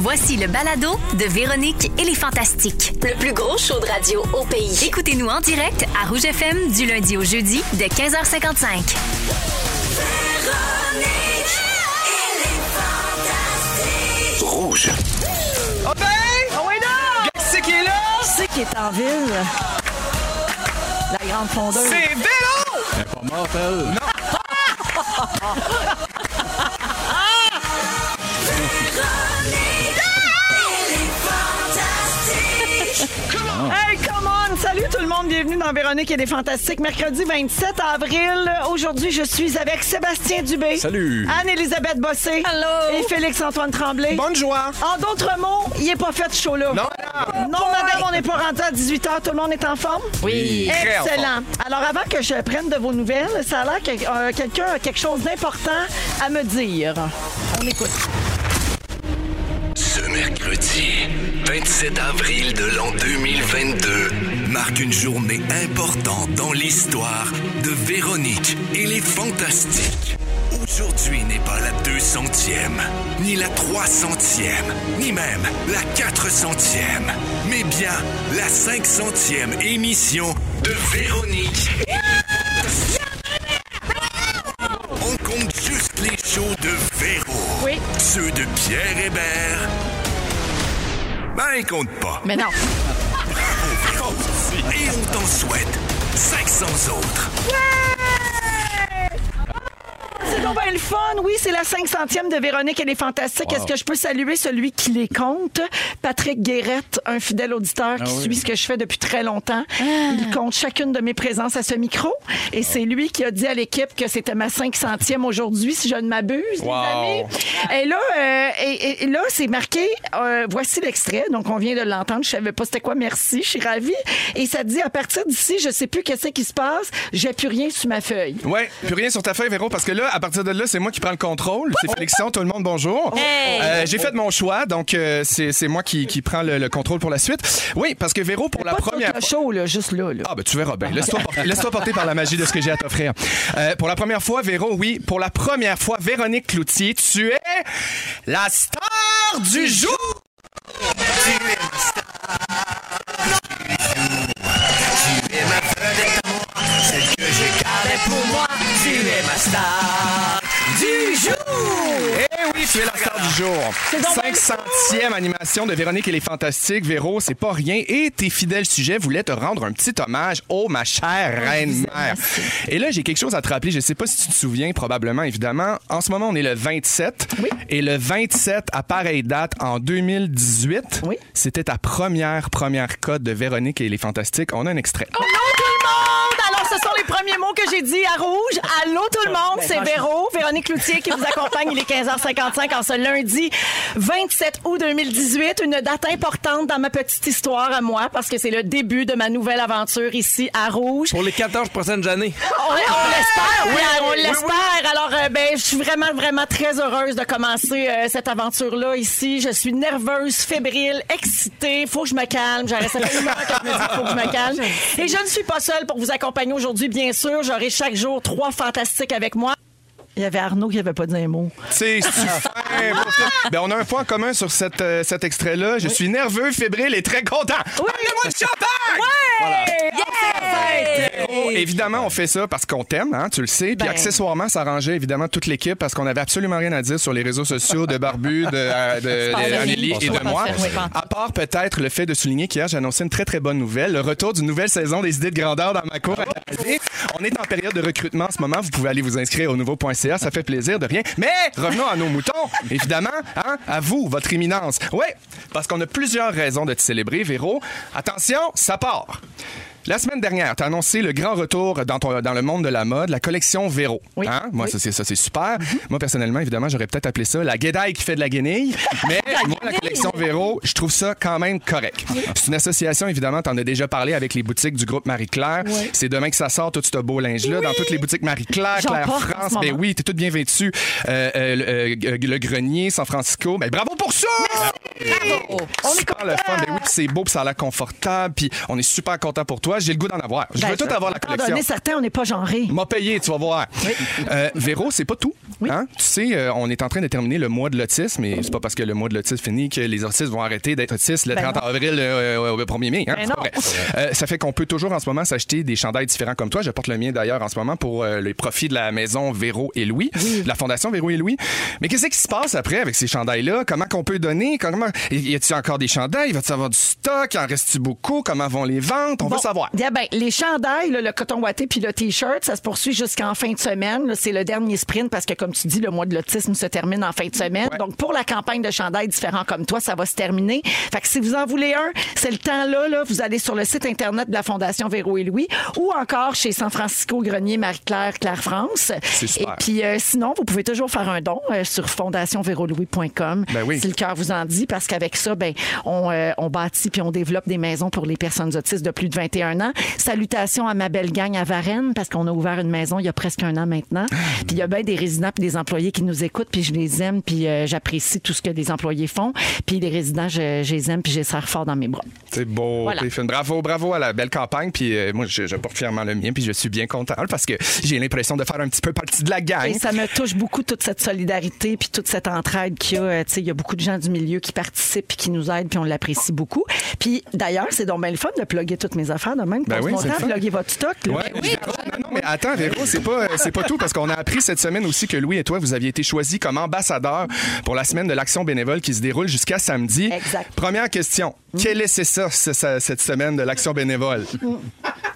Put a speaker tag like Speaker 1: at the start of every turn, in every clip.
Speaker 1: Voici le balado de Véronique et les Fantastiques.
Speaker 2: Le plus gros show de radio au pays.
Speaker 1: Écoutez-nous en direct à Rouge FM du lundi au jeudi de 15h55.
Speaker 3: Rouge.
Speaker 4: Oh ben! Oh oui, non! C'est qui est là?
Speaker 5: sais qui est en ville. La grande fondeuse.
Speaker 4: C'est Vélo!
Speaker 6: Elle est pas morte, elle.
Speaker 4: Hey, come on! Salut tout le monde, bienvenue dans Véronique et des Fantastiques. Mercredi 27 avril, aujourd'hui, je suis avec Sébastien Dubé.
Speaker 6: Salut.
Speaker 4: Anne-Élisabeth Bossé.
Speaker 5: Allô.
Speaker 4: Et Félix-Antoine Tremblay.
Speaker 7: Bonne joie.
Speaker 4: En d'autres mots, il n'est pas fait ce show-là.
Speaker 7: Non.
Speaker 4: Non, madame, on n'est pas rendu à 18h. Tout le monde est en forme?
Speaker 5: Oui.
Speaker 7: Très en
Speaker 4: Excellent. Alors, avant que je prenne de vos nouvelles, ça a l'air que euh, quelqu'un a quelque chose d'important à me dire. On écoute.
Speaker 3: Ce mercredi, 27 avril de l'an 2022, marque une journée importante dans l'histoire de Véronique et les Fantastiques. Aujourd'hui n'est pas la 200e, ni la 300e, ni même la 400e, mais bien la 500e émission de Véronique et les Fantastiques. On compte juste les shows de Véro.
Speaker 4: Oui.
Speaker 3: Ceux de Pierre Hébert. Ben, ils comptent pas.
Speaker 5: Mais non.
Speaker 3: Et on t'en souhaite 500 autres.
Speaker 4: C'est donc bien Oh, ben, le fun. Oui, c'est la 500e de Véronique. Elle est fantastique. Est-ce que je peux saluer celui qui les compte? Patrick Guérette, un fidèle auditeur
Speaker 7: Ah
Speaker 4: qui
Speaker 6: oui.
Speaker 4: suit ce que je fais depuis très longtemps. Il compte chacune de mes présences à ce micro. Et c'est lui qui a dit à l'équipe que c'était ma 500e aujourd'hui, si je ne m'abuse,
Speaker 7: Wow.
Speaker 4: les amis. Et là, euh, et, et- et là c'est marqué, euh, voici l'extrait. Donc, on vient de l'entendre. Je savais pas c'était quoi. Merci. Je suis ravie. Et ça dit, à partir d'ici, je sais plus qu'est-ce qui se passe. J'ai plus rien sur ma feuille.
Speaker 7: Ouais, plus rien sur ta feuille, Véro, parce que là, à partir de là, c'est moi qui prends le contrôle. C'est Félixon, tout le monde,
Speaker 4: Oh,
Speaker 7: bonjour. Euh, J'ai fait mon choix, donc euh, c'est c'est moi qui, qui prends le, le contrôle pour la suite. Oui, parce que Véro, pour la
Speaker 4: pas tout
Speaker 7: première
Speaker 4: le
Speaker 7: fois.
Speaker 4: show, là, juste là. là.
Speaker 7: Ah, ben tu verras bien. Laisse-toi porter, laisse-toi porter par la magie de ce que j'ai à t'offrir. Euh, pour la première fois, Véro, oui, pour la première fois, Véronique Cloutier, tu es la star du jour! Eh oui, tu es la star du jour. 500e animation de Véronique et les Fantastiques. Véro, c'est pas rien. Et tes fidèles sujets voulaient te rendre un petit hommage. Oh, ma chère reine-mère. Et là, j'ai quelque chose à te rappeler. Je sais pas si tu te souviens, probablement, évidemment. En ce moment, on est le 27. Et le 27, à pareille date, en 2018,
Speaker 4: Oui.
Speaker 7: c'était ta première, première code de Véronique et les Fantastiques. On a un extrait.
Speaker 4: Allô tout le monde! Alors, ce sont les premiers mots que j'ai dit à Rouge. Allô tout le monde, c'est Véro, Véronique Loutier qui vous accompagne. Il est 15h55 en ce lundi 27 août 2018. Une date importante dans ma petite histoire à moi parce que c'est le début de ma nouvelle aventure ici à Rouge.
Speaker 8: Pour les 14 prochaines années.
Speaker 4: On, on l'espère, oui, on l'espère. Alors, euh, ben, je suis vraiment, vraiment très heureuse de commencer euh, cette aventure-là ici. Je suis nerveuse, fébrile, excitée. Faut que je me calme. J'arrête ça fait une heure que je me dis qu'il faut que je me calme. Et je ne suis pas seule pour vous accompagner aujourd'hui, bien sûr. J'aurai chaque jour trois fantastiques avec moi. Il y avait Arnaud qui n'avait pas dit un mot.
Speaker 7: C'est super. ben, on a un point en commun sur cette, euh, cet extrait-là. Je suis nerveux, fébrile et très content. Oui. moi du champagne! Oh, évidemment, on fait ça parce qu'on t'aime, hein, tu le sais. Puis accessoirement, ça arrangeait évidemment toute l'équipe parce qu'on avait absolument rien à dire sur les réseaux sociaux de Barbu, de, euh, de- de- Amélie et de moi. À part peut-être le fait de souligner qu'hier, j'ai annoncé une très très bonne nouvelle, le retour d'une nouvelle saison des idées de grandeur dans ma cour à Canadien. On est en période de recrutement en ce moment. Vous pouvez aller vous inscrire au nouveau.ca, ça fait plaisir de rien. Mais revenons à nos moutons, évidemment, hein, à vous, votre éminence. Oui, parce qu'on a plusieurs raisons de te célébrer, Véro. Attention, ça part. La semaine dernière, tu as annoncé le grand retour dans, ton- dans le monde de la mode, la collection Véro.
Speaker 4: Oui.
Speaker 7: Hein? Moi, ça, c'est, ça, c'est super. Moi, personnellement, évidemment, j'aurais peut-être appelé ça la guédaille qui fait de la guenille. Mais moi, la collection Véro, je trouve ça quand même correct. C'est une association, évidemment, tu en as déjà parlé avec les boutiques du groupe Marie-Claire. C'est demain que ça sort, tout ce beau linge-là, dans toutes les boutiques Marie-Claire,
Speaker 4: J'en
Speaker 7: Claire
Speaker 4: porte en
Speaker 7: France.
Speaker 4: ce
Speaker 7: Ben
Speaker 4: moment.
Speaker 7: oui, t'es tout bien vêtu. Euh, euh, le, euh, le Grenier, San Francisco. Ben bravo pour ça! Bravo! On est super le fun. Ben oui, puis c'est beau, puis ça a l'air confortable, puis on est super content pour toi. toi, j'ai le goût d'en avoir. Je
Speaker 4: Ben,
Speaker 7: veux tout avoir la
Speaker 4: pardonnez,
Speaker 7: collection.
Speaker 4: certains, on n'est pas genré.
Speaker 7: M'a payé, tu vas voir. Euh, Véro, c'est pas tout. hein? Tu sais, euh, on est en train de terminer le mois de l'autisme et c'est pas parce que le mois de l'autisme finit que les autistes vont arrêter d'être autistes le
Speaker 4: Ben
Speaker 7: 30
Speaker 4: non.
Speaker 7: avril euh, euh, au 1er mai. hein?
Speaker 4: Ben
Speaker 7: C'est pas
Speaker 4: non.
Speaker 7: vrai. Euh, ça fait qu'on peut toujours en ce moment s'acheter des chandails différents comme toi. Je porte le mien d'ailleurs en ce moment pour euh, les profits de la maison Véro et Louis, de la fondation Véro et Louis. Mais qu'est-ce qui se passe après avec ces chandails-là? Comment qu'on peut donner? Comment... Y a-t-il encore des chandails? Va-t-il avoir du stock? En reste-tu beaucoup? Comment vont les ventes? On
Speaker 4: Bon,
Speaker 7: veut savoir.
Speaker 4: bien, ben, les chandails, là, le coton ouaté puis le T-shirt, ça se poursuit jusqu'en fin de semaine. là. C'est le dernier sprint parce que, comme tu dis, le mois de l'autisme se termine en fin de semaine. Donc, pour la campagne de chandails différents comme toi, ça va se terminer. Fait que si vous en voulez un, c'est le temps-là. Là, vous allez sur le site Internet de la Fondation Véro et Louis ou encore chez San Francisco Grenier Marie-Claire Claire France.
Speaker 7: C'est super.
Speaker 4: Et puis, euh, sinon, vous pouvez toujours faire un don euh, sur fondationvérolouis.com
Speaker 7: Ben oui.
Speaker 4: si le cœur vous en dit, parce qu'avec ça, ben, on, euh, on bâtit puis on développe des maisons pour les personnes autistes de plus de 21 ans. Salutations à ma belle gang à Varennes, parce qu'on a ouvert une maison il y a presque un an maintenant. Puis il y a bien des résidents puis des employés qui nous écoutent, puis je les aime, puis euh, j'apprécie tout ce que les employés font. Puis les résidents, je, je les aime, puis je les serre fort dans mes bras.
Speaker 7: C'est beau,
Speaker 4: Voilà.
Speaker 7: Téphine. Bravo, bravo à la belle campagne. Puis euh, moi, je, je porte fièrement le mien, puis je suis bien content parce que j'ai l'impression de faire un petit peu partie de la gang.
Speaker 4: Et ça me touche beaucoup toute cette solidarité puis toute cette entraide qu'il y a. euh, tu sais, Il y a beaucoup de gens du milieu qui participent puis qui nous aident puis on l'apprécie beaucoup. Puis d'ailleurs, c'est donc bien le fun de plugger toutes mes affaires de même.
Speaker 7: Ben
Speaker 4: Passe
Speaker 7: oui,
Speaker 4: mon
Speaker 7: c'est
Speaker 4: temps à
Speaker 7: le fun.
Speaker 4: plugger votre stock. là.
Speaker 7: Ouais. Véro, non, non, mais attends, Véro, c'est pas, euh, c'est pas tout parce qu'on a appris cette semaine aussi que Louis et toi, vous aviez été choisis comme ambassadeurs pour la semaine de l'action bénévole qui se déroule jusqu'à samedi.
Speaker 4: Exact. Mm.
Speaker 7: Première question. Quel est c'est ça, ce- ça- cette semaine de l'action bénévole?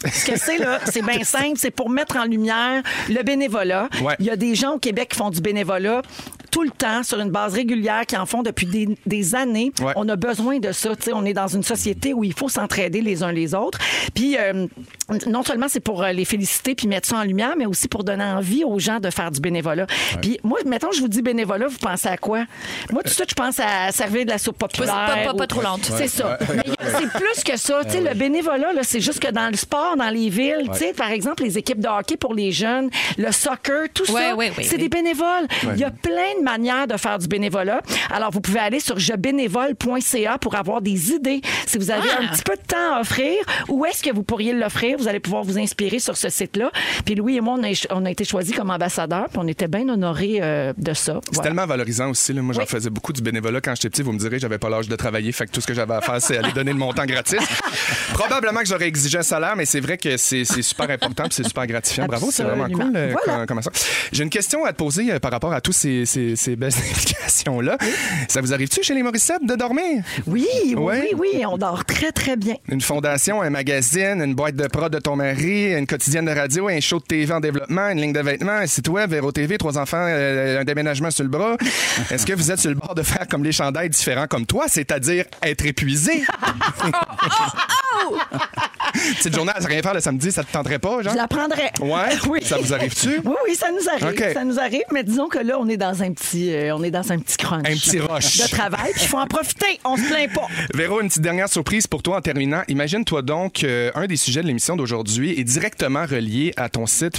Speaker 4: Ce que c'est, là, c'est bien simple. C'est pour mettre en lumière le bénévolat.
Speaker 7: Ouais.
Speaker 4: Il y a des gens au Québec qui font du bénévolat tout le temps, sur une base régulière, qui en font depuis des, des années.
Speaker 7: Ouais.
Speaker 4: On a besoin de ça. Tu sais, on est dans une société où il faut s'entraider les uns les autres. Puis, euh, non seulement c'est pour euh, les féliciter puis mettre ça en lumière, mais aussi pour donner envie aux gens de faire du bénévolat. Puis, moi, mettons, je vous dis bénévolat, vous pensez à quoi? Moi, tout de suite, je pense à servir de la soupe populaire.
Speaker 5: Pas- pas- pas
Speaker 4: ou-
Speaker 5: trop lente.
Speaker 4: C'est ça. Mais il y a- c'est plus que ça. Tu sais, le bénévolat, là, c'est juste que dans le sport, dans les villes, tu sais, par exemple, les équipes de hockey pour les jeunes, le soccer, tout
Speaker 5: Ouais,
Speaker 4: ça,
Speaker 5: ouais, ouais,
Speaker 4: c'est
Speaker 5: ouais.
Speaker 4: des bénévoles. Il y a plein de manières de faire du bénévolat. Alors, vous pouvez aller sur jebénévole.ca pour avoir des idées. Si vous avez
Speaker 5: Ah!
Speaker 4: un petit peu de temps à offrir, où est-ce que vous pourriez l'offrir? Vous allez pouvoir vous inspirer sur ce site-là. Puis Louis et moi, on a, on a été choisis comme ambassadeurs, puis on était bien honorés euh, de ça.
Speaker 7: C'est
Speaker 4: Voilà.
Speaker 7: tellement valorisant aussi. là. Moi, j'en faisais beaucoup du bénévolat quand j'étais petit. Vous me direz, j'avais pas l'âge de travailler. Fait que tout ce que j'avais à faire, c'est aller donner le montant gratis. Probablement que j'aurais exigé un salaire, mais c'est vrai que c'est c'est super important puis c'est super gratifiant. Bravo, c'est vraiment
Speaker 4: Absolument.
Speaker 7: cool. euh,
Speaker 4: Voilà.
Speaker 7: comme- comme ça. J'ai une question à te poser euh, par rapport à tous ces, ces- ces belles implications-là. Ça vous arrive-tu chez les Morissettes de dormir?
Speaker 4: Oui, oui,
Speaker 7: Ouais.
Speaker 4: oui, oui, on dort très, très bien.
Speaker 7: Une fondation, un magazine, une boîte de prod de ton mari, une quotidienne de radio, un show de TV en développement, une ligne de vêtements, un site web, Véro TV, trois enfants, euh, un déménagement sur le bras. Est-ce que vous êtes sur le bord de faire comme les chandails différents comme toi, c'est-à-dire être épuisé?
Speaker 4: Oh,
Speaker 7: Petite journée à rien faire le samedi, ça te tenterait pas, genre?
Speaker 4: Je la prendrais.
Speaker 7: Ouais? Ça vous arrive-tu?
Speaker 4: Oui, oui, ça nous arrive.
Speaker 7: OK.
Speaker 4: Ça nous arrive, mais disons que là, on est dans un petit, euh, on est dans un petit crunch.
Speaker 7: Un petit rush.
Speaker 4: De travail, puis il faut en profiter. On se plaint pas.
Speaker 7: Véro, une petite dernière surprise pour toi en terminant. Imagine-toi donc euh, un des sujets de l'émission d'aujourd'hui est directement relié à ton site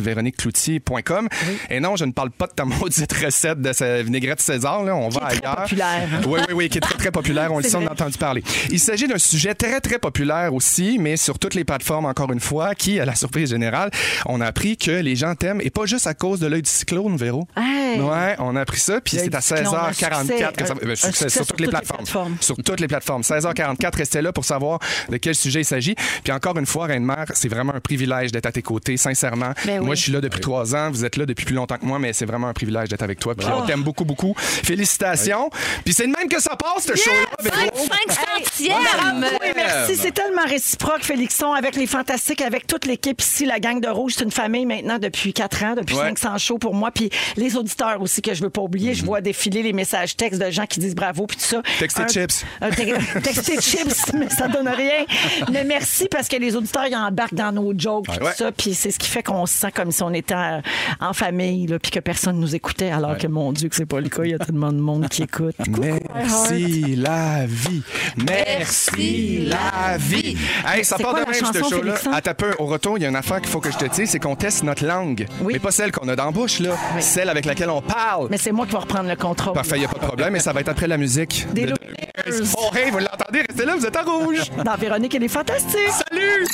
Speaker 7: véroniquecloutier.com. Et non, je ne parle pas de ta maudite recette de sa vinaigrette César. Là. On va
Speaker 4: est très
Speaker 7: ailleurs.
Speaker 4: populaire.
Speaker 7: Oui, oui, oui, qui est très, très populaire. On le
Speaker 4: C'est
Speaker 7: sent, on
Speaker 4: vrai.
Speaker 7: a entendu parler. Il s'agit d'un sujet très, très populaire aussi, mais sur toutes les plateformes, encore une fois, qui, à la surprise générale, on a appris que les gens t'aiment et pas juste à cause de l'œil du cyclone, Véro.
Speaker 4: Hey.
Speaker 7: Ouais, on a appris ça. Puis
Speaker 4: L'œil
Speaker 7: c'est à
Speaker 4: du cyclone, un
Speaker 7: 16h44 que ça.
Speaker 4: succès,
Speaker 7: euh,
Speaker 4: un
Speaker 7: succès
Speaker 4: succès
Speaker 7: sur toutes les plateformes sur toutes les plateformes. 16h44, restez là pour savoir de quel sujet il s'agit. Puis encore une fois, Reine-Mère, c'est vraiment un privilège d'être à tes côtés, sincèrement.
Speaker 5: Ben oui.
Speaker 7: Moi, je suis là depuis trois ans, vous êtes là depuis plus longtemps que moi, mais c'est vraiment un privilège d'être avec toi. Puis on t'aime beaucoup, beaucoup. Félicitations. Puis c'est de même que ça passe, ce show-là, Véro.
Speaker 5: 5
Speaker 4: Bravo
Speaker 5: centièmes!
Speaker 4: et merci, c'est tellement réciproque, Félixon, avec les Fantastiques, avec toute l'équipe ici, la gang de Rouge. C'est une famille maintenant depuis 4 ans, depuis
Speaker 7: Ouais. Mm-hmm.
Speaker 4: 500 shows pour moi. Puis les auditeurs aussi que je veux pas oublier. Je vois défiler les messages textes de gens qui disent bravo, puis tout ça.
Speaker 7: Textez
Speaker 4: Un-
Speaker 7: chips.
Speaker 4: un te- Textez chips, mais ça donne rien. Mais merci parce que les auditeurs, ils embarquent dans nos jokes, puis
Speaker 7: Ouais.
Speaker 4: tout ça. Puis c'est ce qui fait qu'on se sent comme si on était euh, en famille, là, puis que personne nous écoutait, alors que mon Dieu, que c'est pas le cas. Il y a tellement de monde qui écoute.
Speaker 7: Merci la vie. Merci la vie. Hey, ça
Speaker 4: C'est
Speaker 7: part de
Speaker 4: quoi
Speaker 7: même,
Speaker 4: la
Speaker 7: ce
Speaker 4: chanson,
Speaker 7: show-là.
Speaker 4: Félixon?
Speaker 7: À ta peu, au retour, il y a une affaire qu'il faut que je te dise, c'est qu'on teste notre langue.
Speaker 4: Oui.
Speaker 7: Mais pas celle qu'on a dans la bouche, là. Celle avec laquelle on parle.
Speaker 4: Mais c'est moi qui vais reprendre le contrôle.
Speaker 7: Parfait, il a pas de problème, et ça va être après la musique.
Speaker 4: Des
Speaker 7: De-
Speaker 4: Looners.
Speaker 7: Oh, hey, vous l'entendez, restez là, vous êtes en rouge.
Speaker 4: Dans Véronique, elle est fantastique.
Speaker 7: Salut!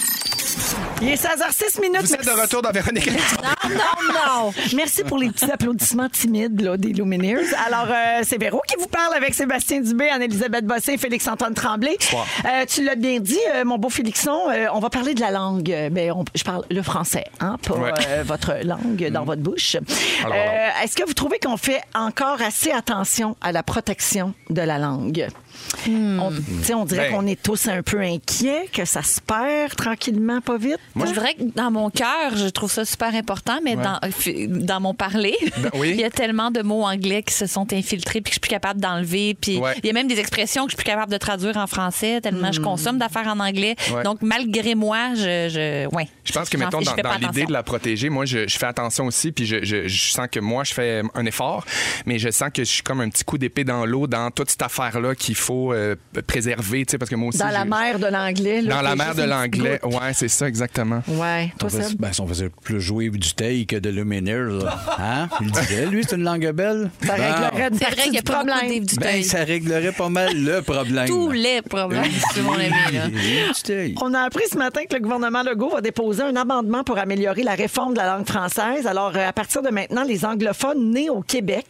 Speaker 4: Il est 16h06 minutes.
Speaker 7: Vous êtes de retour dans Véronique.
Speaker 5: Non, non, non.
Speaker 4: Merci pour les petits applaudissements timides là, des Lumineers. Alors, euh, c'est Véro qui vous parle avec Sébastien Dubé, Anne-Elisabeth Bossé et Félix-Antoine Tremblay.
Speaker 7: Bonsoir.
Speaker 4: Euh, tu l'as bien dit, euh, mon beau Félixon, on va parler de la langue. Ben, on- je parle le français, hein, pas
Speaker 7: Ouais. Mm.
Speaker 4: euh, votre langue dans votre bouche.
Speaker 7: Alors,
Speaker 4: Euh,
Speaker 7: alors.
Speaker 4: Est-ce que vous trouvez qu'on fait encore assez attention à la protection de la langue? On, tu sais, on dirait
Speaker 7: Ben.
Speaker 4: qu'on est tous un peu inquiets, que ça se perd tranquillement, pas vite.
Speaker 5: Moi, je dirais que dans mon cœur, je trouve ça super important, mais dans, f- dans mon parler,
Speaker 7: Ben oui.
Speaker 5: il y a tellement de mots anglais qui se sont infiltrés puis que je suis plus capable d'enlever. Puis
Speaker 7: Ouais.
Speaker 5: il y a même des expressions que je suis plus capable de traduire en français tellement
Speaker 4: Hmm.
Speaker 5: je consomme d'affaires en anglais.
Speaker 7: Ouais.
Speaker 5: Donc, malgré moi, je. Je, ouais,
Speaker 7: Je pense que,
Speaker 5: J'en-
Speaker 7: mettons,
Speaker 5: je
Speaker 7: dans,
Speaker 5: fais pas
Speaker 7: dans l'idée
Speaker 5: attention.
Speaker 7: de la protéger, moi, je, je fais attention aussi, puis je, je- je sens que moi, je fais euh, un effort, mais je sens que je suis comme un petit coup d'épée dans l'eau dans toute cette affaire-là qu'il faut euh, préserver, tu sais, parce que moi aussi.
Speaker 4: Dans la
Speaker 7: je-
Speaker 4: mer de l'anglais. là,
Speaker 7: Dans la
Speaker 4: t'es
Speaker 7: mer
Speaker 4: juste
Speaker 7: de
Speaker 4: une
Speaker 7: l'anglais. Ouais, c'est ça, exactement.
Speaker 4: petite- Ouais. Toi,
Speaker 6: On faisait-
Speaker 4: Seb?
Speaker 6: ben, si on faisait plus jouer du Tay que de Lumineers, là. hein? Il disait, lui, c'est une langue belle.
Speaker 4: Ça réglerait une
Speaker 5: C'est vrai
Speaker 4: partie
Speaker 5: qu'il y a
Speaker 4: du
Speaker 5: pas beaucoup de
Speaker 4: problème.
Speaker 5: Dave
Speaker 6: Ben,
Speaker 5: Duteuil.
Speaker 6: ça réglerait pas mal le problème.
Speaker 5: Tous les problèmes, c'est mon ami. Là.
Speaker 6: Dutheil.
Speaker 4: On a appris ce matin que le gouvernement Legault va déposer un amendement pour améliorer la réforme de la langue française. Alors, euh, à partir de maintenant, les anglophones nés au Québec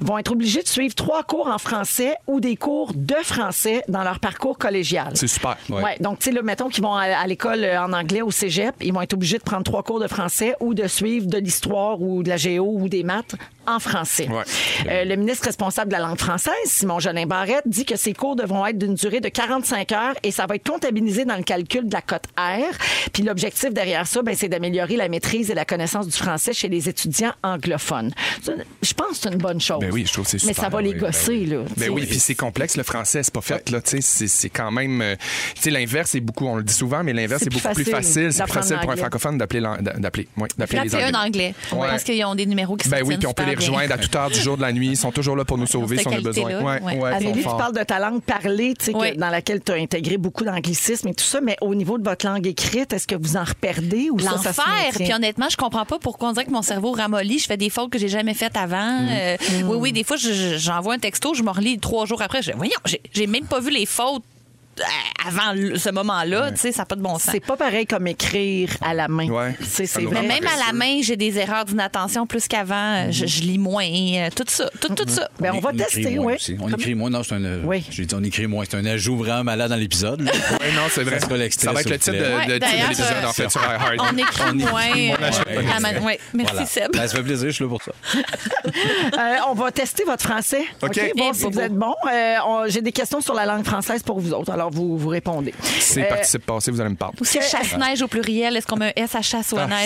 Speaker 4: vont être obligés de suivre trois cours en français ou des cours de français dans leur parcours collégial.
Speaker 7: C'est super.
Speaker 4: Ouais. donc, tu sais, là, mettons qu'ils vont à, à l'école euh, en anglais au cégep, ils vont être obligés de prendre trois cours de français ou de suivre de l'histoire ou de la géo ou des maths en français.
Speaker 7: Ouais.
Speaker 4: Euh, le ministre responsable de la langue française, Simon Jolin Barrette, dit que ces cours devront être d'une durée de 45 heures et ça va être comptabilisé dans le calcul de la cote R. Puis l'objectif derrière ça, ben, c'est d'améliorer la maîtrise et la connaissance du français chez les étudiants anglophones. C'est une- Je pense que c'est une bonne chose.
Speaker 7: Ben oui, je trouve que c'est super.
Speaker 4: Mais ça va les
Speaker 7: oui,
Speaker 4: gosser, là. tu
Speaker 7: Ben
Speaker 4: sais.
Speaker 7: oui, puis c'est complexe, le français, c'est pas fait, là, tu sais, c'est- c'est quand même... euh, Tu sais, l'inverse, c'est beaucoup, on le dit souvent, mais l'inverse,
Speaker 4: C'est
Speaker 7: c'est
Speaker 4: plus
Speaker 7: beaucoup plus
Speaker 4: facile
Speaker 7: facile. C'est plus
Speaker 4: d'apprendre
Speaker 7: facile pour un
Speaker 4: l'anglais.
Speaker 7: francophone d'appeler l'an- d'appeler ouais, d'appeler les
Speaker 5: Rappelez un anglais.
Speaker 7: Ouais.
Speaker 5: Parce qu'ils ont des numéros qui se
Speaker 7: Ben oui,
Speaker 5: tiennent
Speaker 7: puis on peut
Speaker 5: super
Speaker 7: les
Speaker 5: bien.
Speaker 7: rejoindre à toute heure du jour de la nuit. Ils sont toujours là pour nous sauver
Speaker 5: Cette
Speaker 7: si on a besoin.
Speaker 5: qualité-là, ouais.
Speaker 7: ils sont
Speaker 4: Amélie, tu
Speaker 7: forts.
Speaker 4: parles de ta langue parlée, tu sais, que-
Speaker 5: Oui.
Speaker 4: dans laquelle tu as intégré beaucoup d'anglicisme et tout ça, mais au niveau de votre langue écrite, est-ce que vous en reperdez ou ça, ça se
Speaker 5: L'enfer.
Speaker 4: maintient?
Speaker 5: Puis honnêtement, je comprends pas pourquoi on dirait que mon cerveau ramollit. Je fais des fautes que j'ai jamais faites avant.
Speaker 4: Mm.
Speaker 5: Euh, Oui, oui, des fois, je- je- j'envoie un texto, je m'en relis trois jours après. Je dis, voyons, j'ai- j'ai même pas vu les fautes euh, avant le- ce moment-là. Tu sais, ça n'a pas de bon sens.
Speaker 4: C'est pas pareil comme écrire à la main.
Speaker 7: Ouais. euh,
Speaker 4: Tu sais,
Speaker 7: Ça
Speaker 4: C'est
Speaker 7: nous
Speaker 4: vrai.
Speaker 5: Mais même à la
Speaker 7: Paresseux.
Speaker 5: main, j'ai des erreurs d'inattention plus qu'avant. Je, je lis moins. euh, Tout ça. Tout, tout ça.
Speaker 4: Mm-hmm. Ben, on va tester,
Speaker 6: écrit moins
Speaker 4: oui.
Speaker 6: aussi. On écrit moins. Non, c'est un. euh,
Speaker 4: Oui.
Speaker 6: J'ai dit, on écrit moins. C'est un ajout vraiment malade dans l'épisode. là.
Speaker 7: Ouais, non, c'est vrai.
Speaker 6: Ça sera l'extrait,
Speaker 7: va être
Speaker 6: s'il
Speaker 7: le
Speaker 6: vous
Speaker 7: titre de,
Speaker 6: plaît.
Speaker 7: de-
Speaker 5: Ouais,
Speaker 7: de- de
Speaker 5: d'ailleurs,
Speaker 7: l'épisode, en
Speaker 5: euh,
Speaker 7: fait, sur iHeart.
Speaker 5: On écrit moins. euh,
Speaker 6: moins.
Speaker 5: à ma- ouais. Merci,
Speaker 6: Voilà.
Speaker 5: Seb.
Speaker 6: Ben, ça fait plaisir, je suis là pour ça.
Speaker 4: Euh, on va tester votre français.
Speaker 7: OK.
Speaker 4: Bon,
Speaker 5: Eh,
Speaker 4: si
Speaker 5: bobo.
Speaker 4: vous êtes bon, Euh, on- j'ai des questions sur la langue française pour vous autres. Alors, vous, vous répondez. Euh,
Speaker 7: C'est participe passé, vous allez me parler.
Speaker 5: Ou c'est chasse-neige au pluriel. Est-ce qu'on met un S à chasse ou un
Speaker 4: Ah.
Speaker 5: neige?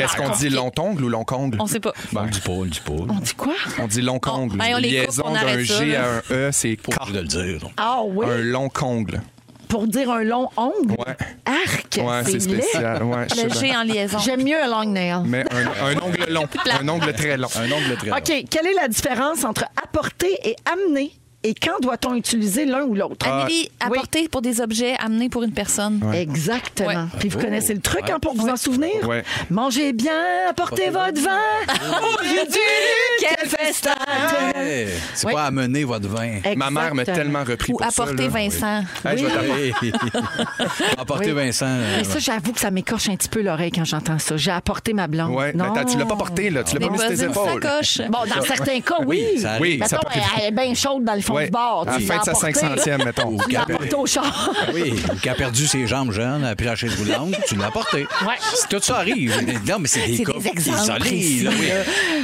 Speaker 7: Est-ce qu'on dit long ongle ou long ongle?
Speaker 5: On sait pas.
Speaker 6: On le dit pas, on le dit pas.
Speaker 4: On dit quoi?
Speaker 7: On dit long ongle.
Speaker 5: On- hey, on les coupe,
Speaker 7: Liaison
Speaker 5: on
Speaker 7: d'un
Speaker 5: arrête ça,
Speaker 7: G
Speaker 5: là.
Speaker 7: à un E, c'est
Speaker 6: Faut
Speaker 7: car-
Speaker 6: de le dire. donc.
Speaker 4: Ah oui,
Speaker 7: un long ongle.
Speaker 4: pour dire un long ongle.
Speaker 7: Ouais.
Speaker 4: Arc,
Speaker 7: Ouais,
Speaker 4: c'est
Speaker 7: c'est
Speaker 4: laid.
Speaker 7: spécial. Ouais, je sais
Speaker 5: Le
Speaker 7: bien.
Speaker 5: G en liaison.
Speaker 4: J'aime mieux un long nail.
Speaker 7: Mais un, un ongle long. un ongle très long.
Speaker 6: Un ongle très long.
Speaker 4: OK, quelle est la différence entre apporter et amener et quand doit-on utiliser l'un ou l'autre?
Speaker 5: Amélie,
Speaker 4: Ah, oui.
Speaker 5: apporter pour des objets, amener pour une personne.
Speaker 4: Exactement.
Speaker 5: Ouais.
Speaker 4: Puis vous
Speaker 6: Oh.
Speaker 4: connaissez le truc hein, pour vous en souvenir?
Speaker 7: Ouais.
Speaker 4: Mangez bien, apportez votre vin. Oh, Aujourd'hui, quel festin!
Speaker 6: Hey, C'est pas à mener votre vin.
Speaker 7: Ah. Ma mère m'a
Speaker 4: Exactement.
Speaker 7: tellement repris
Speaker 5: Ou
Speaker 7: pour ça.
Speaker 5: apporter
Speaker 7: là.
Speaker 5: Vincent.
Speaker 7: Hey, je vais t'apporter-
Speaker 6: Emporter
Speaker 4: Oui.
Speaker 6: Vincent. euh,
Speaker 4: Mais ça, j'avoue que ça m'écorche un petit peu l'oreille quand j'entends ça. J'ai apporté ma blonde.
Speaker 7: Ouais, mais
Speaker 4: non.
Speaker 7: attends, tu l'as pas porté, là. Tu l'as pas mis sur
Speaker 5: Déposer
Speaker 7: tes
Speaker 5: une
Speaker 7: épaules.
Speaker 5: sacoche.
Speaker 4: Bon, dans certains cas, oui.
Speaker 6: Oui, ça arrive.
Speaker 7: Oui, ça
Speaker 4: Mettons,
Speaker 7: peut-
Speaker 4: elle, elle est bien chaude dans le fond
Speaker 7: Ouais.
Speaker 4: du bord.
Speaker 7: À la
Speaker 4: tu
Speaker 7: fin
Speaker 4: l'as
Speaker 7: de sa
Speaker 4: apportée.
Speaker 7: 500e, mettons.
Speaker 6: Ou qui a-
Speaker 4: Apportée au char.
Speaker 6: Oui, ou qui a perdu ses jambes jeunes, après la chaise roulante, tu l'as porté. C'est- Tout ça arrive. Non, mais c'est des
Speaker 5: C'est
Speaker 6: cas
Speaker 5: des exemples
Speaker 6: isolés,
Speaker 5: précis,
Speaker 6: là, oui.
Speaker 5: là.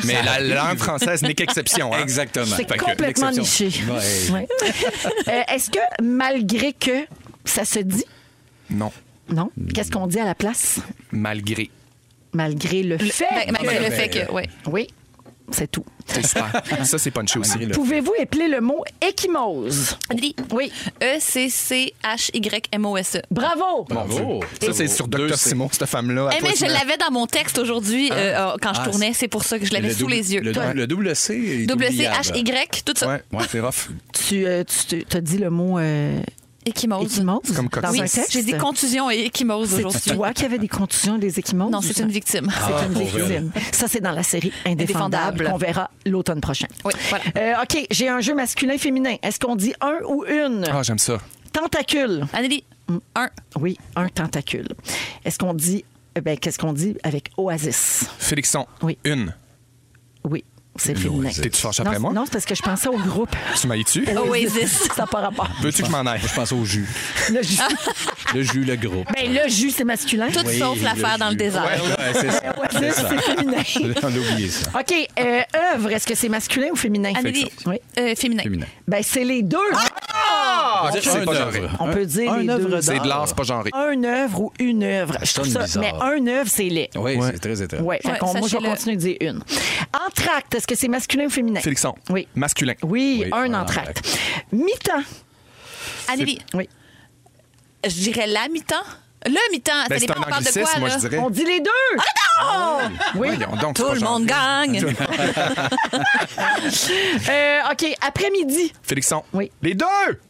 Speaker 7: Mais
Speaker 6: Ça
Speaker 7: la
Speaker 6: arrive.
Speaker 7: langue française n'est qu'exception. hein.
Speaker 6: Exactement.
Speaker 4: C'est
Speaker 6: Fait que
Speaker 4: complètement
Speaker 6: l'exception.
Speaker 4: niché.
Speaker 6: Ouais.
Speaker 4: Ouais. Euh, Est-ce que malgré que ça se dit,
Speaker 7: Non,
Speaker 4: non, qu'est-ce qu'on dit à la place?
Speaker 7: malgré.
Speaker 4: Malgré le, fait.
Speaker 5: Ben, ben,
Speaker 6: ben,
Speaker 5: le
Speaker 6: ben,
Speaker 5: fait que, ouais.
Speaker 4: Oui, c'est tout.
Speaker 7: C'est super. Ça, c'est punché aussi.
Speaker 6: Malgré le-
Speaker 4: Pouvez-vous épeler le mot échymose?
Speaker 5: Amélie. E
Speaker 4: Oui.
Speaker 5: E-C-C-H-Y-M-O-S-E.
Speaker 4: Bravo!
Speaker 6: Bravo.
Speaker 7: Ça, c'est sur Dr. Simon, cette femme-là.
Speaker 5: Eh,
Speaker 7: à Ah, toi,
Speaker 5: mais je
Speaker 7: Simon.
Speaker 5: l'avais dans mon texte aujourd'hui euh, euh, quand je
Speaker 6: Ah,
Speaker 5: tournais. C'est pour ça que je l'avais
Speaker 6: Le
Speaker 5: sous
Speaker 6: double-
Speaker 5: les yeux.
Speaker 6: Le, le double C. est
Speaker 5: Double
Speaker 6: oubliable.
Speaker 5: C-H-Y, tout ça.
Speaker 7: Ouais, ouais, c'est rough.
Speaker 4: Tu, euh, tu te- t'as dit le mot euh,
Speaker 5: Échymose.
Speaker 4: échymose
Speaker 7: comme
Speaker 4: dans
Speaker 7: coquille.
Speaker 5: Oui,
Speaker 4: un texte?
Speaker 5: j'ai dit contusion et échymose
Speaker 4: C'est
Speaker 5: aujourd'hui.
Speaker 4: toi qui avais des contusions et des échymoses?
Speaker 5: Non, c'est une victime.
Speaker 4: C'est une
Speaker 6: pauvre
Speaker 4: victime. Ça, c'est dans la série Indéfendable
Speaker 5: Indéfendable.
Speaker 4: qu'on verra l'automne prochain.
Speaker 5: Oui, voilà.
Speaker 4: Euh, OK, j'ai un jeu masculin-féminin. Est-ce qu'on dit un ou une?
Speaker 7: Ah, j'aime ça.
Speaker 4: Tentacule.
Speaker 5: Anneli, un.
Speaker 4: Oui, un tentacule. Est-ce qu'on dit euh, ben, qu'est-ce qu'on dit avec Oasis?
Speaker 7: Félixon.
Speaker 4: Oui.
Speaker 7: Une.
Speaker 4: Oui, c'est féminin.
Speaker 7: T'es-tu fâché
Speaker 4: Non,
Speaker 7: après moi?
Speaker 4: Non, c'est parce que je pensais au groupe.
Speaker 7: Tu m'as tu
Speaker 5: Oasis.
Speaker 4: Ça n'a pas rapport.
Speaker 7: Veux-tu que je m'en aille?
Speaker 6: Moi, je pense au jus.
Speaker 4: Le jus.
Speaker 6: Le jus, le gros.
Speaker 4: Ben, le jus, c'est masculin.
Speaker 5: Tout
Speaker 6: Oui,
Speaker 5: sauf
Speaker 6: le
Speaker 5: l'affaire
Speaker 6: jus.
Speaker 5: dans le désert.
Speaker 7: Ouais.
Speaker 6: Ouais, c'est ça.
Speaker 4: Le
Speaker 6: C'est
Speaker 4: jus,
Speaker 6: ça.
Speaker 4: c'est féminin.
Speaker 6: On a oublié ça.
Speaker 4: OK, euh, œuvre, est-ce que c'est masculin ou féminin?
Speaker 5: Amélie,
Speaker 4: Oui.
Speaker 5: euh, féminin.
Speaker 6: Féminin.
Speaker 4: Ben, c'est les deux.
Speaker 7: Ah!
Speaker 6: On peut dire
Speaker 7: C'est
Speaker 6: un
Speaker 7: pas
Speaker 6: œuvre.
Speaker 7: genré.
Speaker 4: On peut dire
Speaker 6: un
Speaker 4: les
Speaker 6: œuvre
Speaker 4: deux.
Speaker 6: d'art.
Speaker 7: C'est de l'art, c'est pas genré.
Speaker 4: Un œuvre ou une œuvre. Je trouve
Speaker 6: sonne
Speaker 4: ça.
Speaker 6: bizarre.
Speaker 4: Mais un œuvre, c'est laid.
Speaker 6: Oui, c'est très étrange.
Speaker 4: Ouais, fait
Speaker 5: Ouais,
Speaker 4: qu'on- moi, je vais
Speaker 5: sachez-le.
Speaker 4: continuer de dire une. Entracte, est-ce que c'est masculin ou féminin?
Speaker 7: Félixon.
Speaker 4: Oui.
Speaker 7: Masculin.
Speaker 4: Oui,
Speaker 6: Oui,
Speaker 4: un
Speaker 6: un
Speaker 4: entracte. Mi-temps.
Speaker 5: Amélie,
Speaker 4: Oui.
Speaker 5: je dirais la mi-temps. Le mi-temps,
Speaker 7: Ben,
Speaker 5: ça
Speaker 7: c'est
Speaker 5: dépend,
Speaker 7: un
Speaker 5: on parle de quoi,
Speaker 7: anglicisme, moi,
Speaker 5: là?
Speaker 7: je dirais.
Speaker 4: On dit les deux.
Speaker 7: Oui, voyons donc, c'est
Speaker 5: Tout
Speaker 7: pas
Speaker 5: le
Speaker 7: genré.
Speaker 5: monde gagne.
Speaker 4: Euh, OK, après-midi.
Speaker 7: Félixon.
Speaker 4: Oui.
Speaker 7: Les deux!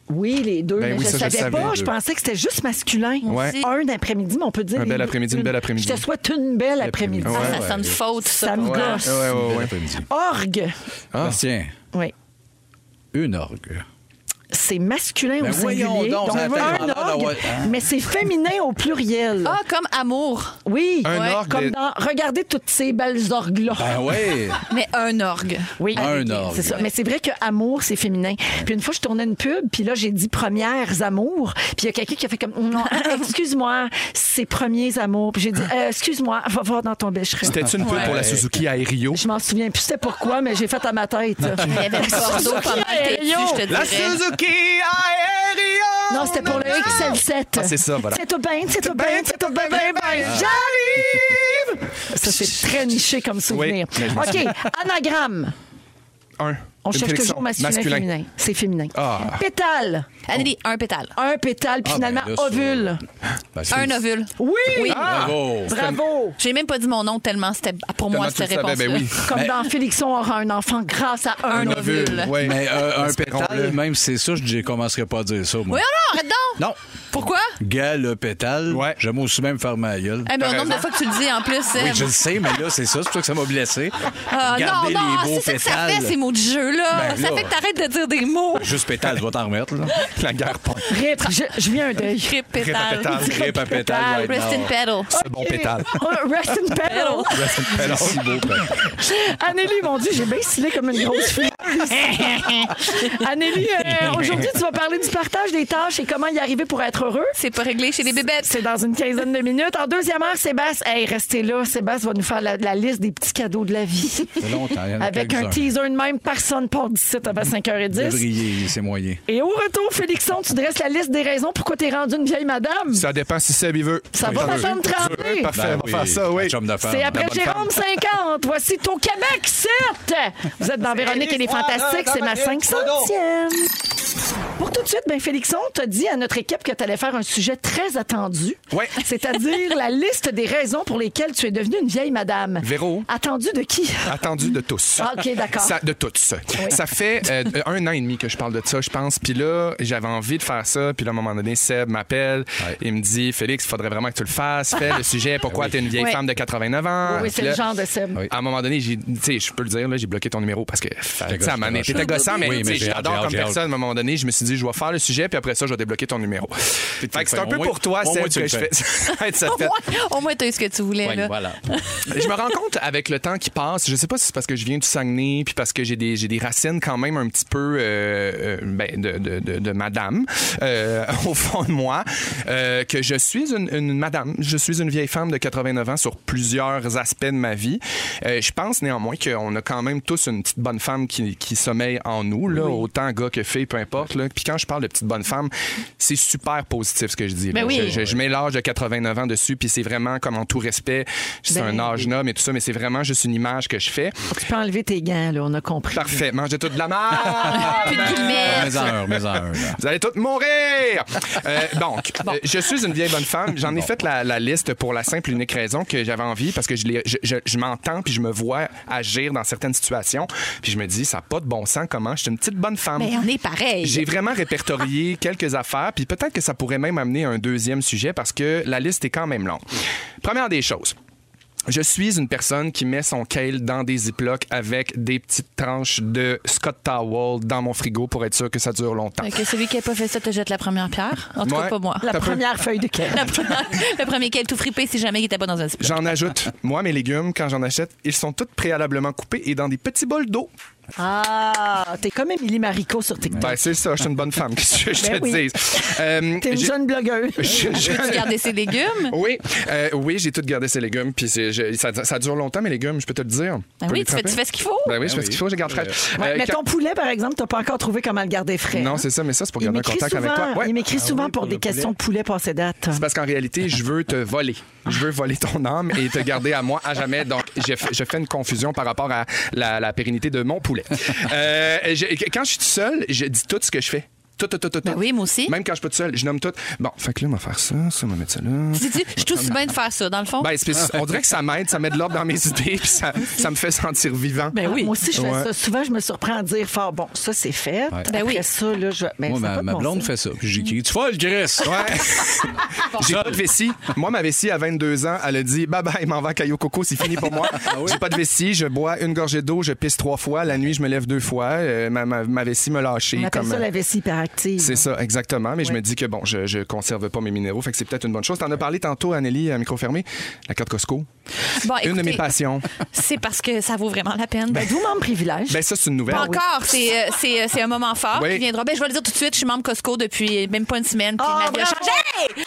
Speaker 4: Oui, les deux.
Speaker 7: Ben
Speaker 4: mais
Speaker 7: oui,
Speaker 4: je
Speaker 7: ça,
Speaker 4: ne
Speaker 7: je
Speaker 4: savais
Speaker 7: savais,
Speaker 4: pas.
Speaker 7: les
Speaker 4: Je
Speaker 7: deux.
Speaker 4: pensais que c'était juste masculin.
Speaker 7: Ouais.
Speaker 5: aussi.
Speaker 4: Un d'après-midi, mais on peut dire.
Speaker 7: Un bel
Speaker 4: les deux.
Speaker 7: après-midi, une belle après-midi.
Speaker 4: Je te souhaite une belle après-midi.
Speaker 7: Ouais.
Speaker 5: Ça sonne faute, ça.
Speaker 4: Ça me
Speaker 7: Ouais,
Speaker 4: gosse.
Speaker 7: ouais, ouais, ouais.
Speaker 4: Orgue.
Speaker 6: Ah. Tiens,
Speaker 4: Oui.
Speaker 6: une orgue.
Speaker 4: C'est masculin
Speaker 6: Ben
Speaker 4: au singulier.
Speaker 6: voyons donc, ça
Speaker 4: un
Speaker 6: a tellement l'air
Speaker 4: orgue,
Speaker 6: d'avoir-
Speaker 4: mais c'est féminin au pluriel.
Speaker 5: Ah, comme amour,
Speaker 4: Oui.
Speaker 7: Un
Speaker 4: Ouais.
Speaker 7: orgue.
Speaker 4: Comme dans Regardez toutes ces belles orgues-là.
Speaker 6: Ben oui,
Speaker 5: mais un orgue.
Speaker 4: Oui.
Speaker 6: Un orgue.
Speaker 4: C'est ça. Mais c'est vrai que amour, c'est féminin. Puis une fois, je tournais une pub, puis là, j'ai dit premières amours. Puis il y a quelqu'un qui a fait comme, non, excuse-moi, c'est premiers amours. Puis j'ai dit, Euh, excuse-moi, va voir dans ton bêcherin.
Speaker 7: C'était une pub pour la Suzuki Aerio.
Speaker 4: Je m'en souviens plus c'était pourquoi, mais j'ai fait à ma tête.
Speaker 5: Il y avait le Bordeaux pas mal têtu, je te
Speaker 7: La
Speaker 5: dirais.
Speaker 7: Suzuki Aerio!
Speaker 4: Non, c'était pour le XL7.
Speaker 7: Ah, c'est ça, voilà. Ah.
Speaker 4: C'est tout bien, c'est tout bien, c'est tout bien, bien, bien.
Speaker 7: J'arrive!
Speaker 4: Ça, c'est très niché comme souvenir.
Speaker 7: Oui, mais je m'en
Speaker 4: OK, anagramme.
Speaker 7: Un.
Speaker 4: On
Speaker 7: Une
Speaker 4: cherche
Speaker 7: Félixon.
Speaker 4: toujours masculin, féminin. C'est féminin.
Speaker 7: Ah.
Speaker 4: Pétale.
Speaker 5: Amélie, un pétale.
Speaker 4: Un pétale, puis
Speaker 6: Ah,
Speaker 4: finalement,
Speaker 6: ben là, ça-
Speaker 4: ovule.
Speaker 6: Ben, c'est-
Speaker 5: Un ovule.
Speaker 4: Oui!
Speaker 5: Oui.
Speaker 6: Bravo.
Speaker 4: Bravo!
Speaker 5: J'ai même pas dit mon nom tellement c'était pour
Speaker 7: Tellement
Speaker 5: moi
Speaker 7: tu le
Speaker 5: cette
Speaker 7: savais,
Speaker 5: réponse.
Speaker 7: ben oui.
Speaker 4: Comme dans Félixon aura un enfant grâce à un,
Speaker 5: Un
Speaker 4: ovule.
Speaker 5: ovule.
Speaker 7: Ouais.
Speaker 6: Mais euh, un
Speaker 7: Espérons-le.
Speaker 6: pétale, même si c'est ça, je ne commencerai pas à dire ça, moi.
Speaker 5: Oui, alors, arrête donc.
Speaker 6: Non.
Speaker 5: Pourquoi?
Speaker 6: Galopétal.
Speaker 7: Ouais.
Speaker 6: J'aime aussi même faire ma gueule.
Speaker 5: Eh bien,
Speaker 7: T'as
Speaker 5: au nombre de fois que tu le dis en plus.
Speaker 6: Oui,
Speaker 5: Seb.
Speaker 6: je le sais, mais là, c'est ça. C'est pour ça que ça m'a blessé.
Speaker 5: euh, Ah, non,
Speaker 6: Regardez
Speaker 5: non,
Speaker 6: les beaux
Speaker 5: c'est ça que ça
Speaker 6: pétales.
Speaker 5: fait, ces mots de jeu, là.
Speaker 6: Ben,
Speaker 5: ça
Speaker 6: là.
Speaker 5: fait que t'arrêtes de dire des mots.
Speaker 6: Juste pétale, je vais t'en remettre. Là.
Speaker 7: La guerre pas.
Speaker 4: Rip, je, je viens un deuil.
Speaker 5: Rip pétale.
Speaker 7: pétale.
Speaker 6: Rip à pétale. right
Speaker 5: Rest in
Speaker 6: now.
Speaker 5: pedal.
Speaker 7: C'est bon pétale.
Speaker 4: Oh, Rest in pedal.
Speaker 6: C'est si beau, pétale.
Speaker 4: Annélie, mon Dieu, j'ai bien scellé comme une grosse fille. Annélie, euh, aujourd'hui, tu vas parler du partage des tâches et comment y arriver pour être heureux.
Speaker 5: C'est pas réglé chez les bébêtes.
Speaker 4: C'est dans une quinzaine de minutes. En deuxième heure, Sébastien, hey, restez là. Sébastien va nous faire la, la liste des petits cadeaux de la vie.
Speaker 6: C'est longtemps. il y en a
Speaker 4: Avec un
Speaker 6: quelques-uns.
Speaker 4: teaser de même, personne part d'ici avant 5h10.
Speaker 6: Février, c'est moyen.
Speaker 4: Et au retour, Félixon, tu dresses la liste des raisons pourquoi t'es rendue une vieille madame.
Speaker 7: Ça dépend si Seb il veut.
Speaker 4: Ça va,
Speaker 7: Veut.
Speaker 4: ça va me tremper.
Speaker 7: Veut, Parfait,
Speaker 6: Ben
Speaker 7: on va faire ça, oui.
Speaker 6: un chum d'affaires.
Speaker 4: C'est après
Speaker 7: La bonne
Speaker 4: Jérôme 50. Voici ton Québec 7. Vous êtes dans Véronique et les Fantastiques. C'est ma 500e. Pour tout de suite, ben Félixon, t'as dit à notre équipe que tu allais faire un sujet très attendu.
Speaker 7: Ouais.
Speaker 4: C'est-à-dire la liste des raisons pour lesquelles tu es devenue une vieille madame.
Speaker 7: Véro.
Speaker 4: Attendu de qui?
Speaker 7: Attendu de tous.
Speaker 4: Ah, OK, d'accord.
Speaker 7: Ça- de tous. Ça fait euh, un an et demi que je parle de ça, je pense. Puis là, j'avais envie de faire ça. Puis là, à un moment donné, Seb m'appelle.
Speaker 6: Ouais.
Speaker 7: Il me dit Félix, il faudrait vraiment que tu le fasses. Fais le sujet. Pourquoi t'es une vieille
Speaker 4: Ouais.
Speaker 7: femme de 89 ans?
Speaker 4: oui, c'est
Speaker 7: Puis là,
Speaker 4: le genre de Seb.
Speaker 6: Ah Oui.
Speaker 7: À un moment donné, j'ai- tu sais, je peux le dire, là, j'ai bloqué ton numéro parce que tu sais, à un moment donné,
Speaker 6: gosse,
Speaker 7: t'étais
Speaker 6: t'es
Speaker 7: gossant, mais,
Speaker 6: Oui,
Speaker 7: tu
Speaker 6: mais
Speaker 7: sais,
Speaker 6: j'ai
Speaker 7: je
Speaker 6: hâte, j'ai
Speaker 7: t'adore
Speaker 6: hâte,
Speaker 7: comme
Speaker 6: j'ai hâte.
Speaker 7: personne. À un moment donné, je me suis dit, je vais faire le sujet, puis après ça, je vais débloquer ton numéro. Fait que c'est un
Speaker 6: Au
Speaker 7: peu
Speaker 6: moins-
Speaker 7: pour toi,
Speaker 6: au moins,
Speaker 7: Seb,
Speaker 6: tu
Speaker 7: que
Speaker 6: le
Speaker 7: je
Speaker 6: fais.
Speaker 7: fais. Ça
Speaker 5: Au
Speaker 7: fait-
Speaker 5: moins- Au moins, t'as eu ce que tu voulais,
Speaker 6: Ouais,
Speaker 5: là.
Speaker 6: voilà.
Speaker 7: je me rends compte avec le temps qui passe, je sais pas si c'est parce que je viens du Saguenay, puis parce que j'ai des, j'ai des racines quand même un petit peu euh, euh, ben, de, de- de- de madame euh, au fond de moi, euh, que je suis une, une madame. Je suis une vieille femme de 89 ans sur plusieurs aspects de ma vie. Euh, je pense néanmoins qu'on a quand même tous une petite bonne femme qui, qui sommeille en nous, là, autant gars que filles, peu importe. là. Puis quand je parle de petite bonne femme, c'est super positif ce que je dis. là.
Speaker 4: Ben oui.
Speaker 7: Je- je- je mets l'âge de 89 ans dessus, puis c'est vraiment comme en tout respect, c'est
Speaker 4: Ben,
Speaker 7: un âge noble et tout ça, mais c'est vraiment juste une image que je fais.
Speaker 4: Tu peux enlever tes gants, là, on a compris.
Speaker 7: Parfait, mangez toute de la merde!
Speaker 5: Plus de guillemets.
Speaker 6: Mais en un, mais en un. là.
Speaker 7: Vous allez tous mourir! Euh, donc, euh, je suis une vieille bonne femme. J'en ai fait la, la liste pour la simple et unique raison que j'avais envie, parce que je, l'ai- je, je- je m'entends puis je me vois agir dans certaines situations. Puis je me dis, ça n'a pas de bon sens comment je suis une petite bonne femme.
Speaker 5: Mais on est pareil.
Speaker 7: J'ai vraiment répertorié quelques affaires, puis peut-être que ça pourrait même amener un deuxième sujet parce que la liste est quand même longue. Première des choses. Je suis une personne qui met son kale dans des ziplocs avec des petites tranches de Scott Towel dans mon frigo pour être sûr que ça dure longtemps.
Speaker 5: Que celui qui n'a pas fait ça te jette la première pierre. En tout
Speaker 7: Ouais.
Speaker 5: cas, pas moi.
Speaker 4: La
Speaker 7: T'as peu-
Speaker 4: première feuille de kale.
Speaker 5: La première- le premier qu'elle tout fripé si jamais il n'était pas dans un ziploc.
Speaker 7: J'en ajoute. Moi, mes légumes, quand j'en achète, ils sont tous préalablement coupés et dans des petits bols d'eau.
Speaker 4: Ah, t'es comme Émilie Maricot sur TikTok.
Speaker 7: Ben, c'est ça, je suis une bonne femme, qu'est-ce que je te
Speaker 4: Ben oui.
Speaker 7: dise. Euh,
Speaker 4: T'es une
Speaker 7: j'ai-
Speaker 4: jeune blogueuse.
Speaker 7: je- je-
Speaker 5: Tu garder ses légumes?
Speaker 7: Oui, euh, oui, j'ai tout gardé ces légumes. Puis c'est- je- ça, ça dure longtemps, mes légumes, je peux te le dire.
Speaker 5: Ah
Speaker 7: Faut
Speaker 5: oui,
Speaker 7: les
Speaker 5: tu fais, tu
Speaker 7: tremper.
Speaker 5: fais ce qu'il faut.
Speaker 7: Ben oui, je
Speaker 6: Ben
Speaker 7: fais
Speaker 6: oui.
Speaker 7: ce qu'il faut, je garde frais.
Speaker 4: Ouais,
Speaker 7: Euh,
Speaker 4: mais
Speaker 7: quand-
Speaker 4: ton poulet, par exemple, t'as pas encore trouvé comment le garder frais.
Speaker 7: Non,
Speaker 4: hein?
Speaker 7: c'est ça, mais ça, c'est pour
Speaker 4: Il
Speaker 7: garder un
Speaker 4: m'écrit
Speaker 7: contact
Speaker 4: souvent,
Speaker 7: avec toi. Ouais.
Speaker 4: il m'écrit
Speaker 6: Ah
Speaker 4: souvent
Speaker 6: oui,
Speaker 4: pour,
Speaker 6: pour
Speaker 4: des
Speaker 6: le poulet.
Speaker 4: questions de poulet passées date.
Speaker 7: C'est parce qu'en réalité, je veux te voler. Je veux voler ton âme et te garder à moi à jamais. Donc, je, f- je fais une confusion par rapport à la, la pérennité de mon poulet. Euh, je- quand je suis tout seul, je dis tout ce que je fais. Tout, tout, tout, tout.
Speaker 5: Ben
Speaker 7: tout.
Speaker 5: oui, moi aussi.
Speaker 7: Même quand je suis pas tout seul, je nomme tout. Bon, fait que là, on va faire ça, ça, on va mettre ça là.
Speaker 5: Tu dis, je suis aussi bien de faire ça, dans le fond.
Speaker 7: Ben, c'est- on dirait que ça m'aide, ça met de l'ordre dans mes idées, puis ça, ça me fait sentir vivant.
Speaker 4: Ben oui. Moi aussi, je fais
Speaker 7: Ouais.
Speaker 4: ça. Souvent, je me surprends à dire fort, bon, ça, c'est fait. Après
Speaker 5: Ben oui.
Speaker 4: ça, là, je. Ben,
Speaker 6: Moi,
Speaker 4: ça a
Speaker 6: ma,
Speaker 4: pas de
Speaker 6: ma
Speaker 4: bon
Speaker 6: blonde
Speaker 4: sens.
Speaker 6: fait ça. Puis j'ai dit, tu le Chris!
Speaker 7: Ouais. J'ai pas de vessie. Moi, ma vessie, à 22 ans, elle a dit Bye bye, m'en va à Caillou Coco, c'est fini pour moi. J'ai pas de vessie, je bois une gorgée d'eau, je pisse trois fois. La nuit, je me lève deux fois. Euh, ma, ma- ma vessie me lâchait.
Speaker 4: On appelle
Speaker 7: comme- euh,
Speaker 4: ça la vessie hyperactive.
Speaker 7: C'est ça, exactement. Mais je me dis que bon, je, je conserve pas mes minéraux, fait que c'est peut-être une bonne chose. T'en as parlé tantôt, Anneli, à micro fermé, la carte Costco.
Speaker 5: Bon,
Speaker 7: une de
Speaker 5: écoutez,
Speaker 7: mes passions.
Speaker 5: C'est parce que ça vaut vraiment la peine.
Speaker 4: D'où mon privilège.
Speaker 7: Ben ça, c'est une nouvelle.
Speaker 5: Pas encore, c'est, euh, c'est, euh, c'est un moment fort
Speaker 7: Oui.
Speaker 5: qui viendra. Ben, je vais le dire tout de suite, je suis membre Costco depuis même pas une semaine. Puis
Speaker 4: Oh,
Speaker 5: ma vie a
Speaker 4: bravo!
Speaker 5: changé!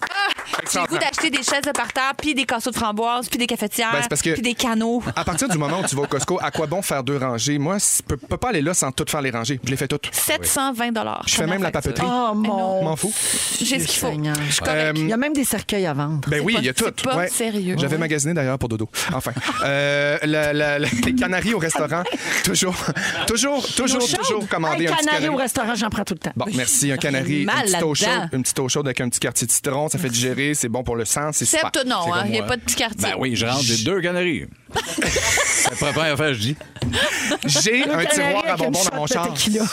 Speaker 5: Ah, j'ai le goût d'acheter des chaises de parterre, puis des casseaux de framboises, puis des cafetières,
Speaker 7: Ben, c'est parce que- Ah,
Speaker 5: puis des canaux.
Speaker 7: À partir du moment où tu vas au Costco, à quoi bon faire deux rangées? Moi, je peux, peux pas aller là sans tout faire les rangées. Je les fais toutes.
Speaker 5: 720
Speaker 7: Je fais même la papeterie.
Speaker 4: Oh
Speaker 5: Eh non.
Speaker 4: mon.
Speaker 7: M'en fous. Euh,
Speaker 5: J'ai ce qu'il faut.
Speaker 4: Seigneur.
Speaker 5: Je suis correcte.
Speaker 4: Il y a même des cercueils à vendre.
Speaker 7: Ben oui,
Speaker 5: pas-
Speaker 7: il y a
Speaker 5: c'est
Speaker 7: tout.
Speaker 5: pas sérieux.
Speaker 7: J'avais
Speaker 5: Ouais.
Speaker 7: magasiné d'ailleurs pour Dodo. Enfin, euh, la- la- la- les canaries au restaurant, toujours, toujours, toujours, toujours commander
Speaker 4: Un
Speaker 7: un petit
Speaker 4: canari
Speaker 7: canari.
Speaker 4: au restaurant, j'en prends tout le temps.
Speaker 7: Bon, merci, un canari,
Speaker 5: mal
Speaker 7: une petite, eau
Speaker 5: là-dedans.
Speaker 7: chaude, une petite eau chaude avec un petit quartier de citron, ça fait digérer, c'est bon pour le sang, bah, c'est
Speaker 5: Sept,
Speaker 7: super.
Speaker 5: non,
Speaker 6: C'est
Speaker 5: hein,
Speaker 6: comme
Speaker 5: il n'y a
Speaker 6: moi.
Speaker 5: pas de petit
Speaker 4: Ah,
Speaker 5: quartier.
Speaker 6: Ben oui, je rentre, j'ai deux canaries. c'est la première affaire, je dis.
Speaker 7: J'ai un
Speaker 4: canari
Speaker 7: tiroir à
Speaker 4: avec une
Speaker 7: bonbons dans
Speaker 4: shot
Speaker 7: mon
Speaker 4: de
Speaker 7: char.
Speaker 4: tequila.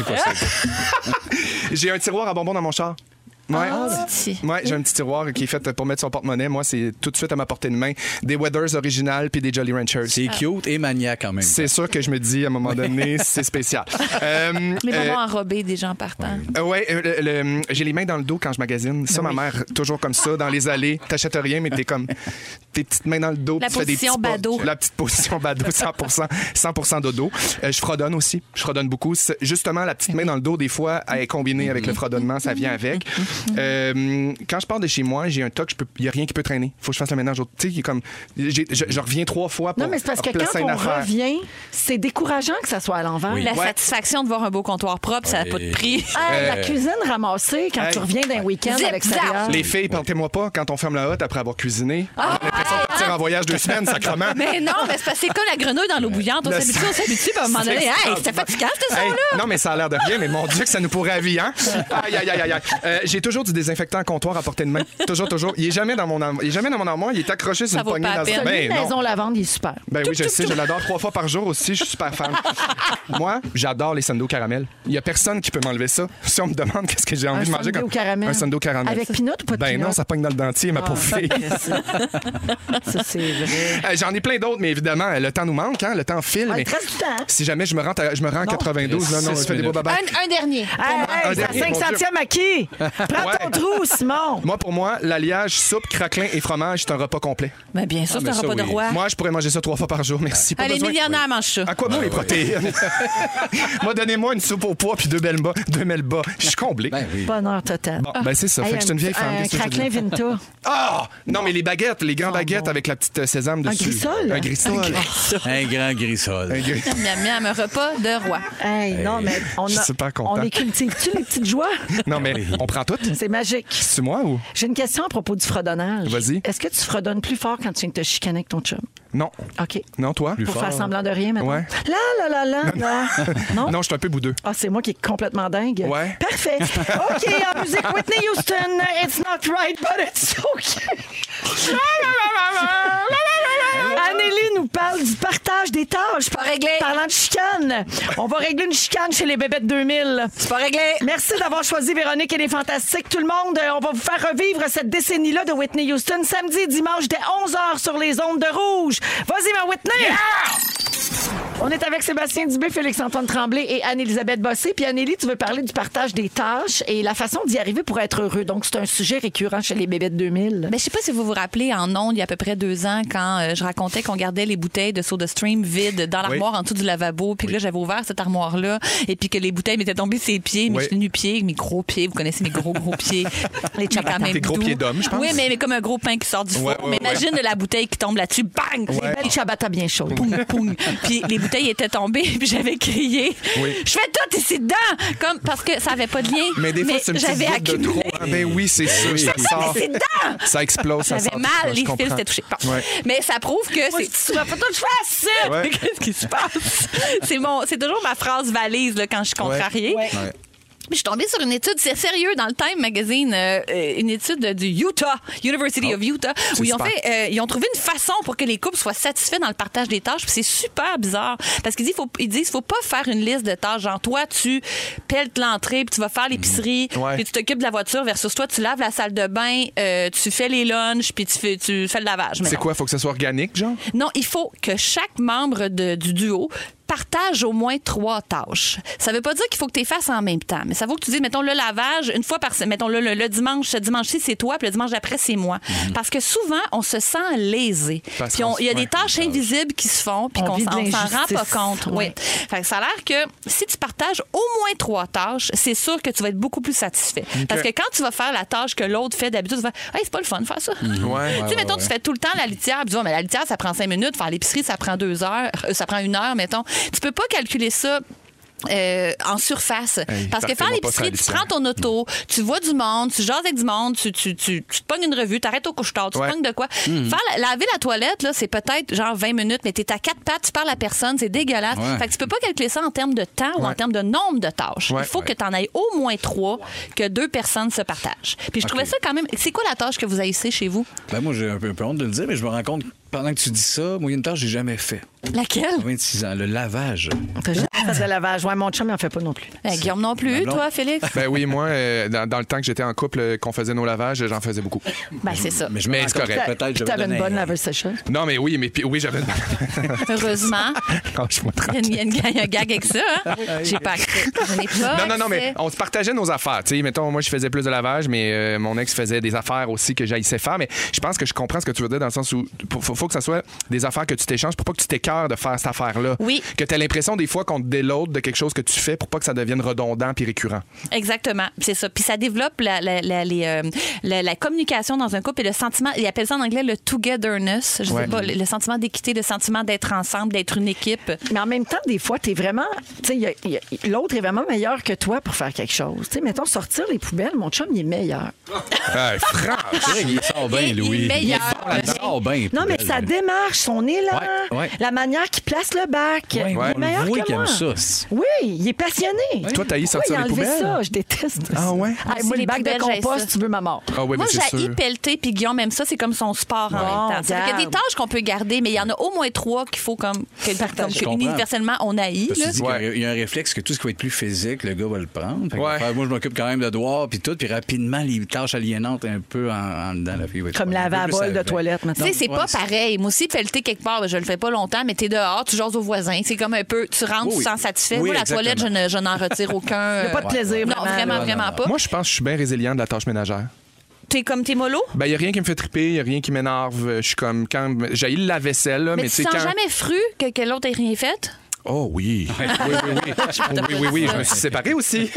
Speaker 7: J'ai un tiroir à bonbons dans mon char. Ouais.
Speaker 5: Ah, si.
Speaker 7: Ouais, j'ai un petit tiroir qui est fait pour mettre son porte-monnaie. Moi, c'est tout de suite à ma portée de main. Des Weathers originales puis des Jolly Ranchers.
Speaker 6: C'est
Speaker 4: Ah.
Speaker 6: cute et maniaque quand même.
Speaker 7: C'est sûr que je me dis, à un moment donné, c'est spécial. Euh,
Speaker 5: Les
Speaker 7: euh,
Speaker 5: moments enrobés des gens partant.
Speaker 7: Euh, ouais, euh, le- le- j'ai les mains dans le dos quand je magasine.
Speaker 4: Ben
Speaker 7: Ça, ma mère, toujours comme ça, dans les allées. T'achètes rien, mais t'es comme. Tes petites mains dans le dos.
Speaker 5: La
Speaker 7: puis tu fais des
Speaker 5: position
Speaker 7: petits pas.
Speaker 5: badaud.
Speaker 7: La petite position badaud, 100 100 dodo. Euh, je fredonne aussi. Je fredonne beaucoup. C'est- Justement, la petite main dans le dos, des fois, elle est combinée avec le fredonnement. Ça vient avec. Euh, quand je pars de chez moi, j'ai un toc. je peux- Il n'y a rien qui peut traîner. faut que je fasse le ménage. Tu sais, il est comme. j'ai- Je, je reviens trois fois pour.
Speaker 4: Non, mais c'est parce que
Speaker 7: replacer
Speaker 4: quand
Speaker 7: une
Speaker 4: on
Speaker 7: affaire.
Speaker 4: revient, c'est décourageant que ça soit à l'envers.
Speaker 5: La
Speaker 7: Ouais.
Speaker 5: satisfaction de voir un beau comptoir propre, ça n'a pas de prix.
Speaker 4: Hey,
Speaker 7: Euh,
Speaker 4: La cuisine ramassée quand
Speaker 7: hey.
Speaker 4: tu reviens d'un week-end
Speaker 5: Zip,
Speaker 4: à l'extérieur.
Speaker 7: Les filles, partez-moi pas, quand on ferme la hotte après avoir cuisiné,
Speaker 4: Ah!
Speaker 7: on a l'impression de partir en voyage deux semaines, sacrement.
Speaker 5: Mais non, mais c'est parce que c'est comme la grenouille dans l'eau bouillante. On
Speaker 7: Le-
Speaker 5: s'habitue, on s'habitue, puis à un moment donné, hey, c'était fatigant, ce
Speaker 7: Hey,
Speaker 5: son-là.
Speaker 7: non, mais ça a l'air de rien, mais mon Dieu, que ça nous pourrait à vie, hein? Aïe, aïe, aïe, aïe, aïe. Euh, J'ai toujours du désinfectant à comptoir à portée de main. Toujours, toujours. Il est jamais dans mon, armo- il est jamais dans mon armoire, il est accroché sur
Speaker 5: Ça
Speaker 7: une
Speaker 5: vaut
Speaker 7: poignée
Speaker 5: pas la
Speaker 7: dans
Speaker 5: peine.
Speaker 7: Ben,
Speaker 4: Celui
Speaker 7: non.
Speaker 4: maison lavande, il est super.
Speaker 7: Ben oui, je sais, je l'adore trois fois par jour aussi, je suis super fan. Moi, j'adore les sundae au caramel. Il n'y a personne qui peut m'enlever ça. Si on me demande qu'est-ce que j'ai envie de manger
Speaker 4: sundae
Speaker 7: comme
Speaker 4: au caramel.
Speaker 7: un sundae au caramel.
Speaker 4: Avec peanut ou pas de
Speaker 7: Ben non,
Speaker 4: peanut? Ah,
Speaker 7: ça pogne dans le dentier, ma pauvre fille.
Speaker 4: Ça, c'est vrai.
Speaker 7: Euh, J'en ai plein d'autres, mais évidemment, le temps nous manque, hein, le temps file.
Speaker 4: Ah,
Speaker 7: mais
Speaker 4: il te reste du temps, hein?
Speaker 7: Si jamais je me rends, à- je me rends en 92, là, non,
Speaker 6: Six
Speaker 7: je fais des beaux
Speaker 6: minutes.
Speaker 7: babas.
Speaker 5: Un, un dernier.
Speaker 7: Ah,
Speaker 4: Hey,
Speaker 7: un
Speaker 4: hey, c'est la
Speaker 7: dernier, mon
Speaker 4: 500e à qui? Prends ton
Speaker 7: Ouais.
Speaker 4: trou, Simon.
Speaker 7: Moi, pour moi, l'alliage soupe, craquelin et fromage, c'est un repas complet.
Speaker 5: Mais Ben, bien sûr,
Speaker 6: Ah,
Speaker 5: c'est
Speaker 6: mais
Speaker 5: un
Speaker 6: ça,
Speaker 5: repas de
Speaker 6: oui.
Speaker 5: roi.
Speaker 7: Moi, je pourrais manger ça trois fois par jour. Merci. Pas
Speaker 5: Ah, les
Speaker 7: besoin.
Speaker 5: millionnaires mangent ça.
Speaker 7: À quoi bon les protéines? moi, donnez-moi une soupe au poids puis deux melba. Deux melba. Je suis comblé.
Speaker 6: Ben oui.
Speaker 4: Bonheur total.
Speaker 7: Bon, ben c'est ça.
Speaker 4: Hey,
Speaker 7: Fait que je suis une vieille femme.
Speaker 4: un
Speaker 7: qu'est-ce que je veux
Speaker 4: craquelin
Speaker 7: dire?
Speaker 4: Vinta.
Speaker 7: Ah! Non, mais les baguettes, les
Speaker 4: Ah,
Speaker 7: grandes baguettes avec la petite euh, sésame dessus.
Speaker 4: grissol?
Speaker 7: Un grissol.
Speaker 6: Un grand grisol.
Speaker 7: Un gris-
Speaker 5: Miam, miam, un repas de roi.
Speaker 4: Hey, non, mais on,
Speaker 7: je
Speaker 4: a,
Speaker 7: suis super content.
Speaker 4: on les cultive-tu, les petites joies?
Speaker 7: Non, mais on prend toutes.
Speaker 4: C'est magique.
Speaker 7: C'est moi ou?
Speaker 4: J'ai une question à propos du fredonnage.
Speaker 7: Vas-y.
Speaker 4: Est-ce que tu fredonnes plus fort quand tu viens de te chicaner avec ton chum?
Speaker 7: Non.
Speaker 4: OK.
Speaker 7: Non, toi?
Speaker 4: Pour faire semblant de rien maintenant.
Speaker 7: Ouais.
Speaker 4: Là, là, là, là, là. Non?
Speaker 7: Non, je suis un peu boudeux.
Speaker 4: Ah, c'est moi qui est complètement dingue.
Speaker 7: Ouais.
Speaker 4: Parfait. OK, en musique, Whitney Houston, it's not right, but it's okay. Anneli nous parle du partage des tâches. Par-
Speaker 5: réglé.
Speaker 4: Parlant de chicane, on va régler une chicane chez les bébés de 2000.
Speaker 5: C'est pas réglé.
Speaker 4: Merci d'avoir choisi Véronique et les Fantastiques. Tout le monde, euh, on va vous faire revivre cette décennie-là de Whitney Houston samedi et dimanche dès 11h sur les ondes de rouge. Vas-y, ma Whitney! On est avec Sébastien Dubé, Félix-Antoine Tremblay et Anne-Élisabeth Bossé. Puis Annélie, tu veux parler du partage des tâches et la façon d'y arriver pour être heureux. Donc, c'est un sujet récurrent chez les bébés de 2000.
Speaker 5: Ben, je sais pas si vous vous rappelez en ondes, il y a à peu près deux ans, quand euh, je racontais qu'on gardait les bouteilles de soda stream vides dans l'armoire en dessous du lavabo, puis que là, j'avais ouvert cette armoire-là, et puis que les bouteilles m'étaient tombées sur les pieds, mais
Speaker 7: Oui.
Speaker 5: je suis pieds, mes gros pieds, vous connaissez mes gros, gros pieds. les quand même
Speaker 7: Tes gros
Speaker 5: doux.
Speaker 7: pieds d'homme, je pense.
Speaker 5: Oui, mais, mais comme un gros pain qui sort du four.
Speaker 7: Ouais, ouais,
Speaker 5: mais
Speaker 7: ouais.
Speaker 5: imagine la bouteille qui tombe là-dessus, bang!
Speaker 4: Les belles Chabata bien chaudes.
Speaker 5: Poum, poum. Puis les bouteilles étaient tombées, puis j'avais crié. Je fais tout ici dedans! Comme, parce que ça avait pas de lien.
Speaker 7: Mais des fois, c'est une petite
Speaker 5: j'avais
Speaker 7: goutte de
Speaker 5: accumulé.
Speaker 7: trop. Ah, ben oui, c'est sûr, ça sort.
Speaker 5: C'est dedans!
Speaker 7: Ça explose, ça
Speaker 5: J'avais
Speaker 7: sort.
Speaker 5: mal,
Speaker 7: Je
Speaker 5: les
Speaker 7: comprends.
Speaker 5: fils étaient touchés. Bon.
Speaker 7: Ouais.
Speaker 5: Mais ça prouve que c'est.
Speaker 4: Tu vas pas tout faire
Speaker 7: Ouais.
Speaker 5: Qu'est-ce qui se passe? C'est mon, c'est toujours ma phrase valise là, quand je suis contrariée.
Speaker 7: Ouais.
Speaker 5: Puis Je suis tombée sur une étude, c'est sérieux, dans le Time Magazine, euh, euh, une étude du Utah, University of Utah, où ils ont,
Speaker 7: Ah, super.
Speaker 5: fait, euh, ils ont trouvé une façon pour que les couples soient satisfaits dans le partage des tâches. Puis c'est super bizarre. Parce qu'ils disent, faut, ils disent, faut pas faire une liste de tâches. Genre, toi, tu pelles l'entrée, puis tu vas faire l'épicerie,
Speaker 7: Mm. Ouais.
Speaker 5: puis tu t'occupes de la voiture, versus toi, tu laves la salle de bain, euh, tu fais les lunchs, puis tu fais, tu fais le lavage.
Speaker 7: C'est
Speaker 5: mettons.
Speaker 7: quoi? Faut que ça soit organique, genre?
Speaker 5: Non, il faut que chaque membre de- du duo partage au moins trois tâches. Ça veut pas dire qu'il faut que tu les fasses en même temps, mais ça vaut que tu dises, mettons, le lavage une fois par semaine. Mettons, le, le- le dimanche, ce dimanche-ci, c'est toi, puis le dimanche d'après, c'est moi. Parce que souvent, on se sent lésé.
Speaker 7: Mhm. Parce
Speaker 5: Puis on-
Speaker 7: qu'on-
Speaker 5: il y a des
Speaker 7: ouais.
Speaker 5: tâches invisibles qui se font, puis
Speaker 4: On
Speaker 5: qu'on
Speaker 4: vit de
Speaker 5: s'en on s'en rend pas
Speaker 4: l'injustice.
Speaker 5: compte. Oui.
Speaker 4: Ouais.
Speaker 5: Fait que ça a l'air que si tu partages au moins trois tâches, c'est sûr que tu vas être beaucoup plus satisfait. Parce que quand tu vas faire la tâche que l'autre fait d'habitude, tu vas faire, hey, c'est pas le fun de faire ça.
Speaker 7: Ouais,
Speaker 5: tu sais,
Speaker 7: ouais,
Speaker 5: mettons,
Speaker 7: ouais,
Speaker 5: tu fais tout le temps la litière, puis tu dis, Ouais, mais la litière, ça prend cinq minutes, faire l'épicerie, ça prend deux heures, euh, ça prend une heure, mettons. Tu peux pas calculer ça. euh, en surface.
Speaker 7: Hey,
Speaker 5: Parce que faire
Speaker 7: partez-moi pas sur la
Speaker 5: l'épicerie, tu
Speaker 7: litière.
Speaker 5: prends ton auto, tu vois du monde, tu jases avec du monde, tu, tu, tu, tu te pognes une revue, t'arrêtes au couche-tard, tu
Speaker 7: Ouais. Hmm.
Speaker 5: te pognes de quoi. Faire la- laver la toilette, là, c'est peut-être genre 20 minutes, mais t'es à quatre pattes, tu parles à personne, c'est dégueulasse.
Speaker 6: Ouais.
Speaker 5: Fait que tu peux pas calculer ça en termes de temps ou en
Speaker 7: Ouais.
Speaker 5: termes de nombre de tâches.
Speaker 7: Ouais.
Speaker 5: Il faut que t'en ailles au moins trois que deux personnes se partagent. Puis je trouvais ça quand même... C'est quoi la tâche que vous haïssez chez vous?
Speaker 6: Ben, moi, j'ai un peu, un peu honte de le dire, mais je me rends compte, pendant que tu dis ça, moi, il y a une tâche que j'ai jamais fait.
Speaker 5: Laquelle?
Speaker 6: À 26 ans, le lavage.
Speaker 4: T'as juste
Speaker 7: Ah,
Speaker 4: fait de lavage. Ouais, mon chum, il en fait pas non plus.
Speaker 5: Euh, Guillaume non plus,
Speaker 6: blonde.
Speaker 5: toi, Félix?
Speaker 7: Ben oui, moi, euh, dans, dans le temps que j'étais en couple, euh, qu'on faisait nos lavages, j'en faisais beaucoup.
Speaker 5: Ben, c'est ça.
Speaker 6: je me
Speaker 7: Mais euh,
Speaker 6: rends
Speaker 7: c'est
Speaker 6: compte
Speaker 7: correct.
Speaker 6: que
Speaker 4: Puis
Speaker 6: Peut-être, je vais
Speaker 4: T'avais une
Speaker 6: donner
Speaker 4: bonne
Speaker 6: un-
Speaker 4: laveuse sécheuse.
Speaker 7: Non, mais oui, mais puis- oui, j'avais.
Speaker 5: Heureusement.
Speaker 7: Lâche-moi
Speaker 5: Il y a
Speaker 7: tranquille.
Speaker 5: une- il y, a une- il y a un gag avec ça. hein? J'ai pas accès. Je n'ai pas
Speaker 7: Non, non, non,
Speaker 5: accès.
Speaker 7: mais on se partageait nos affaires. Tu sais, mettons, moi, je faisais plus de lavage, mais euh, mon ex faisait des affaires aussi que j'haïssais faire. Mais je pense que je comprends ce que tu veux dire dans le sens où il faut, faut que ça soit des affaires que tu t'échanges pour pas que tu t'écœures de faire cette affaire-là.
Speaker 5: Oui.
Speaker 7: Que tu as l'impression des fois qu'on te déloade de quelque chose que tu fais pour pas que ça devienne redondant puis récurrent.
Speaker 5: Exactement, c'est ça. Puis ça développe la, la, la- les, euh, la- la communication dans un couple et le sentiment, ils appellent ça en anglais le togetherness, je
Speaker 7: Ouais.
Speaker 5: sais pas, le, le sentiment d'équité, le sentiment d'être ensemble, d'être une équipe.
Speaker 4: Mais en même temps, des fois, t'es vraiment. tu sais, y a- y a- L'autre est vraiment meilleur que toi pour faire quelque chose. Tu sais, mettons, sortir les poubelles, mon chum, il est meilleur.
Speaker 7: Hey, franc!
Speaker 6: C'est vrai, Il sort bien,
Speaker 5: Il est
Speaker 6: Louis.
Speaker 5: meilleur.
Speaker 6: Il sort bien.
Speaker 4: Non, mais sa démarche, son élan,
Speaker 6: Ouais, ouais.
Speaker 4: la manière qu'il place le bac, il
Speaker 7: ouais.
Speaker 4: est
Speaker 6: On le
Speaker 4: meilleur
Speaker 6: voit
Speaker 4: que
Speaker 6: qu'il
Speaker 4: moi.
Speaker 6: aime ça. c'est-
Speaker 4: Oui, il est passionné.
Speaker 7: Toi, t'as eu
Speaker 4: Pourquoi
Speaker 7: sortir
Speaker 4: il a
Speaker 7: les
Speaker 4: enlevé
Speaker 7: poubelles?
Speaker 4: ça, je déteste.
Speaker 7: Ah
Speaker 4: ça.
Speaker 7: ouais?
Speaker 4: Ah, moi,
Speaker 5: Aussi,
Speaker 4: les
Speaker 5: les
Speaker 4: bacs de
Speaker 5: poubelles, j'ai
Speaker 4: compost,
Speaker 5: ça.
Speaker 4: tu veux ma mort.
Speaker 7: Ah oui,
Speaker 5: Moi,
Speaker 7: mais c'est
Speaker 5: j'ai
Speaker 7: sûr.
Speaker 5: pelleté puis Guillaume aime ça, c'est comme son sport en même temps. C'est qu'il y a des
Speaker 4: regarde.
Speaker 5: tâches qu'on peut garder, mais il y en a au moins trois qu'il faut comme, que, comme
Speaker 6: Je
Speaker 5: que
Speaker 6: comprends.
Speaker 5: universellement on haït.
Speaker 6: Je me suis
Speaker 5: là.
Speaker 6: dit
Speaker 7: Ouais.
Speaker 6: qu'il y a- il y a un réflexe que tout ce qui va être plus physique, le gars va le prendre. Fait que
Speaker 7: Ouais.
Speaker 6: faire, moi, je m'occupe quand même de devoir, puis tout, puis rapidement, les tâches aliénantes un peu en, en dedans. La fille va être
Speaker 4: Comme
Speaker 6: prendre.
Speaker 4: laver
Speaker 6: Un
Speaker 4: à
Speaker 6: peu plus
Speaker 4: bol de
Speaker 6: avec.
Speaker 4: toilette,
Speaker 5: Tu
Speaker 4: maintenant.
Speaker 5: sais, c'est
Speaker 6: Ouais,
Speaker 5: pas
Speaker 6: c'est-
Speaker 5: pareil. Moi aussi, pelleter quelque part, ben, je le fais pas longtemps, mais t'es dehors, tu jases aux voisins. C'est comme un peu, tu rentres,
Speaker 6: Oui,
Speaker 5: tu
Speaker 6: oui.
Speaker 5: sens satisfait.
Speaker 6: Oui,
Speaker 5: Moi, la
Speaker 6: exactement.
Speaker 5: toilette, je, ne- je n'en retire aucun.
Speaker 4: Il y a pas de
Speaker 5: euh,
Speaker 4: plaisir,
Speaker 5: Non,
Speaker 4: vraiment,
Speaker 5: vraiment,
Speaker 4: là.
Speaker 5: vraiment pas.
Speaker 7: Moi, je pense que je suis bien résilient de la tâche ménagère.
Speaker 5: T'es comme t'es mollo,
Speaker 7: Ben, il a rien qui me fait triper, il a rien qui m'énerve. Euh, Je suis comme quand. J'ai la vaisselle, là,
Speaker 5: mais,
Speaker 7: mais,
Speaker 5: tu
Speaker 7: tu sais,
Speaker 5: sens
Speaker 7: quand.
Speaker 5: jamais fru que, que l'autre ait rien fait.
Speaker 7: Oh oui. oui, oui, oui. oui, oui, oui, je me suis séparé aussi.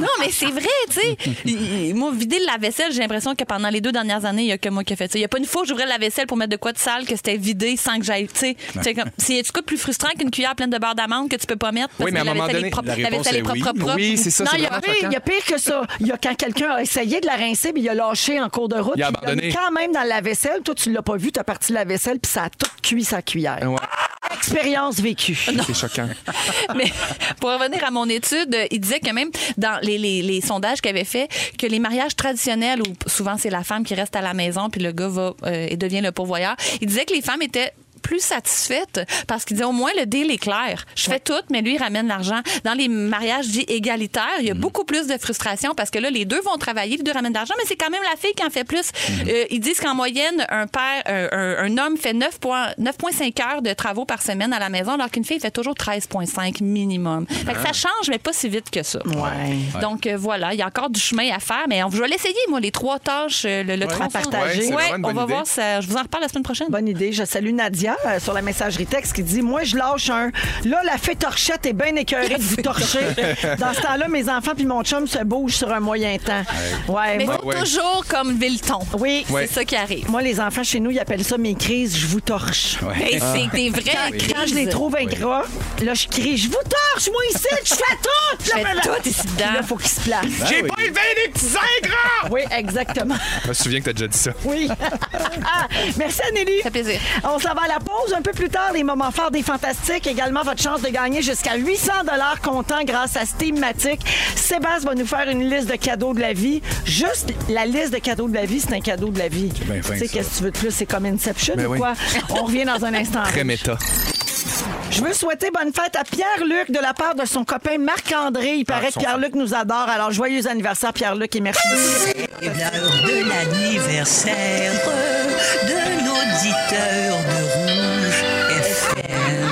Speaker 5: Non, mais c'est vrai, tu sais. Il- il- Moi, vider la vaisselle, j'ai l'impression que pendant les deux dernières années, il y a que moi qui ai fait ça. Il y a pas une fois où j'ouvrais la vaisselle pour mettre de quoi de sale que c'était vidé sans que j'aille, tu sais. C'est comme- C'est du coup plus frustrant qu'une cuillère pleine de barres d'amande que tu peux pas mettre parce
Speaker 7: Oui, mais à
Speaker 5: que
Speaker 7: un
Speaker 5: la
Speaker 7: moment
Speaker 5: vaisselle
Speaker 7: donné,
Speaker 5: est propre,
Speaker 6: la
Speaker 5: la
Speaker 6: réponse
Speaker 5: vaisselle est
Speaker 6: est
Speaker 5: propre,
Speaker 6: oui.
Speaker 5: propre. propre.
Speaker 7: Oui, c'est ça,
Speaker 5: Non,
Speaker 7: c'est
Speaker 5: il y a
Speaker 7: vraiment
Speaker 4: Pire, Il y a pire que ça. Il y a quand quelqu'un a essayé de la rincer, puis il a lâché en cours de route.
Speaker 7: Il a
Speaker 4: puis l'a
Speaker 7: abandonné.
Speaker 4: mis quand même dans la vaisselle. Toi, tu l'as pas vu, t'as parti de la vaisselle, puis ça a tout cuit sa cuillère.
Speaker 7: Ah Ouais.
Speaker 4: Expérience vécue.
Speaker 7: C'est choquant.
Speaker 5: Mais pour revenir à mon étude, euh, il disait que même dans les, les- les sondages qu'il avait fait, que les mariages traditionnels, où souvent c'est la femme qui reste à la maison puis le gars va euh, et devient le pourvoyeur, il disait que les femmes étaient plus satisfaites parce qu'il disait au moins le deal est clair. Je fais tout, mais lui il ramène l'argent. Dans les mariages dits égalitaires, il y a beaucoup plus de frustration parce que là les deux vont travailler, les deux ramènent de l'argent, mais c'est quand même la fille qui en fait plus. Euh, ils disent qu'en moyenne un père, un, un- un homme fait 9 point- 9,5 heures de travaux par semaine à la maison, alors qu'une fille fait toujours 13,5 minimum. Fait que ça change, mais pas si vite que ça.
Speaker 4: Ouais.
Speaker 5: Donc euh, voilà, il y a encore du chemin à faire, mais on, je vais l'essayer, moi, les trois tâches, euh, le, le tronçon.
Speaker 7: partager. Ouais, c'est
Speaker 5: Ouais,
Speaker 7: vraiment une
Speaker 5: on
Speaker 7: bonne
Speaker 5: va
Speaker 7: idée.
Speaker 5: voir ça. Je vous en reparle la semaine prochaine.
Speaker 4: Bonne idée. Je salue Nadia euh, sur la messagerie texte qui dit Moi, je lâche un. Là, la fée torchette est bien écœurée de vous torcher. Dans ce temps-là, mes enfants puis mon chum se bougent sur un moyen temps. Ouais,
Speaker 5: Mais
Speaker 4: moi,
Speaker 5: faut
Speaker 7: ouais.
Speaker 5: toujours comme Vilton.
Speaker 4: oui.
Speaker 7: Ouais.
Speaker 5: C'est ça qui arrive.
Speaker 4: Moi, les enfants chez nous, ils appellent ça mes crises, je vous torche.
Speaker 5: Mais c'est des vraies crises.
Speaker 4: Quand je les trouve ingrats, là, je crie Je vous torche, moi ici, je fais tout!
Speaker 5: Je fais tout ici
Speaker 4: Puis
Speaker 5: dedans.
Speaker 4: Là, faut qu'ils se placent.
Speaker 7: J'ai pas élevé les petits ingrats!
Speaker 4: Oui, exactement.
Speaker 7: Je me souviens que t'as déjà dit ça.
Speaker 4: Oui. Ah, merci, Anneli.
Speaker 5: Ça fait plaisir.
Speaker 4: On s'en va à la pause un peu plus tard. Les moments forts des Fantastiques. Également, votre chance de gagner jusqu'à 800 comptant grâce à Steamatic. Sébastien va nous faire une liste de cadeaux de la vie. Juste la liste de cadeaux de la vie, c'est un cadeau de la vie.
Speaker 6: bien fin,
Speaker 4: Tu sais,
Speaker 6: ça.
Speaker 4: qu'est-ce que tu veux de plus? C'est comme Inception
Speaker 7: Ben
Speaker 4: ou
Speaker 7: oui.
Speaker 4: quoi? On revient dans un instant.
Speaker 7: Très méta.
Speaker 4: Je veux souhaiter bonne fête à Pierre-Luc de la part de son copain Marc-André. Il paraît que
Speaker 7: son
Speaker 4: Pierre-Luc nous adore. Alors, joyeux anniversaire, Pierre-Luc, et merci.
Speaker 8: Et l'heure Eh de l'anniversaire de l'auditeur de Rouge FM.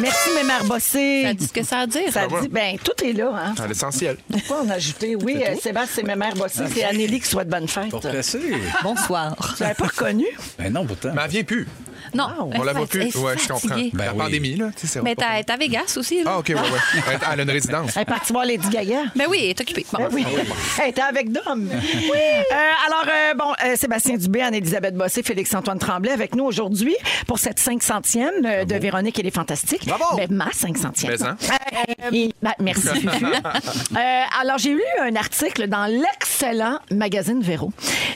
Speaker 4: Merci, Mémère Bossé.
Speaker 5: Ça dit ce que ça a à dire.
Speaker 4: Ça dit, ben, tout est là, hein.
Speaker 7: À Ah, l'essentiel.
Speaker 4: Pourquoi on a ajouté, oui, euh, Sébastien, c'est ma mère bossée, c'est Anélie qui souhaite bonne fête.
Speaker 6: Pour
Speaker 4: Tu
Speaker 6: presser.
Speaker 5: Bonsoir.
Speaker 4: l'avais pas reconnu?
Speaker 6: Ben non, pourtant.
Speaker 7: Mais elle vient plus.
Speaker 5: Non,
Speaker 7: On la voit
Speaker 5: elle
Speaker 7: plus.
Speaker 5: est
Speaker 7: Ouais, je comprends.
Speaker 5: fatiguée.
Speaker 6: Ben
Speaker 7: la
Speaker 6: oui.
Speaker 7: pandémie, là. tu sais, c'est-
Speaker 5: Mais t'as- t'es à Vegas aussi, là.
Speaker 7: Ah, OK, ouais, ouais. Elle a une résidence.
Speaker 4: Elle est partie voir Lady Gaga.
Speaker 5: Ben oui, elle est occupée. Bon.
Speaker 4: Ben oui. Elle était avec Dom. Oui. Euh, alors, euh, bon, euh, Sébastien Dubé, Anne-Elisabeth Bossé, Félix-Antoine Tremblay avec nous aujourd'hui pour cette 500e euh, de Véronique et les Fantastiques.
Speaker 7: Bravo.
Speaker 4: Ben, ma 500e.
Speaker 7: Mais, hein?
Speaker 5: Ah,
Speaker 4: Euh, et- ben, merci. Euh, alors, j'ai lu un article dans l'excellent magazine Véro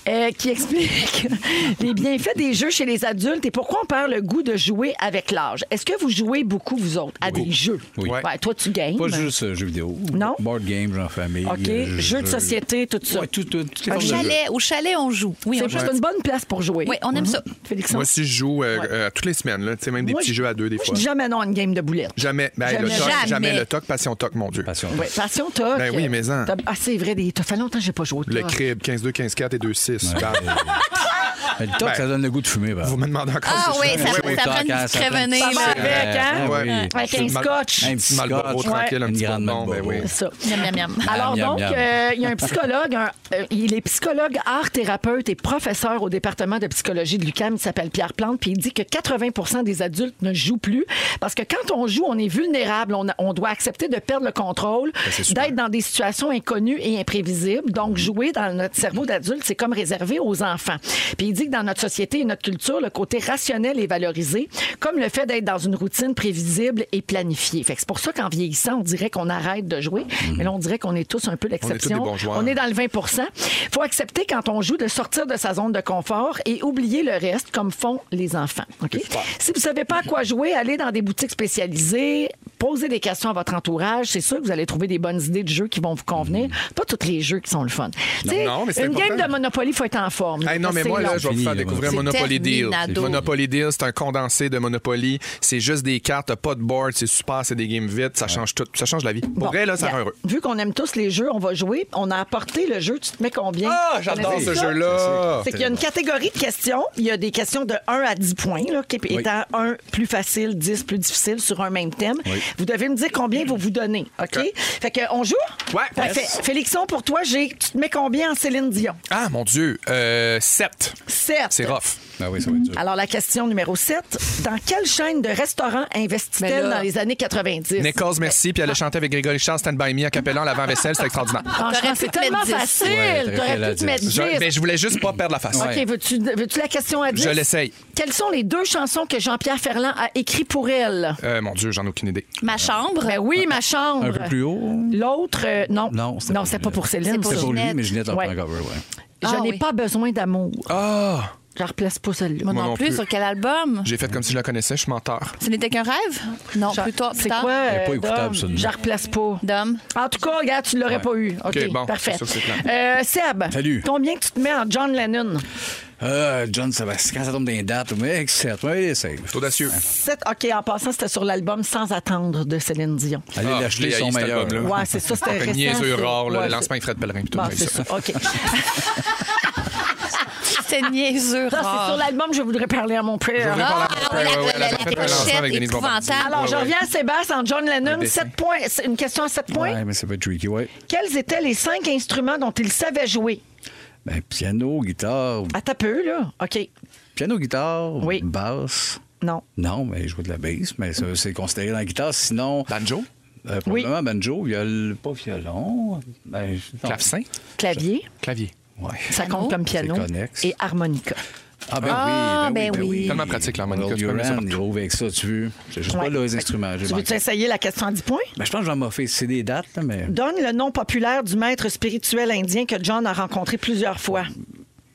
Speaker 4: euh, qui explique les bienfaits des jeux chez les adultes et pourquoi on perd le goût de jouer avec l'âge. Est-ce que vous jouez beaucoup, vous autres, à des jeux?
Speaker 6: Oui.
Speaker 4: Ouais, toi, tu gagnes.
Speaker 6: Pas juste euh, jeux vidéo.
Speaker 4: Ben. Non.
Speaker 6: Board game, en famille.
Speaker 4: OK,
Speaker 6: euh,
Speaker 4: jeux de société, tout ça.
Speaker 6: Ouais, tout, tout, toutes les
Speaker 4: Un
Speaker 5: Au
Speaker 6: formes de jeux.
Speaker 5: chalet, au chalet, on joue. Oui, on
Speaker 4: C'est
Speaker 5: joue.
Speaker 4: c'est une bonne place pour jouer.
Speaker 5: Oui, on
Speaker 7: Mhm.
Speaker 5: aime ça.
Speaker 4: Félix,
Speaker 7: Moi aussi, je joue euh, euh, toutes les semaines, là. Tu sais, même des
Speaker 4: Moi,
Speaker 7: petits
Speaker 4: je-
Speaker 7: jeux à deux, des
Speaker 4: moi,
Speaker 7: fois.
Speaker 4: Je dis jamais non à une game de boulettes.
Speaker 7: Jamais. Ben,
Speaker 4: Jamais.
Speaker 7: le toc, jamais.
Speaker 5: Jamais.
Speaker 7: le toc, passion toc, mon Dieu.
Speaker 6: Passion.
Speaker 4: Ouais, passion, toc.
Speaker 7: Ben oui, mais en-
Speaker 4: T'as- Ah, c'est vrai, des... ça fait longtemps que j'ai pas joué au
Speaker 7: Le
Speaker 4: toc.
Speaker 7: crib, 15-2, 15-4 et 2-6. Bam.
Speaker 6: Mais Le toc,
Speaker 7: Ben,
Speaker 6: ça donne le goût de fumer. par
Speaker 7: Vous me demandez encore
Speaker 5: Ah
Speaker 7: si je
Speaker 5: oui,
Speaker 7: fais-
Speaker 5: ça,
Speaker 6: oui,
Speaker 5: ça
Speaker 6: tant
Speaker 5: prend une
Speaker 6: qu'à-
Speaker 7: hein,
Speaker 5: petite
Speaker 6: ça prend-
Speaker 5: crévenée,
Speaker 4: Ça va
Speaker 6: Euh,
Speaker 5: là.
Speaker 4: avec, hein?
Speaker 6: Ouais.
Speaker 7: Ouais.
Speaker 4: Avec un
Speaker 7: Mal-
Speaker 4: scotch.
Speaker 6: Un
Speaker 7: Petit
Speaker 6: petit
Speaker 7: Marlboro
Speaker 6: scotch.
Speaker 7: tranquille, un
Speaker 6: Une
Speaker 7: petit coup de
Speaker 6: grande
Speaker 7: bombe, ben
Speaker 6: Marlboro.
Speaker 7: oui.
Speaker 4: C'est ça.
Speaker 5: Miam, miam, miam.
Speaker 4: Alors
Speaker 6: miam,
Speaker 4: donc,
Speaker 6: miam.
Speaker 4: euh, il y a un psychologue, un- euh, il est psychologue, art thérapeute et professeur au département de psychologie de l'UQAM, il s'appelle Pierre Plante, puis il dit que 80 des adultes ne jouent plus parce que quand on joue, on est vulnérable, on, a- on doit accepter de perdre le contrôle, d'être dans des situations inconnues et imprévisibles. Donc jouer dans notre cerveau d'adulte, c'est comme réservé aux enfants. Puis il dit que dans notre société et notre culture, le côté rationnel est valorisé, comme le fait d'être dans une routine prévisible et planifiée. Fait que c'est pour ça qu'en vieillissant, on dirait qu'on arrête de jouer, mais là on dirait qu'on est tous un
Speaker 7: tous
Speaker 4: peu
Speaker 7: des
Speaker 4: l'exception.
Speaker 7: bons joueurs.
Speaker 4: On est dans le 20 faut accepter quand on joue de sortir de sa zone de confort et oublier le reste comme font les enfants. OK? Si vous ne savez pas à quoi jouer, allez dans des boutiques spécialisées, posez des questions à votre entourage. C'est sûr que vous allez trouver des bonnes idées de jeux qui vont vous convenir. Pas tous les jeux qui sont le fun. Tu sais,
Speaker 7: Mm. non, mais c'est
Speaker 4: une
Speaker 7: important.
Speaker 4: game de Monopoly, faut être en forme.
Speaker 7: Hey, non, mais
Speaker 4: C'est
Speaker 7: moi, là,
Speaker 4: long.
Speaker 7: je vais vous faire
Speaker 6: Fini,
Speaker 7: découvrir
Speaker 5: là, moi.
Speaker 7: Monopoly
Speaker 5: C'est
Speaker 7: Deal.
Speaker 5: terminado.
Speaker 7: Monopoly Deal, c'est un condensé de Monopoly. C'est juste des cartes, t'as pas de board, c'est super, c'est des games vite, ça change tout. Ça change la vie. Pour
Speaker 4: Bon,
Speaker 7: vrai, là, ça rend
Speaker 4: regarde.
Speaker 7: heureux.
Speaker 4: Vu qu'on aime tous les jeux, on va jouer. On a apporté le jeu. Tu te mets combien?
Speaker 7: Ah, j'adore
Speaker 4: Connaissez
Speaker 7: ce
Speaker 4: ça?
Speaker 7: jeu-là.
Speaker 4: C'est qu'il y a une catégorie de questions. Il y a des questions de 1 à 10 points, là, qui étant 1 plus facile, 10 plus difficile sur un même thème. Vous devez me dire combien vous vous donnez. OK? Fait que, on joue?
Speaker 7: Ouais.
Speaker 4: Parfait.
Speaker 7: Yes.
Speaker 4: Félixon, pour toi, j'ai, tu te mets combien en Céline Dion?
Speaker 7: Ah, mon Dieu. Euh, 7.
Speaker 4: 7.
Speaker 7: C'est rough.
Speaker 6: Ah oui, ça va être dur.
Speaker 4: Alors, la question numéro 7. Dans quelle chaîne de restaurants investit-elle
Speaker 5: Ben là.
Speaker 4: dans les années 90?
Speaker 7: Nichols, merci. Puis elle a chanté avec Grégory Charles, Stand By Me, à Capella, en l'avant-vaisselle, c'est extraordinaire.
Speaker 4: Franchement,
Speaker 5: T'aurais pu
Speaker 4: c'est
Speaker 5: te mettre
Speaker 4: tellement
Speaker 5: 10.
Speaker 4: facile.
Speaker 6: Ouais, t'aurais pu
Speaker 4: T'aurais
Speaker 6: la
Speaker 4: pu te
Speaker 6: dire.
Speaker 4: mettre 10.
Speaker 7: Je, mais je voulais juste pas perdre la face.
Speaker 6: Ouais.
Speaker 4: OK, veux-tu veux-tu la question à 10?
Speaker 7: Je l'essaye.
Speaker 4: Quelles sont les deux chansons que Jean-Pierre Ferland a écrites pour elle?
Speaker 7: Euh, mon Dieu, j'en ai aucune idée.
Speaker 5: Ma chambre.
Speaker 4: Ben oui, ma chambre.
Speaker 6: Un peu plus haut.
Speaker 4: L'autre, euh, non.
Speaker 6: Non, c'était
Speaker 4: non,
Speaker 6: pas
Speaker 4: c'est
Speaker 6: lui.
Speaker 4: pas pour Céline.
Speaker 5: pour
Speaker 6: C'est pour lui,
Speaker 5: Ginette.
Speaker 6: mais Ginette en
Speaker 4: Ouais.
Speaker 6: prend cover, ouais.
Speaker 4: Je
Speaker 5: Ah
Speaker 4: n'ai
Speaker 5: oui.
Speaker 4: pas besoin d'amour.
Speaker 7: Ah!
Speaker 4: Je la replace pas celle-là.
Speaker 5: Moi
Speaker 7: Moi
Speaker 5: non
Speaker 7: non
Speaker 5: plus,
Speaker 7: plus.
Speaker 5: sur quel album?
Speaker 7: J'ai fait comme si je la connaissais, je suis menteur.
Speaker 5: Ce n'était qu'un rêve? Non,
Speaker 4: Je-
Speaker 5: plutôt plus
Speaker 4: C'est
Speaker 5: tard.
Speaker 4: quoi?
Speaker 6: Elle est pas
Speaker 4: euh,
Speaker 6: écoutable,
Speaker 4: Dom?
Speaker 6: celle-là.
Speaker 4: Je la replace pas.
Speaker 5: Dom?
Speaker 4: En tout cas, regarde, tu l'aurais pas eu. OK,
Speaker 7: OK, bon,
Speaker 4: parfait.
Speaker 7: c'est sûr que c'est clair.
Speaker 4: Euh, Seb,
Speaker 6: Salut.
Speaker 4: combien que tu te mets en John Lennon?
Speaker 6: Euh, John Sébastien, quand ça tombe dans les dates, mais etc. Oui, c'est.
Speaker 7: C'est audacieux.
Speaker 4: Sept- OK, en passant, c'était sur l'album Sans attendre de Céline Dion.
Speaker 6: Allez
Speaker 7: Ah,
Speaker 6: l'acheter,
Speaker 7: je l'ai
Speaker 6: son
Speaker 7: haï, cet
Speaker 6: meilleur.
Speaker 7: album-là.
Speaker 4: Ouais, c'est ça, c'était récent.
Speaker 7: Niaiseux
Speaker 4: c'est-
Speaker 7: rare, là,
Speaker 4: ouais,
Speaker 7: le lancement avec Fred Pellerin. plutôt,
Speaker 4: Bon,
Speaker 7: mais
Speaker 4: c'est
Speaker 7: ça.
Speaker 4: ça. OK.
Speaker 5: C'est niaiseux.
Speaker 4: Ça, c'est sur l'album, je voudrais parler à mon
Speaker 7: Je
Speaker 4: père.
Speaker 7: voudrais parler
Speaker 5: Ah,
Speaker 7: à mon
Speaker 5: oui,
Speaker 7: frère,
Speaker 5: la-
Speaker 7: ouais, ouais,
Speaker 5: la-
Speaker 7: elle a
Speaker 5: la
Speaker 7: fait un lancement
Speaker 5: pochette
Speaker 7: avec Denise Bombardier.
Speaker 5: épouvantable.
Speaker 4: Alors,
Speaker 7: Ouais,
Speaker 4: je
Speaker 7: ouais.
Speaker 4: reviens à Sébastien en John Lennon.
Speaker 7: dessin.
Speaker 4: Sept points. C'est une question à 7 points.
Speaker 6: Ouais, mais c'est pas tricky, ouais.
Speaker 4: Quels étaient les cinq instruments dont il savait jouer?
Speaker 6: Ben, piano, guitare,
Speaker 4: À ta peu, là. OK.
Speaker 6: piano, guitare,
Speaker 4: Oui.
Speaker 6: basse.
Speaker 4: Non.
Speaker 6: Non, mais jouer de la basse, mais ça, c'est considéré dans la guitare. Sinon,
Speaker 7: Banjo?
Speaker 6: euh, probablement banjo, viol, pas violon. Ben, non.
Speaker 7: Clavecin?
Speaker 4: Clavier,
Speaker 7: Clavier.
Speaker 6: Ouais.
Speaker 4: ça compte comme piano.
Speaker 6: C'est connexe.
Speaker 4: Et harmonica.
Speaker 6: Ah ben
Speaker 5: Ah,
Speaker 6: oui, ben,
Speaker 5: ben
Speaker 6: oui,
Speaker 5: oui.
Speaker 7: Tellement pratique, l'harmonica,
Speaker 6: Earl
Speaker 7: tu peux mettre ça
Speaker 6: Uran,
Speaker 7: partout.
Speaker 6: il rouvre avec ça, tu veux. J'ai juste
Speaker 4: Ouais.
Speaker 6: pas les instruments. j'ai
Speaker 4: Tu veux-tu
Speaker 6: manqué.
Speaker 4: essayer la question à 10 points?
Speaker 6: Ben, je pense que je vais m'offrir. C'est des dates, là, mais
Speaker 4: Donne le nom populaire du maître spirituel indien que John a rencontré plusieurs fois.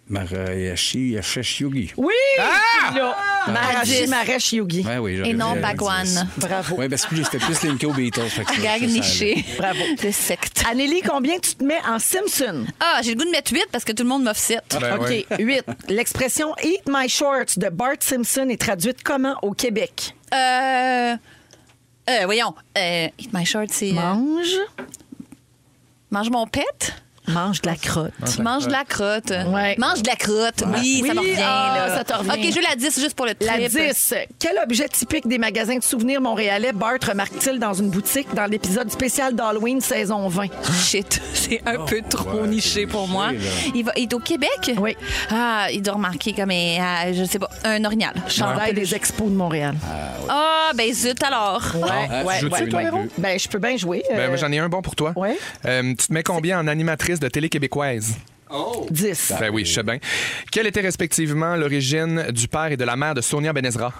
Speaker 6: Marayashi Yashesh Yogi.
Speaker 4: Oui! tu l'as. Maharishi
Speaker 5: Ah,
Speaker 4: Mahesh Yogi.
Speaker 6: Ouais, Ben oui, euh,
Speaker 5: Et non Bhagwan.
Speaker 4: Bravo.
Speaker 6: Oui, ben, c'est plus- c'était plus Linko Beatles. fait que ça,
Speaker 5: Gag
Speaker 6: ça, ça,
Speaker 5: niché.
Speaker 4: Bravo.
Speaker 5: Le secte.
Speaker 4: Anneli, combien tu te mets en Simpson?
Speaker 5: Ah, j'ai le goût de mettre 8 parce que tout le monde m'offre 7.
Speaker 6: Ah,
Speaker 7: Ben
Speaker 4: OK,
Speaker 7: ouais.
Speaker 4: 8. L'expression Eat my shorts de Bart Simpson est traduite comment au Québec?
Speaker 5: Euh, euh, voyons. Euh, eat my short, c'est. euh,
Speaker 4: Mange,
Speaker 5: mange mon pet.
Speaker 4: mange de la crotte.
Speaker 5: Mange de la crotte.
Speaker 4: Ouais.
Speaker 5: Mange de la crotte. Oui, ça
Speaker 4: Oui,
Speaker 5: me revient.
Speaker 4: ah,
Speaker 5: là.
Speaker 4: ça te revient.
Speaker 5: OK, je veux la 10 juste pour le trip.
Speaker 4: La 10. Quel objet typique des magasins de souvenirs montréalais Bart remarque-t-il dans une boutique dans l'épisode spécial d'Halloween saison 20?
Speaker 5: Shit, c'est
Speaker 6: Ah,
Speaker 5: un peu trop niché pour moi. Il, va, il est au Québec?
Speaker 4: Oui.
Speaker 5: Ah, il doit remarquer comme, euh, ah, je sais pas, un orignal.
Speaker 6: Ah,
Speaker 4: Chandail des expos de Montréal.
Speaker 5: Ah, ben zut alors.
Speaker 6: Ah,
Speaker 4: Ouais, ouais,
Speaker 7: joues-tu,
Speaker 4: ouais.
Speaker 7: toi, Véro?
Speaker 4: Ben, je peux bien jouer.
Speaker 7: Ben,
Speaker 4: euh,
Speaker 7: moi, J'en ai un bon pour toi.
Speaker 4: Ouais.
Speaker 7: Euh, tu te mets combien en animatrice de télé québécoise?
Speaker 4: 10.
Speaker 7: Ben oui, je sais bien. Quelle était respectivement l'origine du père et de la mère de Sonia Benezra?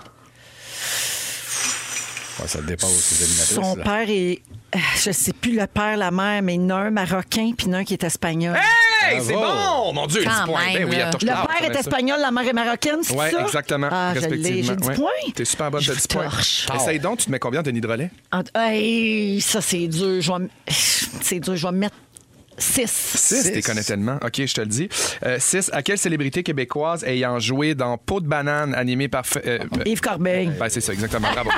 Speaker 6: Ouais, ça dépasse les animatrices.
Speaker 4: Son
Speaker 6: là.
Speaker 4: père est. euh, Je sais plus le père, la mère, mais il y en a un marocain puis il y en a un qui est espagnol.
Speaker 7: Hey, c'est
Speaker 6: Bravo.
Speaker 7: bon! Mon Dieu,
Speaker 5: Quand
Speaker 7: 10 points. Ben
Speaker 5: même,
Speaker 7: oui,
Speaker 5: là.
Speaker 7: à torche
Speaker 4: Le
Speaker 7: tard,
Speaker 4: père
Speaker 7: on
Speaker 4: est
Speaker 7: met ça.
Speaker 4: espagnol, la mère est marocaine, c'est
Speaker 7: Oui,
Speaker 4: ça?
Speaker 7: exactement.
Speaker 4: Ah, je l'ai,
Speaker 7: respectivement.
Speaker 4: j'ai 10
Speaker 7: Ouais.
Speaker 4: points.
Speaker 7: T'es super bonne,
Speaker 4: Je
Speaker 7: t'as 10 points.
Speaker 4: torche.
Speaker 7: Essaye donc, tu te mets combien, Denis Drolet?
Speaker 4: En- Hey, ça, c'est dur. Je vais m- C'est dur, je vais me mettre 6.
Speaker 7: 6, t'es connais tellement. OK, je te le dis. 6, à quelle célébrité québécoise ayant joué dans Peau de banane animé par. F- euh,
Speaker 4: Yves Corbeil.
Speaker 7: ben, c'est ça, exactement. Bravo.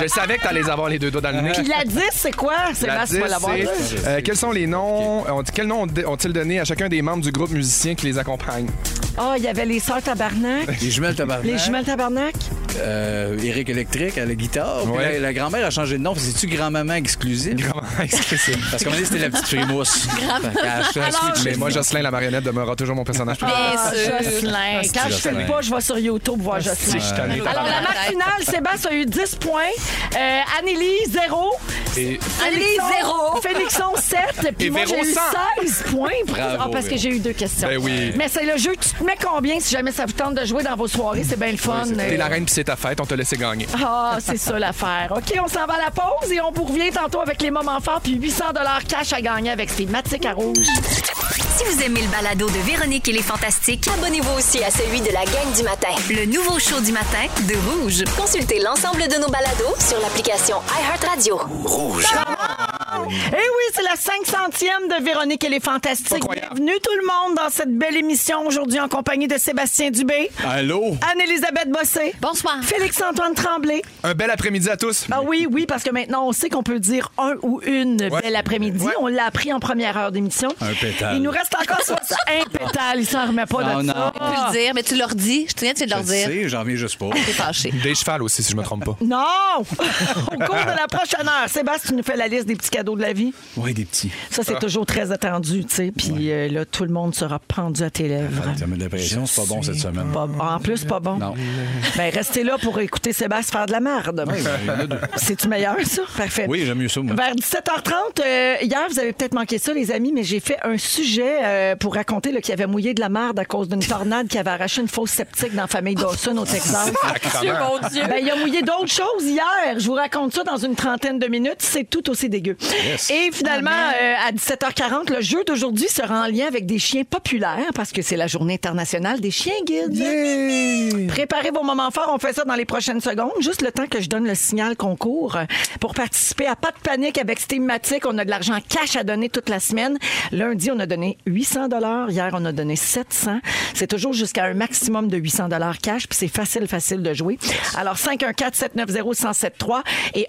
Speaker 7: je savais que t'allais avoir les deux doigts dans le nez.
Speaker 4: Puis la 10, c'est quoi? C'est
Speaker 7: La
Speaker 4: là,
Speaker 7: dix,
Speaker 4: c'est pas l'avoir.
Speaker 7: c'est,
Speaker 4: là.
Speaker 7: euh, quels sont les noms, on dit- quels noms ont- ont-ils donné à chacun des membres du groupe musicien qui les accompagne?
Speaker 4: Ah, il y avait les sœurs Tabarnak,
Speaker 6: Les jumelles tabarnak.
Speaker 4: les jumelles Tabarnak.
Speaker 6: Euh, Eric Electric à la guitare. Puis
Speaker 7: Ouais.
Speaker 6: La, la grand-mère a changé de nom. C'est-tu grand-maman exclusive? Parce qu'on dit c'était la petite frimousse.
Speaker 5: Alors-
Speaker 6: grand
Speaker 7: Mais moi, Jocelyn la marionnette demeurera toujours mon personnage.
Speaker 5: Bien
Speaker 4: Ah,
Speaker 5: sûr.
Speaker 4: Jocelyn. Quand je
Speaker 6: Jocelyn.
Speaker 4: filme pas, je vais sur YouTube voir Jocelyn.
Speaker 7: je t'en ai
Speaker 5: Alors,
Speaker 4: Alors, Ah, la marque finale, Sébastien a eu 10 points. Euh, Anneli, 0.
Speaker 7: Et-
Speaker 5: Anneli, zéro.
Speaker 4: Félixon, 7. Puis
Speaker 7: Et
Speaker 4: moi, j'ai
Speaker 7: Véro,
Speaker 4: eu
Speaker 7: cent.
Speaker 4: 16 points.
Speaker 6: Bravo,
Speaker 4: Ah, parce que
Speaker 6: Véro.
Speaker 4: j'ai eu deux questions.
Speaker 7: Ben oui.
Speaker 4: Mais c'est le jeu. Tu te mets combien si jamais ça vous tente de jouer dans vos soirées? C'est bien le fun.
Speaker 7: T'es
Speaker 4: Euh,
Speaker 7: la reine, puis c'est ta fête, on te laissait gagner.
Speaker 4: Ah, c'est ça l'affaire. OK, on s'en va à la pause et on vous revient tantôt avec les moments forts puis 800 cash à gagner avec ces matiques à rouge.
Speaker 1: Si vous aimez le balado de Véronique et les Fantastiques,
Speaker 2: Abonnez-vous aussi à celui de la gang du matin.
Speaker 1: le nouveau show du matin de Rouge.
Speaker 2: Consultez l'ensemble de nos balados sur l'application iHeartRadio.
Speaker 4: Eh oui, c'est la 500e de Véronique et les Fantastiques. Bienvenue tout le monde dans cette belle émission aujourd'hui en compagnie de Sébastien Dubé,
Speaker 6: Allô?
Speaker 4: Anne-Élisabeth Bossé,
Speaker 5: Bonsoir.
Speaker 4: Félix-Antoine Tremblay.
Speaker 7: Un bel après-midi à tous.
Speaker 4: Ah oui, oui, parce que maintenant, on sait qu'on peut dire un ou une belle après-midi.
Speaker 7: Ouais.
Speaker 4: On l'a appris en première heure d'émission.
Speaker 6: Un pétale.
Speaker 4: Il nous reste encore 60. un pétale, il s'en remet pas
Speaker 6: Non,
Speaker 4: de ça. Ah.
Speaker 5: Tu peux le dire, mais tu leur dis. Je te souviens, tu viens de leur
Speaker 6: Je le
Speaker 5: dire.
Speaker 6: sais, j'en viens juste pas.
Speaker 5: T'es fâché.
Speaker 7: Des chevals aussi, si je me trompe
Speaker 4: Ah.
Speaker 7: pas.
Speaker 4: Non! Au cours de la prochaine heure, Sébastien, tu nous fais la liste des petits cadeaux de la vie.
Speaker 6: Oui, des petits.
Speaker 4: Ça, c'est toujours très attendu, tu sais. Puis euh, là, tout le monde sera pendu à tes lèvres.
Speaker 6: Ça me l'impression, c'est pas bon cette semaine.
Speaker 4: Pas- en plus, pas bon.
Speaker 6: Non.
Speaker 4: Ben, restez là pour écouter Sébastien faire de la merde. C'est-tu meilleur, ça? Parfait.
Speaker 6: Oui, j'aime mieux ça, moi.
Speaker 4: Vers 17h30, euh, hier, vous avez peut-être manqué ça, les amis, mais j'ai fait un sujet euh, pour raconter là, qu'il avait mouillé de la merde à cause d'une tornade qui avait arraché une fosse septique dans la famille Dawson au Texas.
Speaker 5: Dieu, mon Dieu.
Speaker 4: Ben, il a mouillé d'autres choses hier. Je vous raconte ça dans une trentaine de minutes. C'est tout aussi dégueu.
Speaker 6: Yes.
Speaker 4: Et finalement, euh, à 17h40, le jeu d'aujourd'hui sera en lien avec des chiens populaires parce que c'est la journée internationale des chiens guides. Préparez vos moments forts. On fait ça dans les prochaines secondes. Juste le temps que je donne le signal concours pour participer à Pas de panique avec Stématique. On a de l'argent cash à donner toute la semaine. Lundi, on a donné 800 dollars. Hier, on a donné 700. C'est toujours jusqu'à un maximum de 800 dollars cash. Puis c'est facile, facile de jouer. Alors, 514-790-1073 et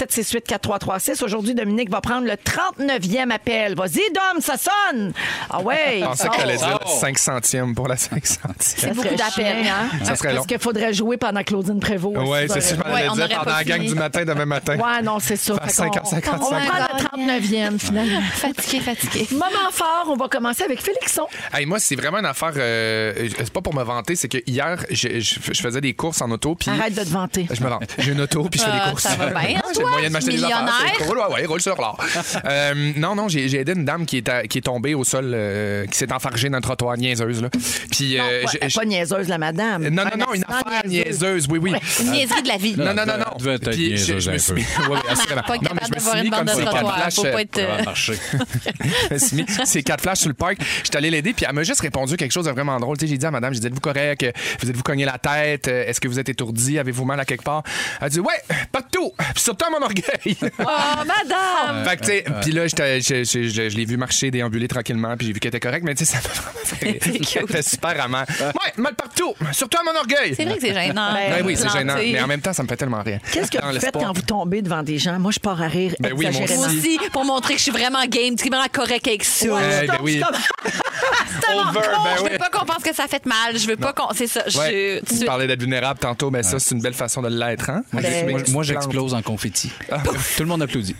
Speaker 4: 1-855-768-4336. Aujourd'hui, Dominique va prendre le 39e appel. Vas-y, Dom, ça sonne! Ah ouais!
Speaker 7: Je pensais que t'allais
Speaker 4: Ah.
Speaker 7: dire 5 centièmes pour la 5 centième.
Speaker 4: beaucoup d'appels, hein?
Speaker 7: Ça serait long.
Speaker 4: Parce qu'il faudrait jouer pendant Claudine Prévost. à
Speaker 7: Ouais,
Speaker 4: 6
Speaker 7: c'est
Speaker 4: heures.
Speaker 7: ce que je
Speaker 5: Ouais,
Speaker 7: m'allais
Speaker 5: on
Speaker 7: dire
Speaker 5: aurait
Speaker 7: pendant
Speaker 5: pas
Speaker 7: la gang
Speaker 5: fini.
Speaker 7: du matin demain matin.
Speaker 4: Ouais, non, c'est ça.
Speaker 7: Faire
Speaker 4: Fait qu'on-
Speaker 7: 5h55.
Speaker 4: On va prendre le 39e, finalement.
Speaker 5: Fatigué, fatigué.
Speaker 4: Moment fort, on va commencer avec Félixon.
Speaker 7: Hey, moi, c'est vraiment une affaire. euh, euh, c'est pas pour me vanter, c'est que hier, je, je- je faisais des courses en auto. puis
Speaker 4: Arrête de te vanter.
Speaker 7: Je me vante. J'ai une auto, puis je fais
Speaker 5: Ah,
Speaker 7: des courses.
Speaker 5: ça va bien,
Speaker 7: J'ai le
Speaker 5: toi,
Speaker 7: moyen de m'acheter des affaires.
Speaker 5: millionnaire.
Speaker 7: C'est cool. Ouais, ouais, roule sur l'or. Euh, non, non, j'ai j'ai aidé une dame qui est, à- qui est tombée au sol, euh, qui s'est enfargée dans le trottoir, niaiseuse. Là. Puis,
Speaker 4: Non,
Speaker 7: euh,
Speaker 4: pas-
Speaker 7: j'ai-
Speaker 4: pas niaiseuse, la madame.
Speaker 7: non,
Speaker 4: Un
Speaker 7: non, non, une
Speaker 4: accident
Speaker 7: affaire niaiseuse, oui, oui.
Speaker 5: Une niaiserie de la vie.
Speaker 7: Non, non, non,
Speaker 6: Elle devait
Speaker 7: non.
Speaker 6: être
Speaker 7: Puis, je,
Speaker 6: niaiseuse
Speaker 7: je me
Speaker 6: un
Speaker 7: suis
Speaker 6: peu.
Speaker 7: mis. Ouais, ouais, assurément.
Speaker 5: Pas
Speaker 7: Non, mais
Speaker 5: capable
Speaker 7: je me
Speaker 5: d'avoir
Speaker 7: suis mis
Speaker 5: une bande
Speaker 7: comme
Speaker 5: de
Speaker 7: ces quatre
Speaker 5: trottoir. Faut
Speaker 7: flashs,
Speaker 5: pas être.
Speaker 6: Ça va
Speaker 5: euh,
Speaker 6: marcher.
Speaker 7: Elle s'est mis ses quatre flashs sur le parc. J'étais allé l'aider, puis elle m'a juste répondu quelque chose de vraiment drôle. Tu sais, j'ai dit à madame, j'ai dit, êtes-vous correct? Euh, Vous êtes-vous cogné la tête? Euh, Est-ce que vous êtes étourdi? Avez-vous mal à quelque part? Elle a dit, ouais, pas de tout. Puis surtout à mon orgueil.
Speaker 4: Oh, madame!
Speaker 7: Fait que, tu sais, puis là, j'étais- je, je- je- je l'ai vu marcher, déambuler tranquillement, puis j'ai vu qu'elle était correcte, mais tu sais, ça m'a vraiment fait rire. Elle était super amant. Ouais, mal partout, surtout à mon orgueil.
Speaker 5: C'est vrai que c'est gênant.
Speaker 7: Ouais, oui, c'est
Speaker 5: Planté.
Speaker 7: gênant, mais en même temps, ça me fait tellement rire.
Speaker 4: Qu'est-ce que
Speaker 7: Dans
Speaker 4: vous
Speaker 7: le
Speaker 4: faites
Speaker 7: sport.
Speaker 4: quand vous tombez devant des gens? Moi, je pars à rire
Speaker 7: Ben oui, moi
Speaker 5: Moi
Speaker 4: exagérément.
Speaker 5: aussi, pour montrer que je suis vraiment game, tu es vraiment correct avec ça.
Speaker 7: Euh,
Speaker 4: Je
Speaker 7: ben
Speaker 4: tombe,
Speaker 7: oui.
Speaker 4: je tombe.
Speaker 5: C'est tellement
Speaker 7: over,
Speaker 5: con,
Speaker 7: ben
Speaker 5: je veux
Speaker 7: oui.
Speaker 5: pas qu'on pense que ça fait mal. Je veux pas qu'on. C'est ça. je-
Speaker 7: Ouais.
Speaker 5: tu-
Speaker 7: Tu parlais d'être vulnérable tantôt, mais ça, c'est une belle façon de l'être, hein?
Speaker 6: Moi,
Speaker 4: ben,
Speaker 6: j'ai-
Speaker 7: Mais-
Speaker 6: moi, Ben, moi, j'explose en confetti. Tout le monde applaudit.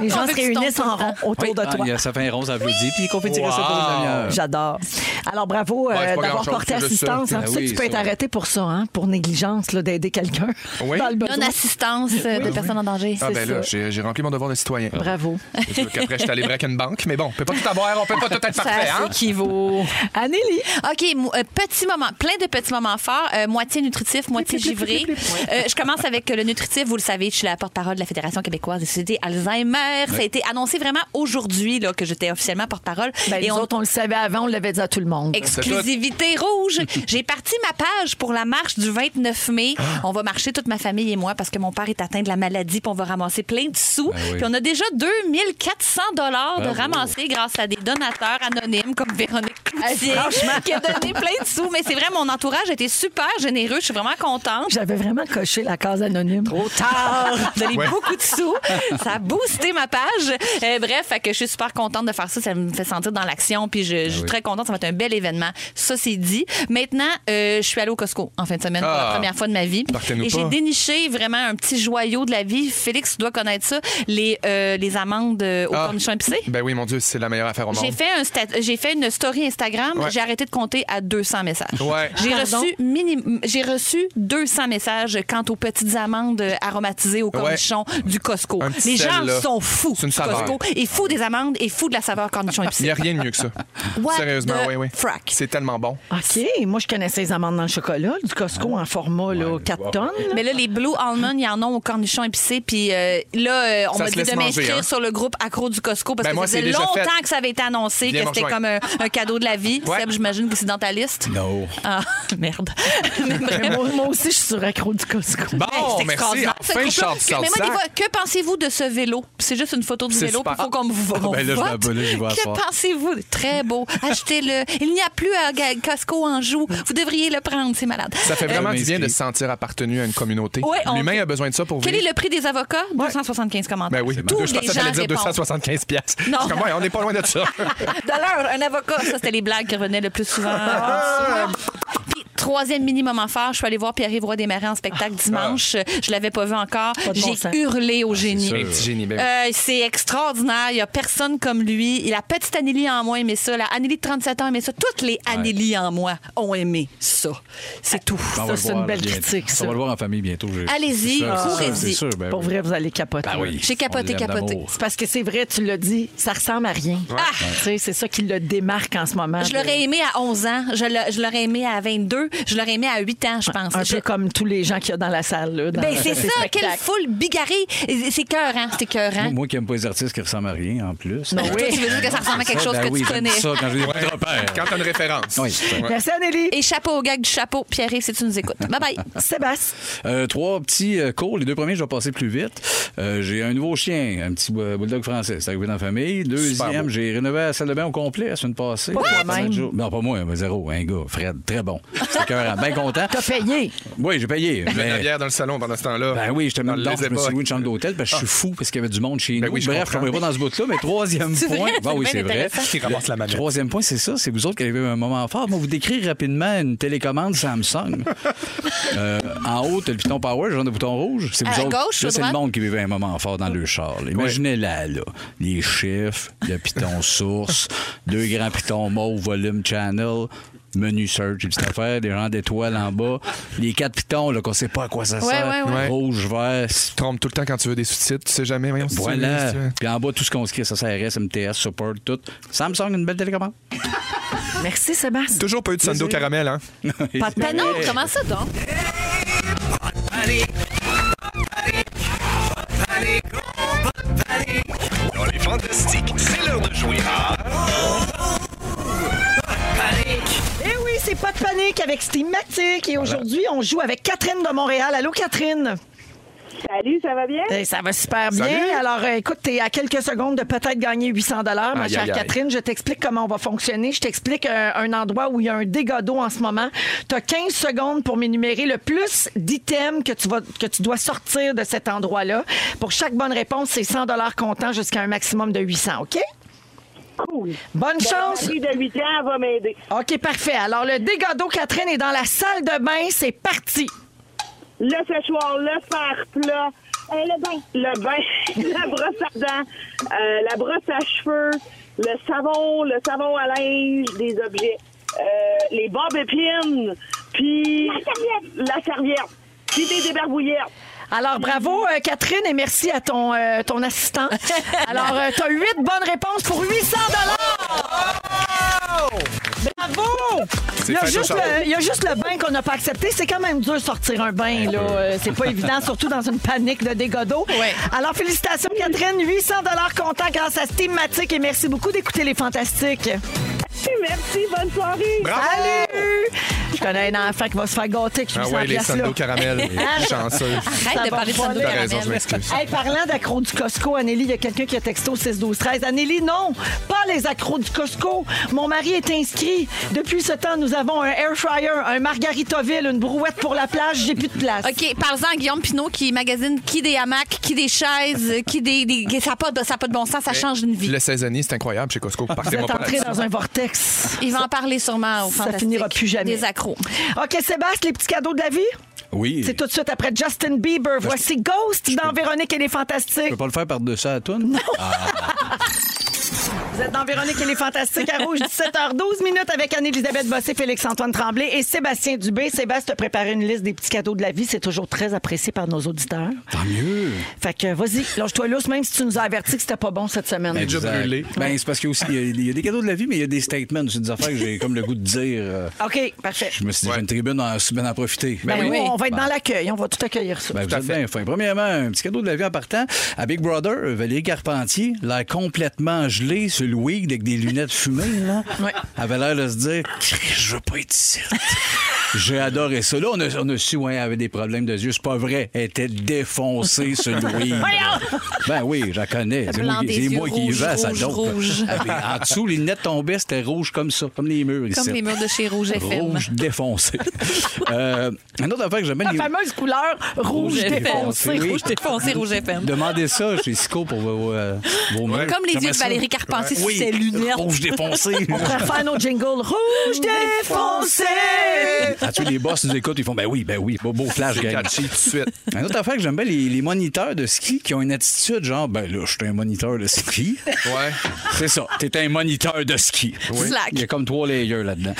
Speaker 4: Les gens
Speaker 5: On
Speaker 4: se
Speaker 5: fait que tu
Speaker 4: réunissent
Speaker 5: tombes
Speaker 4: en rond autour de
Speaker 6: Ah,
Speaker 4: toi.
Speaker 6: il y a- ça fait un rond, ça applaudit. Puis les confettis
Speaker 7: Wow.
Speaker 6: restent pour une demi-heure.
Speaker 4: J'adore. Alors, bravo euh,
Speaker 7: Ouais, c'est pas
Speaker 4: d'avoir
Speaker 7: grand-chose,
Speaker 4: porté
Speaker 7: c'est juste
Speaker 4: assistance.
Speaker 7: ça. Ben
Speaker 4: hein.
Speaker 6: Ah
Speaker 4: Tu sais que
Speaker 6: oui,
Speaker 4: tu peux
Speaker 6: ça,
Speaker 4: être
Speaker 6: ouais.
Speaker 4: arrêté pour ça, hein, pour négligence là, d'aider quelqu'un
Speaker 7: Oui.
Speaker 4: dans le besoin.
Speaker 5: Non-assistance euh, de personnes en danger.
Speaker 7: Ah
Speaker 5: c'est
Speaker 7: ben
Speaker 5: ça. Ah.
Speaker 7: là, j'ai j'ai rempli mon devoir de citoyen.
Speaker 4: Bravo.
Speaker 7: C'est sûr qu'après, je suis allé braquer une banque, mais bon, on peut pas tout avoir, on peut pas tout être parfait,
Speaker 5: Ça
Speaker 7: hein?
Speaker 5: s'équivaut.
Speaker 4: Anélie,
Speaker 5: OK, mou- euh, petit moment, plein de petits moments forts, euh, moitié nutritif, moitié givré. Euh, je commence avec euh, le nutritif. Vous le savez, je suis la porte-parole de la Fédération québécoise des sociétés Alzheimer. Ça a été annoncé vraiment aujourd'hui là, que j'étais officiellement porte-parole.
Speaker 4: ben, nous autres, on le savait avant, on l'avait dit à tout le monde.
Speaker 5: Exclusivité rouge. J'ai parti ma page pour la marche du 29 mai. On va marcher toute ma famille et moi parce que mon père est atteint de la maladie puis on va ramasser plein de sous.
Speaker 6: Ben oui.
Speaker 5: Puis on a déjà 2400 dollars de
Speaker 6: Bravo.
Speaker 5: ramasser grâce à des donateurs anonymes comme Véronique Cloutier qui a donné plein de sous. Mais c'est vrai, mon entourage était super généreux. Je suis vraiment contente.
Speaker 4: J'avais vraiment coché la case anonyme. Trop tard!
Speaker 5: donné
Speaker 7: Ouais.
Speaker 5: beaucoup de sous. Ça a boosté ma page. Euh, bref, fait que je suis super contente de faire ça. Ça me fait sentir dans l'action. Puis
Speaker 7: Ben
Speaker 5: je, je suis
Speaker 6: oui.
Speaker 5: très contente. Ça va être un bel événement. Ça, c'est dit. Maintenant, euh, je suis allée au Costco en fin de semaine pour
Speaker 7: Ah.
Speaker 5: la première fois de ma vie.
Speaker 7: Partez-nous
Speaker 5: Et j'ai
Speaker 7: pas.
Speaker 5: déniché vraiment un petit joyau de la vie. Félix, tu dois connaître ça. Les, euh, les amandes euh, aux
Speaker 7: Ah.
Speaker 5: cornichons épicés.
Speaker 7: Ben oui, mon Dieu, c'est la meilleure affaire au monde.
Speaker 5: J'ai fait, un stat- j'ai fait une story Instagram.
Speaker 7: Ouais.
Speaker 5: J'ai arrêté de compter à 200 messages.
Speaker 7: Ouais.
Speaker 5: J'ai
Speaker 4: Pardon?
Speaker 5: reçu, minim- j'ai reçu 200 messages quant aux petites amandes aromatisées au cornichon du Costco.
Speaker 7: Un petit
Speaker 5: Les
Speaker 7: sel,
Speaker 5: gens
Speaker 7: là.
Speaker 5: sont fous
Speaker 7: C'est une
Speaker 5: du
Speaker 7: saveur.
Speaker 5: Costco et fous des amandes et fous de la saveur cornichon
Speaker 7: Il n'y
Speaker 5: épicé.
Speaker 7: a rien de mieux que ça.
Speaker 5: What
Speaker 7: Sérieusement,
Speaker 5: the
Speaker 7: oui, oui.
Speaker 5: frack?
Speaker 7: C'est tellement bon.
Speaker 4: OK. Moi, je connaissais les amandes dans le chocolat, du Costco en format là, 4 tonnes. là.
Speaker 5: Mais là, les Blue Almonds, ils en ont au cornichon épicé. Puis euh, là, euh, on
Speaker 7: Ça
Speaker 5: m'a
Speaker 7: se
Speaker 5: dit
Speaker 7: laisse
Speaker 5: de
Speaker 7: manger,
Speaker 5: m'inscrire
Speaker 7: hein.
Speaker 5: sur le groupe Accro du Costco parce
Speaker 7: Ben,
Speaker 5: que
Speaker 7: moi,
Speaker 5: ça
Speaker 7: c'est
Speaker 5: faisait
Speaker 7: déjà
Speaker 5: longtemps
Speaker 7: fait.
Speaker 5: que ça avait été annoncé,
Speaker 7: Viens
Speaker 5: que
Speaker 7: me
Speaker 5: c'était comme un,
Speaker 7: rejoindre.
Speaker 5: un cadeau de la vie.
Speaker 7: Ouais.
Speaker 5: Seb, j'imagine que c'est dans ta liste.
Speaker 6: No.
Speaker 5: Ah, merde. Mais bref.
Speaker 4: moi, moi aussi, je suis sur accro du Costco.
Speaker 7: Bon,
Speaker 5: Hey, c'est
Speaker 7: merci. Ah,
Speaker 5: extraordinaire, ce
Speaker 7: Enfin, je sors
Speaker 5: groupe-là.
Speaker 7: du sort du
Speaker 5: Mais moi, des
Speaker 7: sac.
Speaker 5: fois, que pensez-vous de ce vélo? C'est juste une photo du
Speaker 7: C'est
Speaker 5: vélo,
Speaker 7: super.
Speaker 5: il faut qu'on me vote.
Speaker 6: Ah, ben là, je vais- là, je vais à soir.
Speaker 5: que pensez-vous? Très beau. Achetez-le. Il n'y a plus à Ga- Costco en joue. Vous devriez le prendre, c'est malade.
Speaker 7: Ça fait
Speaker 5: Euh,
Speaker 7: vraiment
Speaker 6: Euh,
Speaker 7: du bien de
Speaker 6: m'inscris.
Speaker 7: se sentir appartenu à une communauté.
Speaker 5: Ouais, on-
Speaker 7: L'humain a besoin de ça pour
Speaker 5: Quel
Speaker 7: vivre.
Speaker 5: est le prix des avocats? 275 commentaires.
Speaker 7: Ben oui,
Speaker 5: Tous
Speaker 7: je pensais
Speaker 5: les
Speaker 7: que
Speaker 5: gens
Speaker 7: t'allais dire
Speaker 5: répondent.
Speaker 7: 275 piastres.
Speaker 5: Non.
Speaker 7: Je suis comme, ouais, on n'est pas loin de ça.
Speaker 5: dollars, un avocat. Ça, c'était les blagues qui revenaient le plus souvent. Puis, Troisième minimum en phare, je suis allée voir Pierre-Yves Roy Desmarais en spectacle dimanche. Je l'avais pas vu encore.
Speaker 4: de bon
Speaker 5: J'ai
Speaker 4: sens.
Speaker 5: hurlé au génie.
Speaker 7: Un petit génie, ben oui.
Speaker 5: Euh, c'est extraordinaire. Il n'y a personne comme lui. Il a petite Anneli en moi aimé ça. La Anneli de 37 ans aimait ça. Toutes les Anneli en moi ont aimé ça. C'est tout.
Speaker 6: On
Speaker 4: Ça,
Speaker 6: va le
Speaker 4: c'est
Speaker 6: voir,
Speaker 4: une belle
Speaker 6: là, bientôt.
Speaker 4: critique, ça.
Speaker 6: On va le voir en famille bientôt. j'ai-
Speaker 5: Allez-y,
Speaker 6: c'est sûr, c'est sûr,
Speaker 5: courez-y.
Speaker 6: c'est sûr, ben
Speaker 4: Pour
Speaker 6: oui.
Speaker 4: vrai, vous allez capoter.
Speaker 6: Ben oui.
Speaker 5: J'ai capoté,
Speaker 6: On l'aime
Speaker 5: capoté.
Speaker 6: d'amour.
Speaker 4: C'est parce que c'est vrai, tu l'as dit, ça ressemble à rien.
Speaker 5: Ah!
Speaker 4: Tu sais, C'est ça qui le démarque en ce moment.
Speaker 5: Je l'aurais aimé à 11 ans. Je l'a- je l'aurais aimé à 22. Je l'aurais aimé à 8 ans, je pense.
Speaker 4: Un
Speaker 5: Je-
Speaker 4: peu comme tous les gens qu'il y a dans la salle. Là, dans
Speaker 5: Ben, c'est
Speaker 4: ces
Speaker 5: ça,
Speaker 4: spectacles.
Speaker 5: quelle foule bigarrée. C'est cœurant, c'est cœurant.
Speaker 6: Moi qui aime pas les artistes qui ressemblent à rien, en plus.
Speaker 5: Toi, tu veux dire que Hein? ça ressemble à quelque chose
Speaker 6: ben
Speaker 5: que
Speaker 6: oui,
Speaker 5: tu
Speaker 6: j'aime
Speaker 5: connais.
Speaker 6: ça quand je les vois de repère.
Speaker 7: Quand t'as une référence.
Speaker 6: Oui, c'est ça.
Speaker 7: Ouais.
Speaker 4: Merci, Anélie.
Speaker 5: Et chapeau au gag du chapeau, Pierre, si tu nous écoutes. Bye bye.
Speaker 4: Sébastien.
Speaker 6: Euh, trois petits euh, cours. Les deux premiers, je vais passer plus vite. Euh, j'ai un nouveau chien, un petit euh, bulldog français. C'est arrivé dans la famille.
Speaker 7: Super
Speaker 6: Deuxième,
Speaker 7: beau.
Speaker 6: j'ai rénové la salle de bain au complet la semaine passée.
Speaker 4: Pas
Speaker 6: Pendant
Speaker 4: toi-même.
Speaker 6: sept jours. Non, pas moi, mais zéro. Un gars, Fred, très bon. C'est cœur, bien content.
Speaker 4: T'as payé.
Speaker 6: Oui, j'ai payé.
Speaker 7: Je mets de la
Speaker 6: mais-
Speaker 7: bière dans le salon pendant ce temps-là.
Speaker 6: Euh, Ben oui, je te
Speaker 7: Dans
Speaker 6: mets dedans,
Speaker 7: les
Speaker 6: je me suis
Speaker 7: époques.
Speaker 6: loué une chambre d'hôtel parce que je suis fou parce qu'il y avait du monde chez
Speaker 7: Ben
Speaker 6: nous.
Speaker 7: oui, je
Speaker 6: Bref, je
Speaker 7: comprends.
Speaker 6: ne pas dans ce bout-là, mais troisième
Speaker 5: C'est
Speaker 6: point.
Speaker 5: vrai,
Speaker 6: Ben
Speaker 5: c'est
Speaker 6: oui,
Speaker 5: bien
Speaker 6: c'est vrai.
Speaker 5: intéressant.
Speaker 7: Qui ramasse la manette.
Speaker 6: Troisième point, c'est ça. C'est vous autres qui avez eu un moment fort. Moi, vous décrire rapidement une télécommande Samsung. Euh, en haut, t'as le piton power, genre de bouton rouge. C'est vous
Speaker 5: À
Speaker 6: autres.
Speaker 5: gauche,
Speaker 6: Là,
Speaker 5: au
Speaker 6: c'est le
Speaker 5: droite?
Speaker 6: monde qui vivait un moment fort dans le char. là. Imaginez-la, là. Les chiffres, le piton source, deux grands pitons mauve, volume channel. Menu search, une petite affaire, des rangs d'étoiles en bas. Les quatre pitons, là, qu'on sait pas à quoi ça
Speaker 5: Ouais,
Speaker 6: sert.
Speaker 5: ouais,
Speaker 7: ouais.
Speaker 6: Rouge, vert,
Speaker 7: Tu te trompes tout le temps quand tu veux des sous-titres. Tu sais jamais. Voyons, si tu veux,
Speaker 6: voilà.
Speaker 7: si tu veux.
Speaker 6: Puis en bas, tout ce qu'on se SSRS, MTS, support, tout. Samsung, une belle télécommande.
Speaker 4: Merci, Sébastien.
Speaker 7: Toujours pas eu de sando caramel, hein?
Speaker 4: Pas de
Speaker 5: Ben non, comment ça donc?
Speaker 3: Dans les fantastiques, c'est l'heure de jouer à
Speaker 4: Eh oui, c'est pas de panique avec Steamatic. Et aujourd'hui, on joue avec Catherine de Montréal. Allô, Catherine?
Speaker 9: Salut, ça va bien?
Speaker 4: Eh, ça va super bien.
Speaker 7: Salut.
Speaker 4: Alors, euh, écoute, t'es à quelques secondes de peut-être gagner 800 dollars, ma
Speaker 7: Aïe,
Speaker 4: chère
Speaker 7: aïe, aïe.
Speaker 4: Catherine. Je t'explique comment on va fonctionner. Je t'explique euh, un, endroit où il y a un dégât d'eau en ce moment. T'as 15 secondes pour m'énumérer le plus d'items que tu vas que tu dois sortir de cet endroit-là. Pour chaque bonne réponse, c'est 100 dollars comptant jusqu'à un maximum de 800. Ok
Speaker 9: Cool.
Speaker 4: Bonne chance.
Speaker 9: La de 8 ans elle va m'aider.
Speaker 4: OK, parfait. Alors, le dégât d'eau, Catherine, est dans la salle de bain. C'est parti.
Speaker 9: Le séchoir, le fer plat, euh, le bain, le bain, la brosse à dents, euh, la brosse à cheveux, le savon, le savon à linge, des objets, euh, les bombes épines, puis la serviette, la serviette, puis des débarbouillères.
Speaker 4: Alors, bravo, euh, Catherine, et merci à ton, euh, ton assistant. Alors, tu as huit bonnes réponses pour 800 Bravo! Il y, a
Speaker 7: fait
Speaker 4: juste
Speaker 7: au chapeau.
Speaker 4: le, il y a juste le bain qu'on n'a pas accepté. C'est quand même dur de sortir un bain, là.
Speaker 7: Ah
Speaker 4: Euh, C'est pas évident, surtout dans une panique de dégâts d'eau. Alors, félicitations, Catherine. 800 comptant grâce à Steamatic et merci beaucoup d'écouter Les Fantastiques.
Speaker 9: Merci, bonne soirée.
Speaker 7: Bravo!
Speaker 4: Salut! Je connais un enfant qui va se faire gâter avec 800
Speaker 7: Ah ouais, les
Speaker 4: piastres,
Speaker 7: sando
Speaker 4: là.
Speaker 7: caramel. Chanceux.
Speaker 5: Arrête de
Speaker 4: va
Speaker 5: parler de Sando
Speaker 4: voler.
Speaker 7: T'as raison, je
Speaker 5: Caramel.
Speaker 7: m'excuse.
Speaker 4: Hey, parlant d'accro du Costco, Anélie, il y a quelqu'un qui a texto au 6 12 13. Anélie, non, pas les accros du Costco. Mon mari est inscrit. Depuis ce temps, nous avons un air fryer, un margaritaville, une brouette pour la plage. J'ai plus de place.
Speaker 5: OK, parle-en à Guillaume Pinot qui magasine qui des hamacs, qui des chaises, qui des. des- ça n'a pas, de- ça a pas de bon sens, ça change une vie.
Speaker 7: Le saisonnier, c'est incroyable chez Costco.
Speaker 4: Vous
Speaker 7: Partez-moi
Speaker 4: êtes
Speaker 7: pas
Speaker 4: entré
Speaker 7: là-dessus.
Speaker 4: dans un vortex.
Speaker 5: Il va en parler sûrement au
Speaker 4: Ça
Speaker 5: Fantastique.
Speaker 4: finira plus jamais.
Speaker 5: Des accros.
Speaker 4: OK, Sébastien, les petits cadeaux de la vie?
Speaker 6: Oui.
Speaker 4: C'est tout de suite après Justin Bieber. Voici Ghost dans Véronique et les Fantastiques.
Speaker 6: Je peux pas le faire par-dessus ça à tout.
Speaker 4: Vous êtes dans Véronique et les Fantastiques à Rouge, 17h12 minutes avec Anne-Elisabeth Bossé, Félix-Antoine Tremblay et Sébastien Dubé. Sébastien a préparé une liste des petits cadeaux de la vie. C'est toujours très apprécié par nos auditeurs.
Speaker 6: Tant mieux.
Speaker 4: Fait que vas-y, lâche-toi lousse, même si tu nous as averti que c'était pas bon cette semaine.
Speaker 7: déjà
Speaker 6: Exact.
Speaker 7: brûlé.
Speaker 6: Ben, c'est parce qu'il y a aussi- il y, a- il y a des cadeaux de la vie, mais il y a des statements. C'est des affaires que j'ai comme le goût de dire. euh,
Speaker 4: OK, parfait.
Speaker 6: Je me suis dit, j'ai une tribune à bien en profiter.
Speaker 4: Ben
Speaker 5: oui.
Speaker 4: nous, on va être dans l'accueil. On va tout accueillir ça.
Speaker 6: Ben, vous êtes bien fin. Premièrement, un petit cadeau de la vie en partant. À Big Brother, euh, Valérie Carpentier, l'air complètement gelé sur le wig avec des lunettes fumées, là.
Speaker 4: Ouais.
Speaker 6: Avait l'air de se dire, Christ, je veux pas être ici. J'ai adoré ça. Là, on a, on a su, ouais, elle avait des problèmes de yeux. C'est pas vrai. Elle était défoncée sur le wig. ben oui, je la connais. C'est moi,
Speaker 5: blanc
Speaker 6: qui-
Speaker 5: des
Speaker 6: c'est moi
Speaker 5: yeux,
Speaker 6: qui y
Speaker 5: rouge,
Speaker 6: vais à sa
Speaker 5: rouge,
Speaker 6: dope.
Speaker 5: rouge.
Speaker 6: Ah, ben, En dessous, les lunettes tombaient, c'était rouge comme ça, comme les murs ici.
Speaker 5: Comme les murs de chez Rouge FM.
Speaker 6: Rouge défoncé. euh, une autre affaire que j'aime bien. les-
Speaker 4: La fameuse couleur rouge,
Speaker 6: Rouge
Speaker 4: défoncé.
Speaker 6: défoncé, oui.
Speaker 5: Rouge défoncé, Rouge FM.
Speaker 6: Demandez ça chez Sico pour vos, euh, vos mails.
Speaker 5: Comme les yeux
Speaker 6: J'aimerais
Speaker 5: de
Speaker 6: ça.
Speaker 5: Valérie Carpentier sur
Speaker 6: Oui,
Speaker 5: ses lunettes.
Speaker 6: Rouge défoncé.
Speaker 4: On pourrait faire nos jingles rouge défoncé.
Speaker 6: Ah, tu vois, les boss nous écoutent, ils font ben oui, ben oui, beau, beau flash, gang.
Speaker 7: Catchy tout de suite.
Speaker 6: Une autre affaire que j'aime bien, les, les moniteurs de ski qui ont une attitude genre, ben là, je suis un moniteur de ski.
Speaker 7: Ouais.
Speaker 6: C'est ça, t'es un moniteur de ski.
Speaker 5: Slack.
Speaker 6: Il y a comme trois layers là-dedans.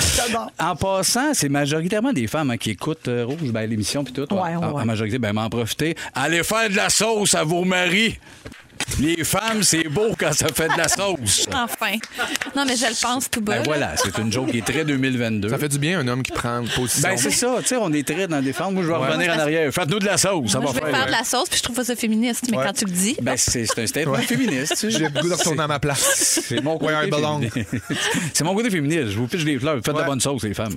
Speaker 6: En passant, c'est majoritairement des femmes hein, qui écoutent euh, Rouge, ben l'émission puis tout.
Speaker 4: Ouais, ouais,
Speaker 6: En-
Speaker 4: ouais.
Speaker 6: En majorité, ben m'en profiter. Allez faire de la sauce à vos maris. Les femmes, c'est beau quand ça fait de la sauce.
Speaker 5: Enfin. Non, mais je le pense tout bas.
Speaker 6: Ben
Speaker 5: là.
Speaker 6: voilà, c'est une joke qui est très 2022.
Speaker 7: Ça fait du bien un homme qui prend une position.
Speaker 6: Ben c'est ça, tu sais, on est très dans des femmes. Moi, je vais revenir en arrière. Faites-nous de la sauce, ça
Speaker 5: Moi,
Speaker 6: va
Speaker 5: je vais
Speaker 6: faire. hein.
Speaker 5: faire de la sauce, puis je trouve pas ça féministe. Mais
Speaker 7: Ouais.
Speaker 5: quand tu le dis,
Speaker 6: Ben c'est c'est un statement féministe. tu sais.
Speaker 7: J'ai le goût de retourner à ma place.
Speaker 6: C'est mon côté
Speaker 7: Where I belong.
Speaker 6: féministe. C'est mon côté féministe. Je vous pitche des fleurs. Faites de la
Speaker 7: Ouais.
Speaker 6: bonne sauce, les femmes.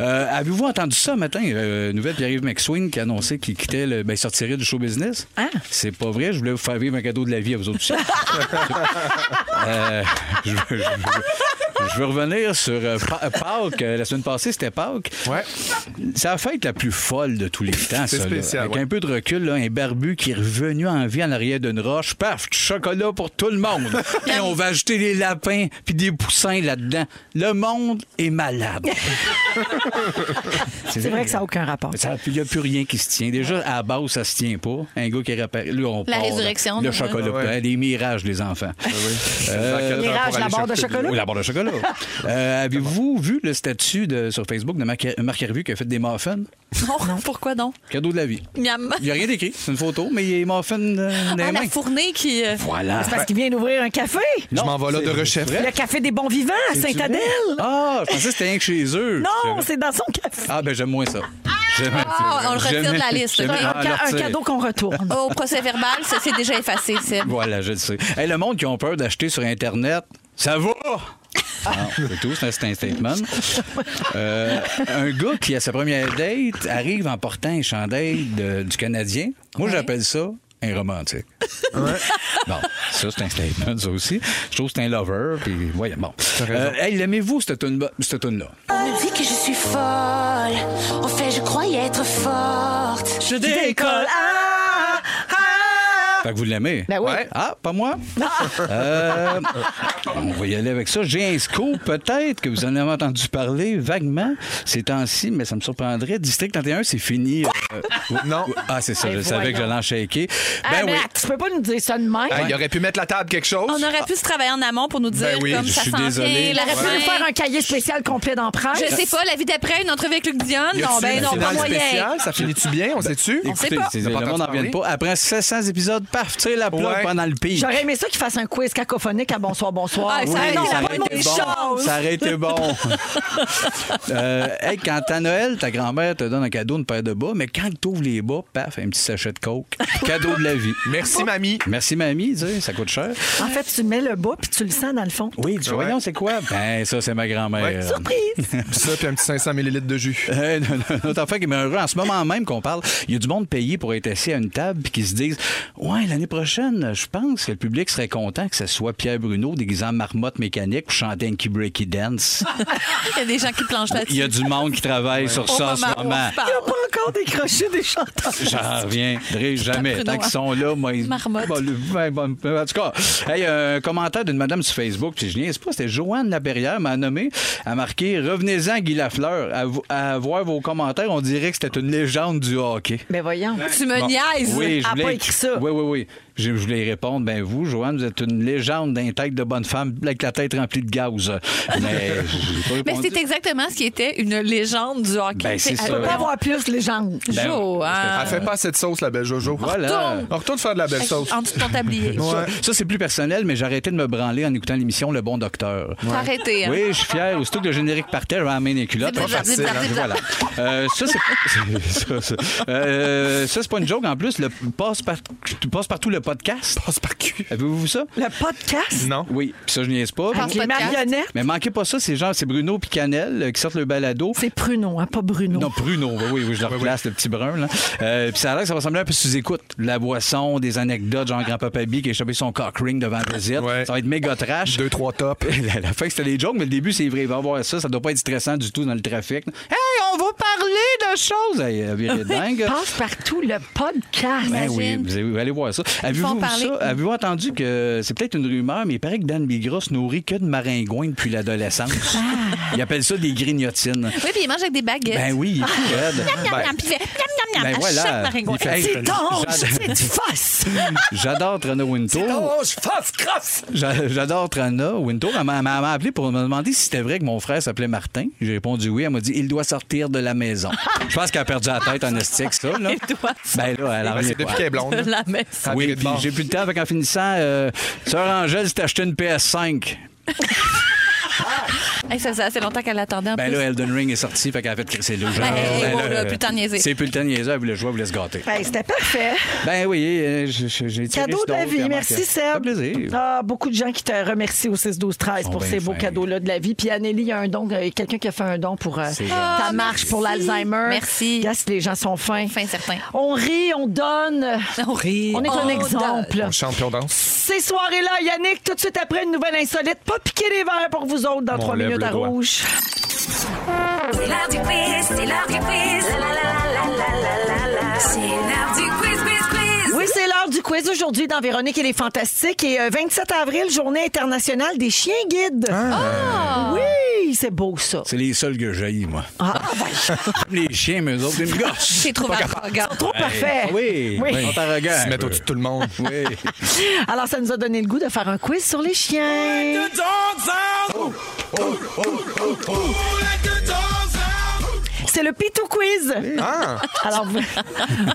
Speaker 6: Euh, Avez-vous entendu ça matin? Euh, nouvelle Pierre-Yves McSween qui annonçait qu'il quittait le, ben, il sortirait du show business.
Speaker 5: Ah.
Speaker 6: C'est pas vrai. Je voulais vous faire vivre un cadeau de la vie à vous autres aussi. Euh, je, veux- je veux- je veux revenir sur euh, Pa- Pâques. Euh, La semaine passée, c'était Pâques.
Speaker 7: Ouais.
Speaker 6: C'est la fête la plus folle de tous les temps,
Speaker 7: C'est
Speaker 6: ça, là.
Speaker 7: spécial,
Speaker 6: Avec
Speaker 7: ouais.
Speaker 6: un peu de recul, là, un barbu qui est revenu en vie en arrière d'une roche. Paf, du chocolat pour tout le monde. Et on va ajouter des lapins puis des poussins là-dedans. Le monde est malade.
Speaker 4: C'est vrai que ça n'a aucun rapport.
Speaker 6: Il n'y a plus rien qui se tient. Déjà, à la base, ça se tient pas. Un gars qui réparé. Là, on
Speaker 5: La
Speaker 6: part,
Speaker 5: résurrection,
Speaker 6: Le
Speaker 5: là.
Speaker 6: chocolat.
Speaker 7: Ouais.
Speaker 6: hein, des mirages, les enfants.
Speaker 7: Euh,
Speaker 4: Mirage,
Speaker 7: pour
Speaker 4: la
Speaker 7: aller
Speaker 4: barre de
Speaker 7: chercher-
Speaker 4: chocolat.
Speaker 6: Oui, la barre de chocolat. Euh, Avez-vous vu le statut de, sur Facebook de Marc, Marc Hervieux qui a fait des muffins?
Speaker 5: non. Pourquoi donc?
Speaker 6: Cadeau de la vie.
Speaker 5: Miam.
Speaker 6: Il n'y a rien d'écrit, c'est une photo, mais il est muffin euh, dans les
Speaker 5: Ah,
Speaker 6: mains.
Speaker 5: la fournée qui. euh,
Speaker 6: Voilà.
Speaker 4: C'est parce qu'il vient d'ouvrir un café.
Speaker 7: Je m'en vais là
Speaker 6: c'est
Speaker 7: de recherche.
Speaker 6: vrai.
Speaker 4: Le café des bons vivants à
Speaker 6: C'est-tu
Speaker 4: Saint-Adèle.
Speaker 6: vrai? Ah, je pensais que c'était rien que chez eux.
Speaker 4: Non, c'est dans son café.
Speaker 6: Ah, ben j'aime moins ça. J'aime-
Speaker 5: Ah, on le retire
Speaker 6: j'aime-
Speaker 5: de la liste.
Speaker 6: j'aime-
Speaker 5: Un
Speaker 6: Ah,
Speaker 4: Un,
Speaker 6: le
Speaker 4: ca- un
Speaker 6: retire.
Speaker 4: cadeau qu'on retourne.
Speaker 5: Au procès verbal, ça c'est déjà effacé, c'est.
Speaker 6: Voilà, je le sais. Hey, le monde qui ont peur d'acheter sur Internet, ça va! Non, Ah, c'est tout, c'est un- c'est un statement. Euh, un gars qui, à sa première date, arrive en portant un chandail de- du Canadien. Moi, j'appelle ça un romantique. Bon, ça, c'est un statement, ça aussi. Je trouve que c'est un lover, puis voyons, bon. Euh, hey, l'aimez-vous, cette tune-là? Cette tune-là?
Speaker 10: On me dit que je suis folle. En fait, je croyais être forte.
Speaker 6: Je
Speaker 4: Décolle. Ah, ah.
Speaker 6: Fait que vous l'aimez?
Speaker 4: Ben oui.
Speaker 6: Ouais. Ah, pas moi? Euh, on va y aller avec ça. J'ai un scoop, peut-être, que vous en avez entendu parler vaguement ces temps-ci, mais ça me surprendrait. District 31, c'est fini. Euh, oui,
Speaker 7: Non.
Speaker 6: oui. Ah, c'est ça,
Speaker 4: Ben
Speaker 6: je savais que
Speaker 4: voyons.
Speaker 6: j'allais en shaker.
Speaker 4: Ah,
Speaker 6: Ben
Speaker 4: mais
Speaker 6: oui.
Speaker 4: attends, tu peux pas nous dire ça de même.
Speaker 7: Hey, Il aurait pu mettre la table quelque chose.
Speaker 5: On aurait pu se travailler en amont pour nous dire
Speaker 7: Ben oui,
Speaker 5: comme
Speaker 6: je
Speaker 5: ça
Speaker 6: suis
Speaker 5: s'en
Speaker 6: désolé.
Speaker 5: vient, la
Speaker 4: On aurait pu
Speaker 5: fin.
Speaker 4: nous faire un cahier spécial complet d'empreinte.
Speaker 5: Je sais pas, la vie d'après, une entrevue avec Luc Dion.
Speaker 7: Y
Speaker 5: Non,
Speaker 7: a-t-il
Speaker 5: ben
Speaker 7: une
Speaker 5: non, pas
Speaker 7: finale
Speaker 5: moyen.
Speaker 7: spéciale? Ça finit-tu bien? On sait-tu?
Speaker 5: sait
Speaker 6: Écoutez,
Speaker 5: pas.
Speaker 6: c'est-
Speaker 7: On
Speaker 6: le
Speaker 7: n'a pas
Speaker 6: monde
Speaker 7: entendu
Speaker 6: n'en revient
Speaker 7: parler.
Speaker 6: pas. Après 700 épisodes, paf, tire la plaque
Speaker 7: Ouais.
Speaker 6: pendant le pire.
Speaker 4: J'aurais aimé ça qu'il fasse un quiz qu'à cophonique à bonsoir, bonsoir.
Speaker 5: Ah, ça aurait
Speaker 6: Oui,
Speaker 5: Non,
Speaker 6: ça
Speaker 5: pas
Speaker 6: aurait
Speaker 5: de
Speaker 6: été
Speaker 5: mauvaises
Speaker 6: bon.
Speaker 5: choses.
Speaker 6: Ça aurait été bon. Euh, hey, quand à Noël, ta grand-mère te donne un cadeau, une paire de bas, mais quand tu ouvres les bas, paf, un petit sachet de coke. Cadeau de la vie.
Speaker 7: Merci, mamie.
Speaker 6: Merci, mamie. tu sais, ça coûte cher.
Speaker 4: En fait, tu mets le bas puis tu le sens dans le fond.
Speaker 6: Oui, tu
Speaker 7: Ouais.
Speaker 6: voyons, c'est quoi? Ben, ça, c'est ma grand-mère.
Speaker 4: Surprise!
Speaker 7: Ça, puis un petit 500 ml de jus.
Speaker 6: Euh, non, non, notre enfant qui est heureux en ce moment même qu'on parle, il y a du monde payé pour être assis à une table puis qui se disent Ouais, l'année prochaine, je pense que le public serait content que ce soit Pierre Bruno déguisé en marmotte mécanique pour chanter un breaky dance.
Speaker 5: Il y a des gens qui planchent
Speaker 6: Ah, Il y
Speaker 5: là-dessus.
Speaker 6: a du monde qui travaille sur
Speaker 5: Au
Speaker 6: ça en
Speaker 5: moment
Speaker 6: ce
Speaker 5: où on
Speaker 6: moment.
Speaker 5: se parle.
Speaker 4: Il a pas encore décroché des chanteurs.
Speaker 6: J'en reviendrai jamais.
Speaker 5: Bruno,
Speaker 6: Tant qu'ils sont là, moi. ils-
Speaker 5: Marmotte.
Speaker 6: Bon, le- ben, bon, ben, en tout cas, hey, un commentaire d'une madame sur Facebook, puis je n'y pas, c'était Joanne Laperrière, m'a nommé, a marqué Revenez-en, Guy Lafleur. À, vo- à voir vos commentaires, on dirait que c'était une légende du hockey.
Speaker 4: Mais voyons.
Speaker 5: Tu me niaises.
Speaker 6: Oui, je
Speaker 4: a
Speaker 6: voulais...
Speaker 4: pas écrit ça.
Speaker 6: Oui, oui, oui. Je je voulais y répondre. Ben vous, Joanne, vous êtes une légende d'un tête de bonne femme avec la tête remplie de gaz. Mais j'ai pas
Speaker 5: Mais
Speaker 6: répondu.
Speaker 5: c'est exactement ce qui était une légende du hockey.
Speaker 6: Ben, c'est
Speaker 5: Tu sais,
Speaker 6: ça.
Speaker 5: elle-
Speaker 4: Faut pas avoir plus les jambes.
Speaker 6: Ben,
Speaker 5: Jo, hein.
Speaker 7: Elle fait pas assez de sauce, la belle Jojo.
Speaker 6: Voilà.
Speaker 5: Retourne.
Speaker 7: On retourne faire de la belle sauce.
Speaker 5: En dessous de ton tablier.
Speaker 7: Ouais.
Speaker 6: Ça, c'est plus personnel, mais j'ai arrêté de me branler en écoutant l'émission Le Bon Docteur.
Speaker 5: Faut arrêter, hein.
Speaker 6: Oui, je suis fier. Aussitôt que le générique partait, j'avais la main dans les culottes.
Speaker 5: Zip, zip,
Speaker 6: Pas
Speaker 5: zip,
Speaker 6: facile,
Speaker 5: zip,
Speaker 6: hein.
Speaker 5: zip.
Speaker 6: Voilà. Euh, ça, c'est... ça, ça. Euh, ça, c'est pas une joke. En plus, le passe-partout le podcast.
Speaker 7: Passe par cul.
Speaker 6: Avez-vous vu ça?
Speaker 4: Le podcast?
Speaker 7: Non.
Speaker 6: Oui, puis ça, je niaise pas.
Speaker 5: Passe-
Speaker 4: Avec les
Speaker 5: Podcast.
Speaker 4: marionnettes?
Speaker 6: Mais manquez pas ça, c'est genre, c'est Bruno puis Canel euh, qui sortent le balado.
Speaker 4: C'est Pruno, hein, pas Bruno.
Speaker 6: Non, Bruno, oui, oui, oui, je le replace, le petit brun. Là. Euh, puis ça a l'air que ça va ressembler un peu sous écoute. La boisson, des anecdotes, genre grand-papa Bi qui a échappé son cock ring devant la visite.
Speaker 7: Ouais.
Speaker 6: Ça va être méga trash.
Speaker 7: Deux, trois tops.
Speaker 6: La, la fin, c'était les jokes, mais le début, c'est vrai. Il va avoir ça. Ça doit pas être stressant du tout dans le trafic. Hey, on va parler de choses! Hey, elle virait dingue.
Speaker 4: Passe partout le podcast.
Speaker 6: Ben oui,
Speaker 5: Imagine.
Speaker 6: vous avez- vous allez voir ça.
Speaker 5: font
Speaker 6: Avez-vous vu
Speaker 5: parler.
Speaker 6: ça? Avez-vous entendu que c'est peut-être une rumeur, mais il paraît que Dan Bigra se nourrit que de maringouins depuis l'adolescence. Il appelle ça des grignotines.
Speaker 5: Oui, puis il mange avec des baguettes.
Speaker 6: Ben oui, il est raide.
Speaker 5: Miam, miam, puis il fait miam, miam, miam
Speaker 6: Ben
Speaker 5: à
Speaker 6: voilà.
Speaker 5: chaque maringouin.
Speaker 6: Il fait- Hey,
Speaker 4: C'est ton,
Speaker 6: j'adore-
Speaker 4: c'est du face.
Speaker 6: J'adore Trana Wintour. J'a- J'adore Trana Wintour. Elle m'a elle m'a appelé pour me demander si c'était vrai que mon frère s'appelait Martin. J'ai répondu oui. Elle m'a dit il doit sortir de la maison. raison. Je pense qu'elle a perdu la tête en estique, ça. Là. Ben là, elle en
Speaker 7: Ben,
Speaker 6: revient
Speaker 7: c'est depuis
Speaker 6: pas.
Speaker 7: qu'elle est blonde. là.
Speaker 5: La messe.
Speaker 7: Ah,
Speaker 6: Oui,
Speaker 7: puis
Speaker 6: puis
Speaker 7: bon.
Speaker 6: j'ai plus de temps. Fait qu'en finissant, euh, Sœur Angèle s'est acheté une PS5.
Speaker 5: Hey, ça faisait assez longtemps qu'elle attendait en
Speaker 6: Ben
Speaker 5: plus.
Speaker 6: là, Elden Ring est sorti, fait qu'elle a fait que c'est le genre.
Speaker 5: Ben, hey,
Speaker 6: ben
Speaker 5: wow, là, plus le temps de niaiser.
Speaker 6: C'est plus le temps de niaiser, elle voulait jouer, elle voulait se gâter.
Speaker 4: Ben, c'était parfait.
Speaker 6: Ben oui, euh, je- je- j'ai tiré
Speaker 4: Cadeau
Speaker 6: sur
Speaker 4: de la
Speaker 6: d'autres, puis
Speaker 4: vie.
Speaker 6: elle
Speaker 4: Merci,
Speaker 6: manquait.
Speaker 4: Seb.
Speaker 6: Ça fait plaisir.
Speaker 4: Ah, beaucoup de gens qui te remercient au 6, 12, 13 pour
Speaker 6: Sont
Speaker 4: ces
Speaker 6: bien
Speaker 4: beaux
Speaker 6: fins.
Speaker 4: cadeaux-là de la vie. Puis Anneli, il y a un don, euh, quelqu'un qui a fait un don pour euh,
Speaker 6: C'est
Speaker 4: ta
Speaker 5: gentil.
Speaker 4: marche pour l'Alzheimer.
Speaker 5: Ah, Merci.
Speaker 4: Regarde si les gens sont fins.
Speaker 5: Fin certain.
Speaker 4: On rit, on donne.
Speaker 5: On rit. Oh,
Speaker 4: On est un
Speaker 5: On
Speaker 4: exemple.
Speaker 7: On chante puis on danse.
Speaker 4: Ces soirées-là, Yannick, tout de suite après une nouvelle insolite, pas piquer les verres pour vous autres dans
Speaker 7: On
Speaker 4: trois
Speaker 7: lève
Speaker 4: minutes
Speaker 7: le
Speaker 4: à
Speaker 7: doigt.
Speaker 4: rouge.
Speaker 10: C'est l'heure du quiz, c'est l'heure du quiz. La la la la la la la la. C'est l'heure du quiz, quiz, quiz.
Speaker 4: Oui, c'est l'heure du quiz aujourd'hui dans Véronique et les Fantastiques. Et euh, 27 avril, journée internationale des chiens guides.
Speaker 6: Ah.
Speaker 4: Oui, c'est beau ça.
Speaker 6: C'est les seuls que j'ai, moi.
Speaker 4: Ah, ben,
Speaker 6: les chiens, mais eux autres, ils me gossent.
Speaker 5: J'ai trouvé arrogant.
Speaker 4: trop parfait.
Speaker 6: Oui,
Speaker 4: Oui.
Speaker 6: oui. arrogant.
Speaker 7: Ils se mettent au-dessus de tout le monde.
Speaker 6: Oui.
Speaker 4: Alors, ça nous a donné le goût de faire un quiz sur les chiens. C'est le Pitou Quiz.
Speaker 7: Ah!
Speaker 4: Alors, vous,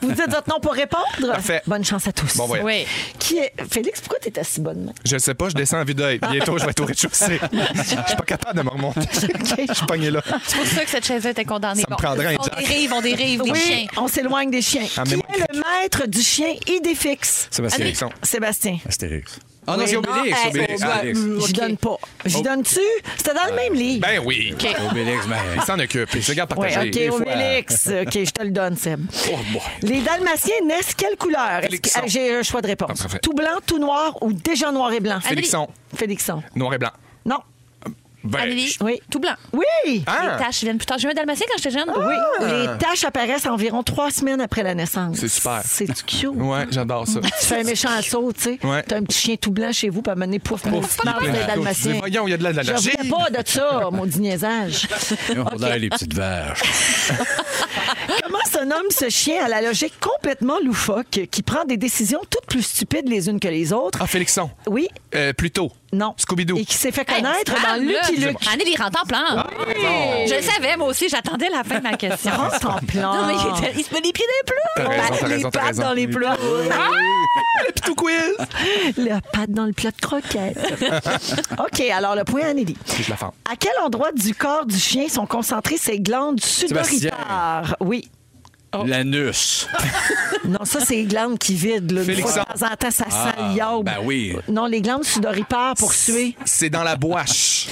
Speaker 4: vous dites votre nom pour répondre.
Speaker 7: Parfait.
Speaker 4: Bonne chance à tous.
Speaker 7: Bon voyage.
Speaker 5: Oui.
Speaker 4: Qui est... Félix, pourquoi t'es si bonne? main?
Speaker 7: Je sais pas, je descends en videuil. Bientôt, je vais être au rez-de-chaussée. Je suis pas capable de me remonter. Je suis pogné là.
Speaker 5: C'est pour ça que cette chaise-là était condamnée.
Speaker 7: Ça me prendrait un
Speaker 5: on
Speaker 7: jack.
Speaker 5: dérive, on dérive des
Speaker 4: oui,
Speaker 5: chiens.
Speaker 4: on s'éloigne des chiens.
Speaker 7: Ah, mais
Speaker 4: Qui est
Speaker 7: moi,
Speaker 4: le maître du chien Idéfix?
Speaker 6: Sébastien.
Speaker 7: Ils sont-
Speaker 4: Sébastien.
Speaker 6: Astérix. Ah non,
Speaker 4: Oui,
Speaker 6: c'est Obélix,
Speaker 4: non,
Speaker 6: Obélix,
Speaker 4: hey,
Speaker 6: Obélix.
Speaker 4: J'y donne pas. J'y donne-tu? C'était dans le même livre.
Speaker 7: Oh. Ben oui!
Speaker 6: Obélix, ben,
Speaker 7: Ils s'en occupent. Ils se gardent
Speaker 4: Oui,
Speaker 7: partagés.
Speaker 4: OK, Obélix. OK, je te le donne, Seb.
Speaker 7: Oh,
Speaker 4: Les Dalmatiens naissent quelle couleur? Est-ce que-
Speaker 7: Félixson.
Speaker 4: Ah, J'ai un choix de réponse.
Speaker 7: Ah, parfait.
Speaker 4: tout blanc, tout noir ou déjà noir et blanc?
Speaker 7: Félixon,
Speaker 4: Félixon.
Speaker 7: noir et blanc.
Speaker 4: Non.
Speaker 7: Ben,
Speaker 5: Amélie,
Speaker 7: je-
Speaker 4: Oui.
Speaker 5: tout blanc.
Speaker 4: Oui!
Speaker 7: Ah!
Speaker 5: Les taches viennent plus tard. J'ai eu un dalmatien quand j'étais jeune.
Speaker 4: Oui, les taches apparaissent environ trois semaines après la naissance.
Speaker 7: C'est super.
Speaker 4: C'est du cute.
Speaker 7: Ouais, j'adore ça.
Speaker 4: Tu fais un méchant saut, tu sais.
Speaker 7: Ouais.
Speaker 4: T'as un petit chien tout blanc chez vous, puis à un moment donné, pouf, pouf,
Speaker 7: il est
Speaker 4: pouf,
Speaker 7: plein de
Speaker 4: les
Speaker 7: gauche. Je dis,
Speaker 4: dalmatiens.
Speaker 7: Voyons, il y a de
Speaker 4: Je
Speaker 7: l'allergie.
Speaker 4: revenais pas de ça, maudit niaisage.
Speaker 6: on a les petites vaches.
Speaker 4: Comment se nomme ce chien à la logique complètement loufoque qui prend des décisions toutes plus stupides les unes que les autres?
Speaker 7: Ah, Félixon.
Speaker 4: Oui,
Speaker 7: Euh, plutôt.
Speaker 4: non.
Speaker 7: Scooby-Doo.
Speaker 4: Et qui s'est fait
Speaker 5: Hey, on se
Speaker 4: connaître dans
Speaker 5: calme, là.
Speaker 4: Lucky Luke.
Speaker 5: Anneli rentre
Speaker 7: Ah,
Speaker 5: en plan. Je le savais, moi aussi. J'attendais la fin de ma question.
Speaker 4: Rentre en plan.
Speaker 5: Non, mais il, était- il se met les pieds dans
Speaker 7: T'as
Speaker 5: les plats.
Speaker 7: raison, t'as
Speaker 4: les
Speaker 7: raison, t'as
Speaker 4: pattes
Speaker 7: raison.
Speaker 4: dans les plats.
Speaker 7: Tout quiz.
Speaker 4: La patte dans le plat de croquettes. OK, alors le point à Nelly.
Speaker 7: Puis je la ferme.
Speaker 4: À quel endroit du corps du chien sont concentrées ses glandes sudoritaires? Oui.
Speaker 6: L'anus.
Speaker 4: Non, ça, c'est les glandes qui vident. Là. Une
Speaker 7: Félixon.
Speaker 4: fois de temps en temps, ça sent
Speaker 6: Ah,
Speaker 4: l'iaube.
Speaker 6: ben oui.
Speaker 4: Non, les glandes sudoripères pour suer.
Speaker 7: C'est dans la boîche.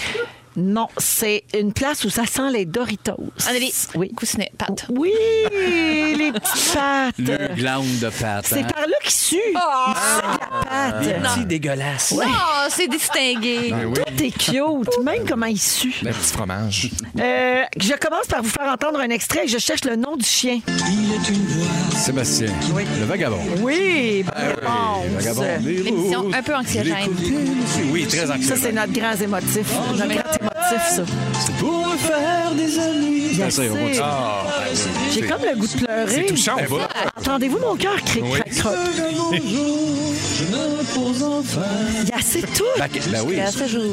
Speaker 4: Non, c'est une place où ça sent les Doritos.
Speaker 5: Anneli,
Speaker 4: Oui.
Speaker 5: coussinet, patte.
Speaker 4: Oui, les petites pattes.
Speaker 6: Le glande de pâte.
Speaker 4: C'est par là qu'ils suent. Ils suent la patte.
Speaker 6: petit dégueulasse.
Speaker 5: Oh, c'est distingué.
Speaker 4: Tout est
Speaker 6: Oh.
Speaker 4: cute, même comment ils suent.
Speaker 7: Le petit fromage.
Speaker 4: Euh, je commence par vous faire entendre un extrait et je cherche le nom du chien.
Speaker 6: Sébastien. Le vagabond.
Speaker 4: Ah
Speaker 6: Ah,
Speaker 4: Oui,
Speaker 6: Le vagabond. des
Speaker 5: L'émission un peu anxiogène.
Speaker 6: routes. Oui, très
Speaker 4: Ça,
Speaker 6: anxiogène.
Speaker 4: c'est notre grand émotif.
Speaker 6: Ah,
Speaker 4: notre
Speaker 5: mais-
Speaker 4: grand émotif, ça.
Speaker 6: C'est pour me faire des amis.
Speaker 4: Je
Speaker 6: Ça, c'est- Ah, ben on
Speaker 4: sais.
Speaker 6: continue.
Speaker 4: J'ai comme le goût de pleurer.
Speaker 7: C'est touchant, on va.
Speaker 4: Entendez-vous mon cœur cric
Speaker 7: Oui.
Speaker 4: crac croc Il y a assez tout.
Speaker 6: Ben, que- ben oui.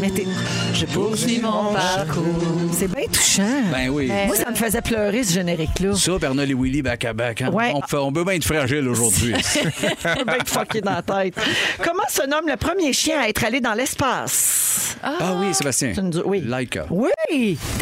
Speaker 4: Mais t'es-
Speaker 5: Je poursuis mon parcours.
Speaker 4: C'est bien touchant.
Speaker 6: Ben oui.
Speaker 4: Moi, ça me faisait pleurer, ce générique-là.
Speaker 6: Ça, Bernard et Willy back à back. hein.
Speaker 4: Ouais.
Speaker 6: On, peut, on peut bien être fragile aujourd'hui.
Speaker 4: J'ai bien fucké dans la tête. Comment se nomme le premier chien à être allé dans l'espace?
Speaker 6: ah. oui, Sébastien.
Speaker 4: Tu me dis- oui.
Speaker 6: Laika.
Speaker 4: Oui!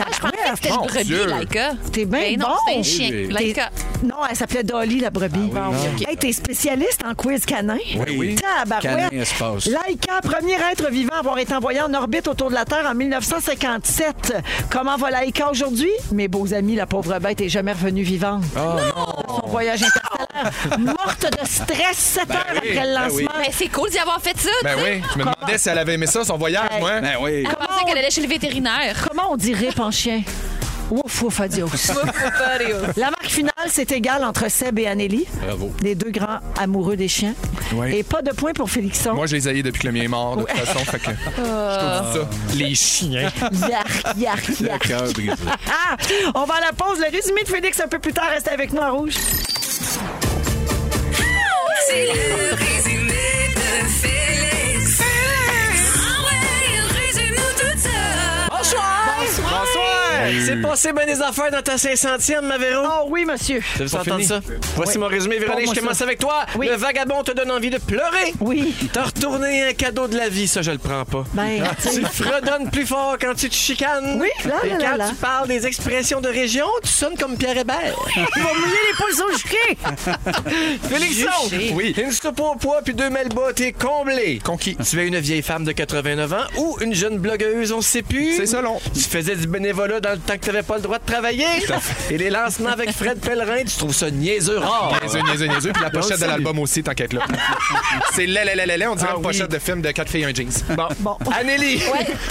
Speaker 5: Ah, Je pensais que c'était
Speaker 7: Mon
Speaker 5: une
Speaker 7: Dieu.
Speaker 5: brebis, Laika.
Speaker 4: T'es bien
Speaker 5: Ben
Speaker 4: bon.
Speaker 5: Non, c'est un chien.
Speaker 6: Oui, oui.
Speaker 5: Laika.
Speaker 4: T'es- Non, elle s'appelait Dolly, la brebis. Bon, ok. Hey, t'es spécialiste en quiz canin.
Speaker 6: Ah Oui, oui.
Speaker 4: Tabarouette.
Speaker 6: Canin espace.
Speaker 4: Laika, premier être vivant à avoir été envoyé en orbite autour de la Terre en 1957. Comment va Laika aujourd'hui? Mes beaux amis, la pauvre bête est jamais revenue vivante.
Speaker 6: Ah,
Speaker 4: Son voyage interstellaire. Morte de stress 7 heures
Speaker 7: oui,
Speaker 4: après le
Speaker 6: ben oui.
Speaker 4: lancement.
Speaker 5: Mais c'est cool d'y avoir fait ça.
Speaker 7: Ben
Speaker 5: tu sais.
Speaker 7: oui, je me demandais si elle avait aimé ça, son voyage, moi.
Speaker 6: Ben oui.
Speaker 4: Ah,
Speaker 5: Je pensais qu'elle allait chez le vétérinaire.
Speaker 4: Comment on dit rip en chien? Ouf, ouf, adios. La marque finale, c'est égal entre Seb et Anneli.
Speaker 6: Bravo.
Speaker 4: Les deux grands amoureux des chiens.
Speaker 7: Oui.
Speaker 4: Et pas de point pour Félixon.
Speaker 7: Moi, je les haïs depuis que le mien est mort, de toute façon. Fait que, je trouve ça. Les chiens.
Speaker 4: Yark, yark,
Speaker 6: Le
Speaker 4: yark.
Speaker 6: cœur brisé.
Speaker 4: Ah! On va à la pause. Le résumé de Félix un peu plus tard. Restez avec nous en rouge.
Speaker 10: C'est le résumé de Félix. Ah ouais, résume-nous tout ça.
Speaker 7: Bonsoir!
Speaker 11: Ah. C'est passé bien des affaires dans ta 500e, ma Véro.
Speaker 4: Oh oui, monsieur.
Speaker 11: Tu veux entendre ça? Voici mon résumé, Véronique.
Speaker 4: Parle-moi
Speaker 11: Je commence
Speaker 4: ça.
Speaker 11: avec toi.
Speaker 4: Oui.
Speaker 11: Le vagabond te donne envie de pleurer.
Speaker 4: Oui.
Speaker 11: T'as retourné un cadeau de la vie, ça, je le prends pas.
Speaker 4: Ben, tu sais.
Speaker 11: Tu le fredonnes plus fort quand tu te chicanes.
Speaker 4: Oui, là,
Speaker 11: Et
Speaker 4: là,
Speaker 11: quand
Speaker 4: là, là.
Speaker 11: tu parles des expressions de région, tu sonnes comme Pierre Hébert.
Speaker 4: Il va mouiller les poules au chiquet.
Speaker 11: Félixon!
Speaker 7: Juché. Oui.
Speaker 11: Une soupe au poids puis deux mêles bas, t'es comblé.
Speaker 7: Conquis.
Speaker 11: Tu es une vieille femme de 89 ans ou une jeune blogueuse, on sait plus.
Speaker 7: C'est ça, long.
Speaker 11: Tu faisais du bénévolat dans le temps que t'avais pas le droit de travailler. Et les lancements avec Fred Pellerin, tu trouves ça niaiseux
Speaker 4: Ah.
Speaker 11: rare.
Speaker 7: Niaiseux, niaiseux, niaiseux. Puis la
Speaker 11: on le
Speaker 7: pochette de
Speaker 11: salue.
Speaker 7: l'album aussi, t'inquiète là. C'est la la la la la, on dirait
Speaker 11: Ah
Speaker 7: une pochette
Speaker 11: oui.
Speaker 7: de film de 4 filles et un jeans. Bon.
Speaker 11: Bon. Anélie,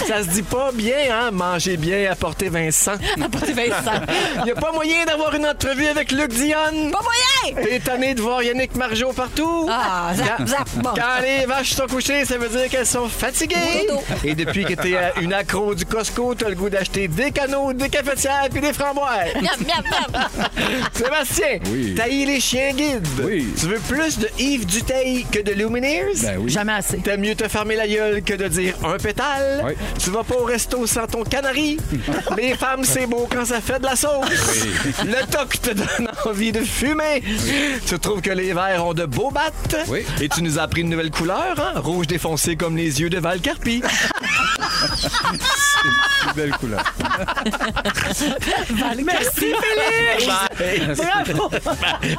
Speaker 11: ça se dit pas bien, hein? Manger bien, apporter Vincent.
Speaker 5: Apportez Vincent.
Speaker 11: Y a pas moyen d'avoir une entrevue avec Luc Dionne.
Speaker 5: Pas moyen!
Speaker 11: T'es tanné de voir Yannick Margeau partout.
Speaker 5: Ah, zap,
Speaker 11: Quand-
Speaker 5: zap, bon.
Speaker 11: Quand les vaches sont couchées, ça veut dire qu'elles sont fatiguées.
Speaker 5: Dodo.
Speaker 11: Et depuis que t'es euh, une accro du Costco, t'as le goût d'acheter des canaux, des cafetières puis des framboises.
Speaker 5: Miam, miam, miam.
Speaker 11: Sébastien,
Speaker 6: Oui.
Speaker 11: t'as eu les chiens guides.
Speaker 6: Oui.
Speaker 11: Tu veux plus de Yves Duteil que de Lumineers?
Speaker 6: Ben oui.
Speaker 4: Jamais assez.
Speaker 11: T'aimes mieux te fermer la gueule que de dire un pétale.
Speaker 6: Oui.
Speaker 11: Tu vas pas au resto sans ton canari. Les femmes, c'est beau quand ça fait de la sauce. Le toc te donne envie de fumer. Tu trouves que les verts ont de beaux battes.
Speaker 6: Oui.
Speaker 11: Et tu nous as appris une nouvelle couleur, hein? rouge défoncé comme les yeux de Val Carpi.
Speaker 6: Belle couleur.
Speaker 4: Merci, Félix. Bravo.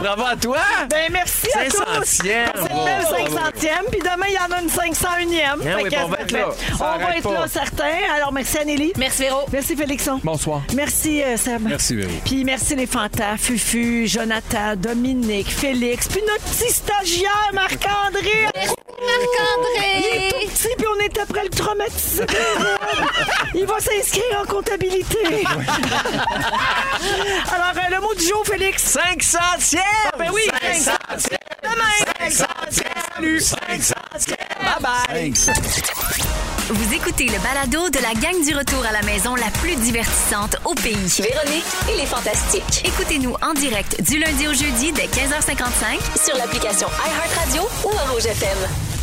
Speaker 11: Bravo à toi!
Speaker 4: Ben, merci à tous.
Speaker 11: 500e.
Speaker 4: C'est une belle 500e. Puis demain, il y en a une 501e.
Speaker 11: Hein,
Speaker 4: Fait
Speaker 11: oui,
Speaker 4: qu'elle
Speaker 11: bon, on va
Speaker 4: se
Speaker 11: être là.
Speaker 4: fait.
Speaker 11: Ça
Speaker 4: On va
Speaker 11: arrête
Speaker 4: être
Speaker 11: pas.
Speaker 4: là, certains. Alors, merci, Anélie.
Speaker 5: Merci, Véro.
Speaker 4: Merci, Félixon.
Speaker 11: Bonsoir.
Speaker 4: Merci, euh, Sam.
Speaker 6: Merci, Véro.
Speaker 4: Puis merci les fantas, Fufu, Jonathan, Dominique, Félix, puis notre petit stagiaire Marc-André. Il est
Speaker 5: Marc-André!
Speaker 4: tout petit, puis on est après le traumatiser. Il va s'inscrire en comptabilité. Alors, euh, le mot du jour, Félix.
Speaker 11: 500e!
Speaker 4: Ben oui,
Speaker 11: 500e!
Speaker 4: Demain.
Speaker 11: 500e! Salut! 500e! Bye-bye!
Speaker 1: Vous écoutez le balado de la gang du retour à la maison la plus divertissante au pays.
Speaker 2: Véronique et les Fantastiques.
Speaker 1: Écoutez-nous en direct du lundi au jeudi dès 15h55
Speaker 2: Sur l'application iHeartRadio ou à Rouge FM.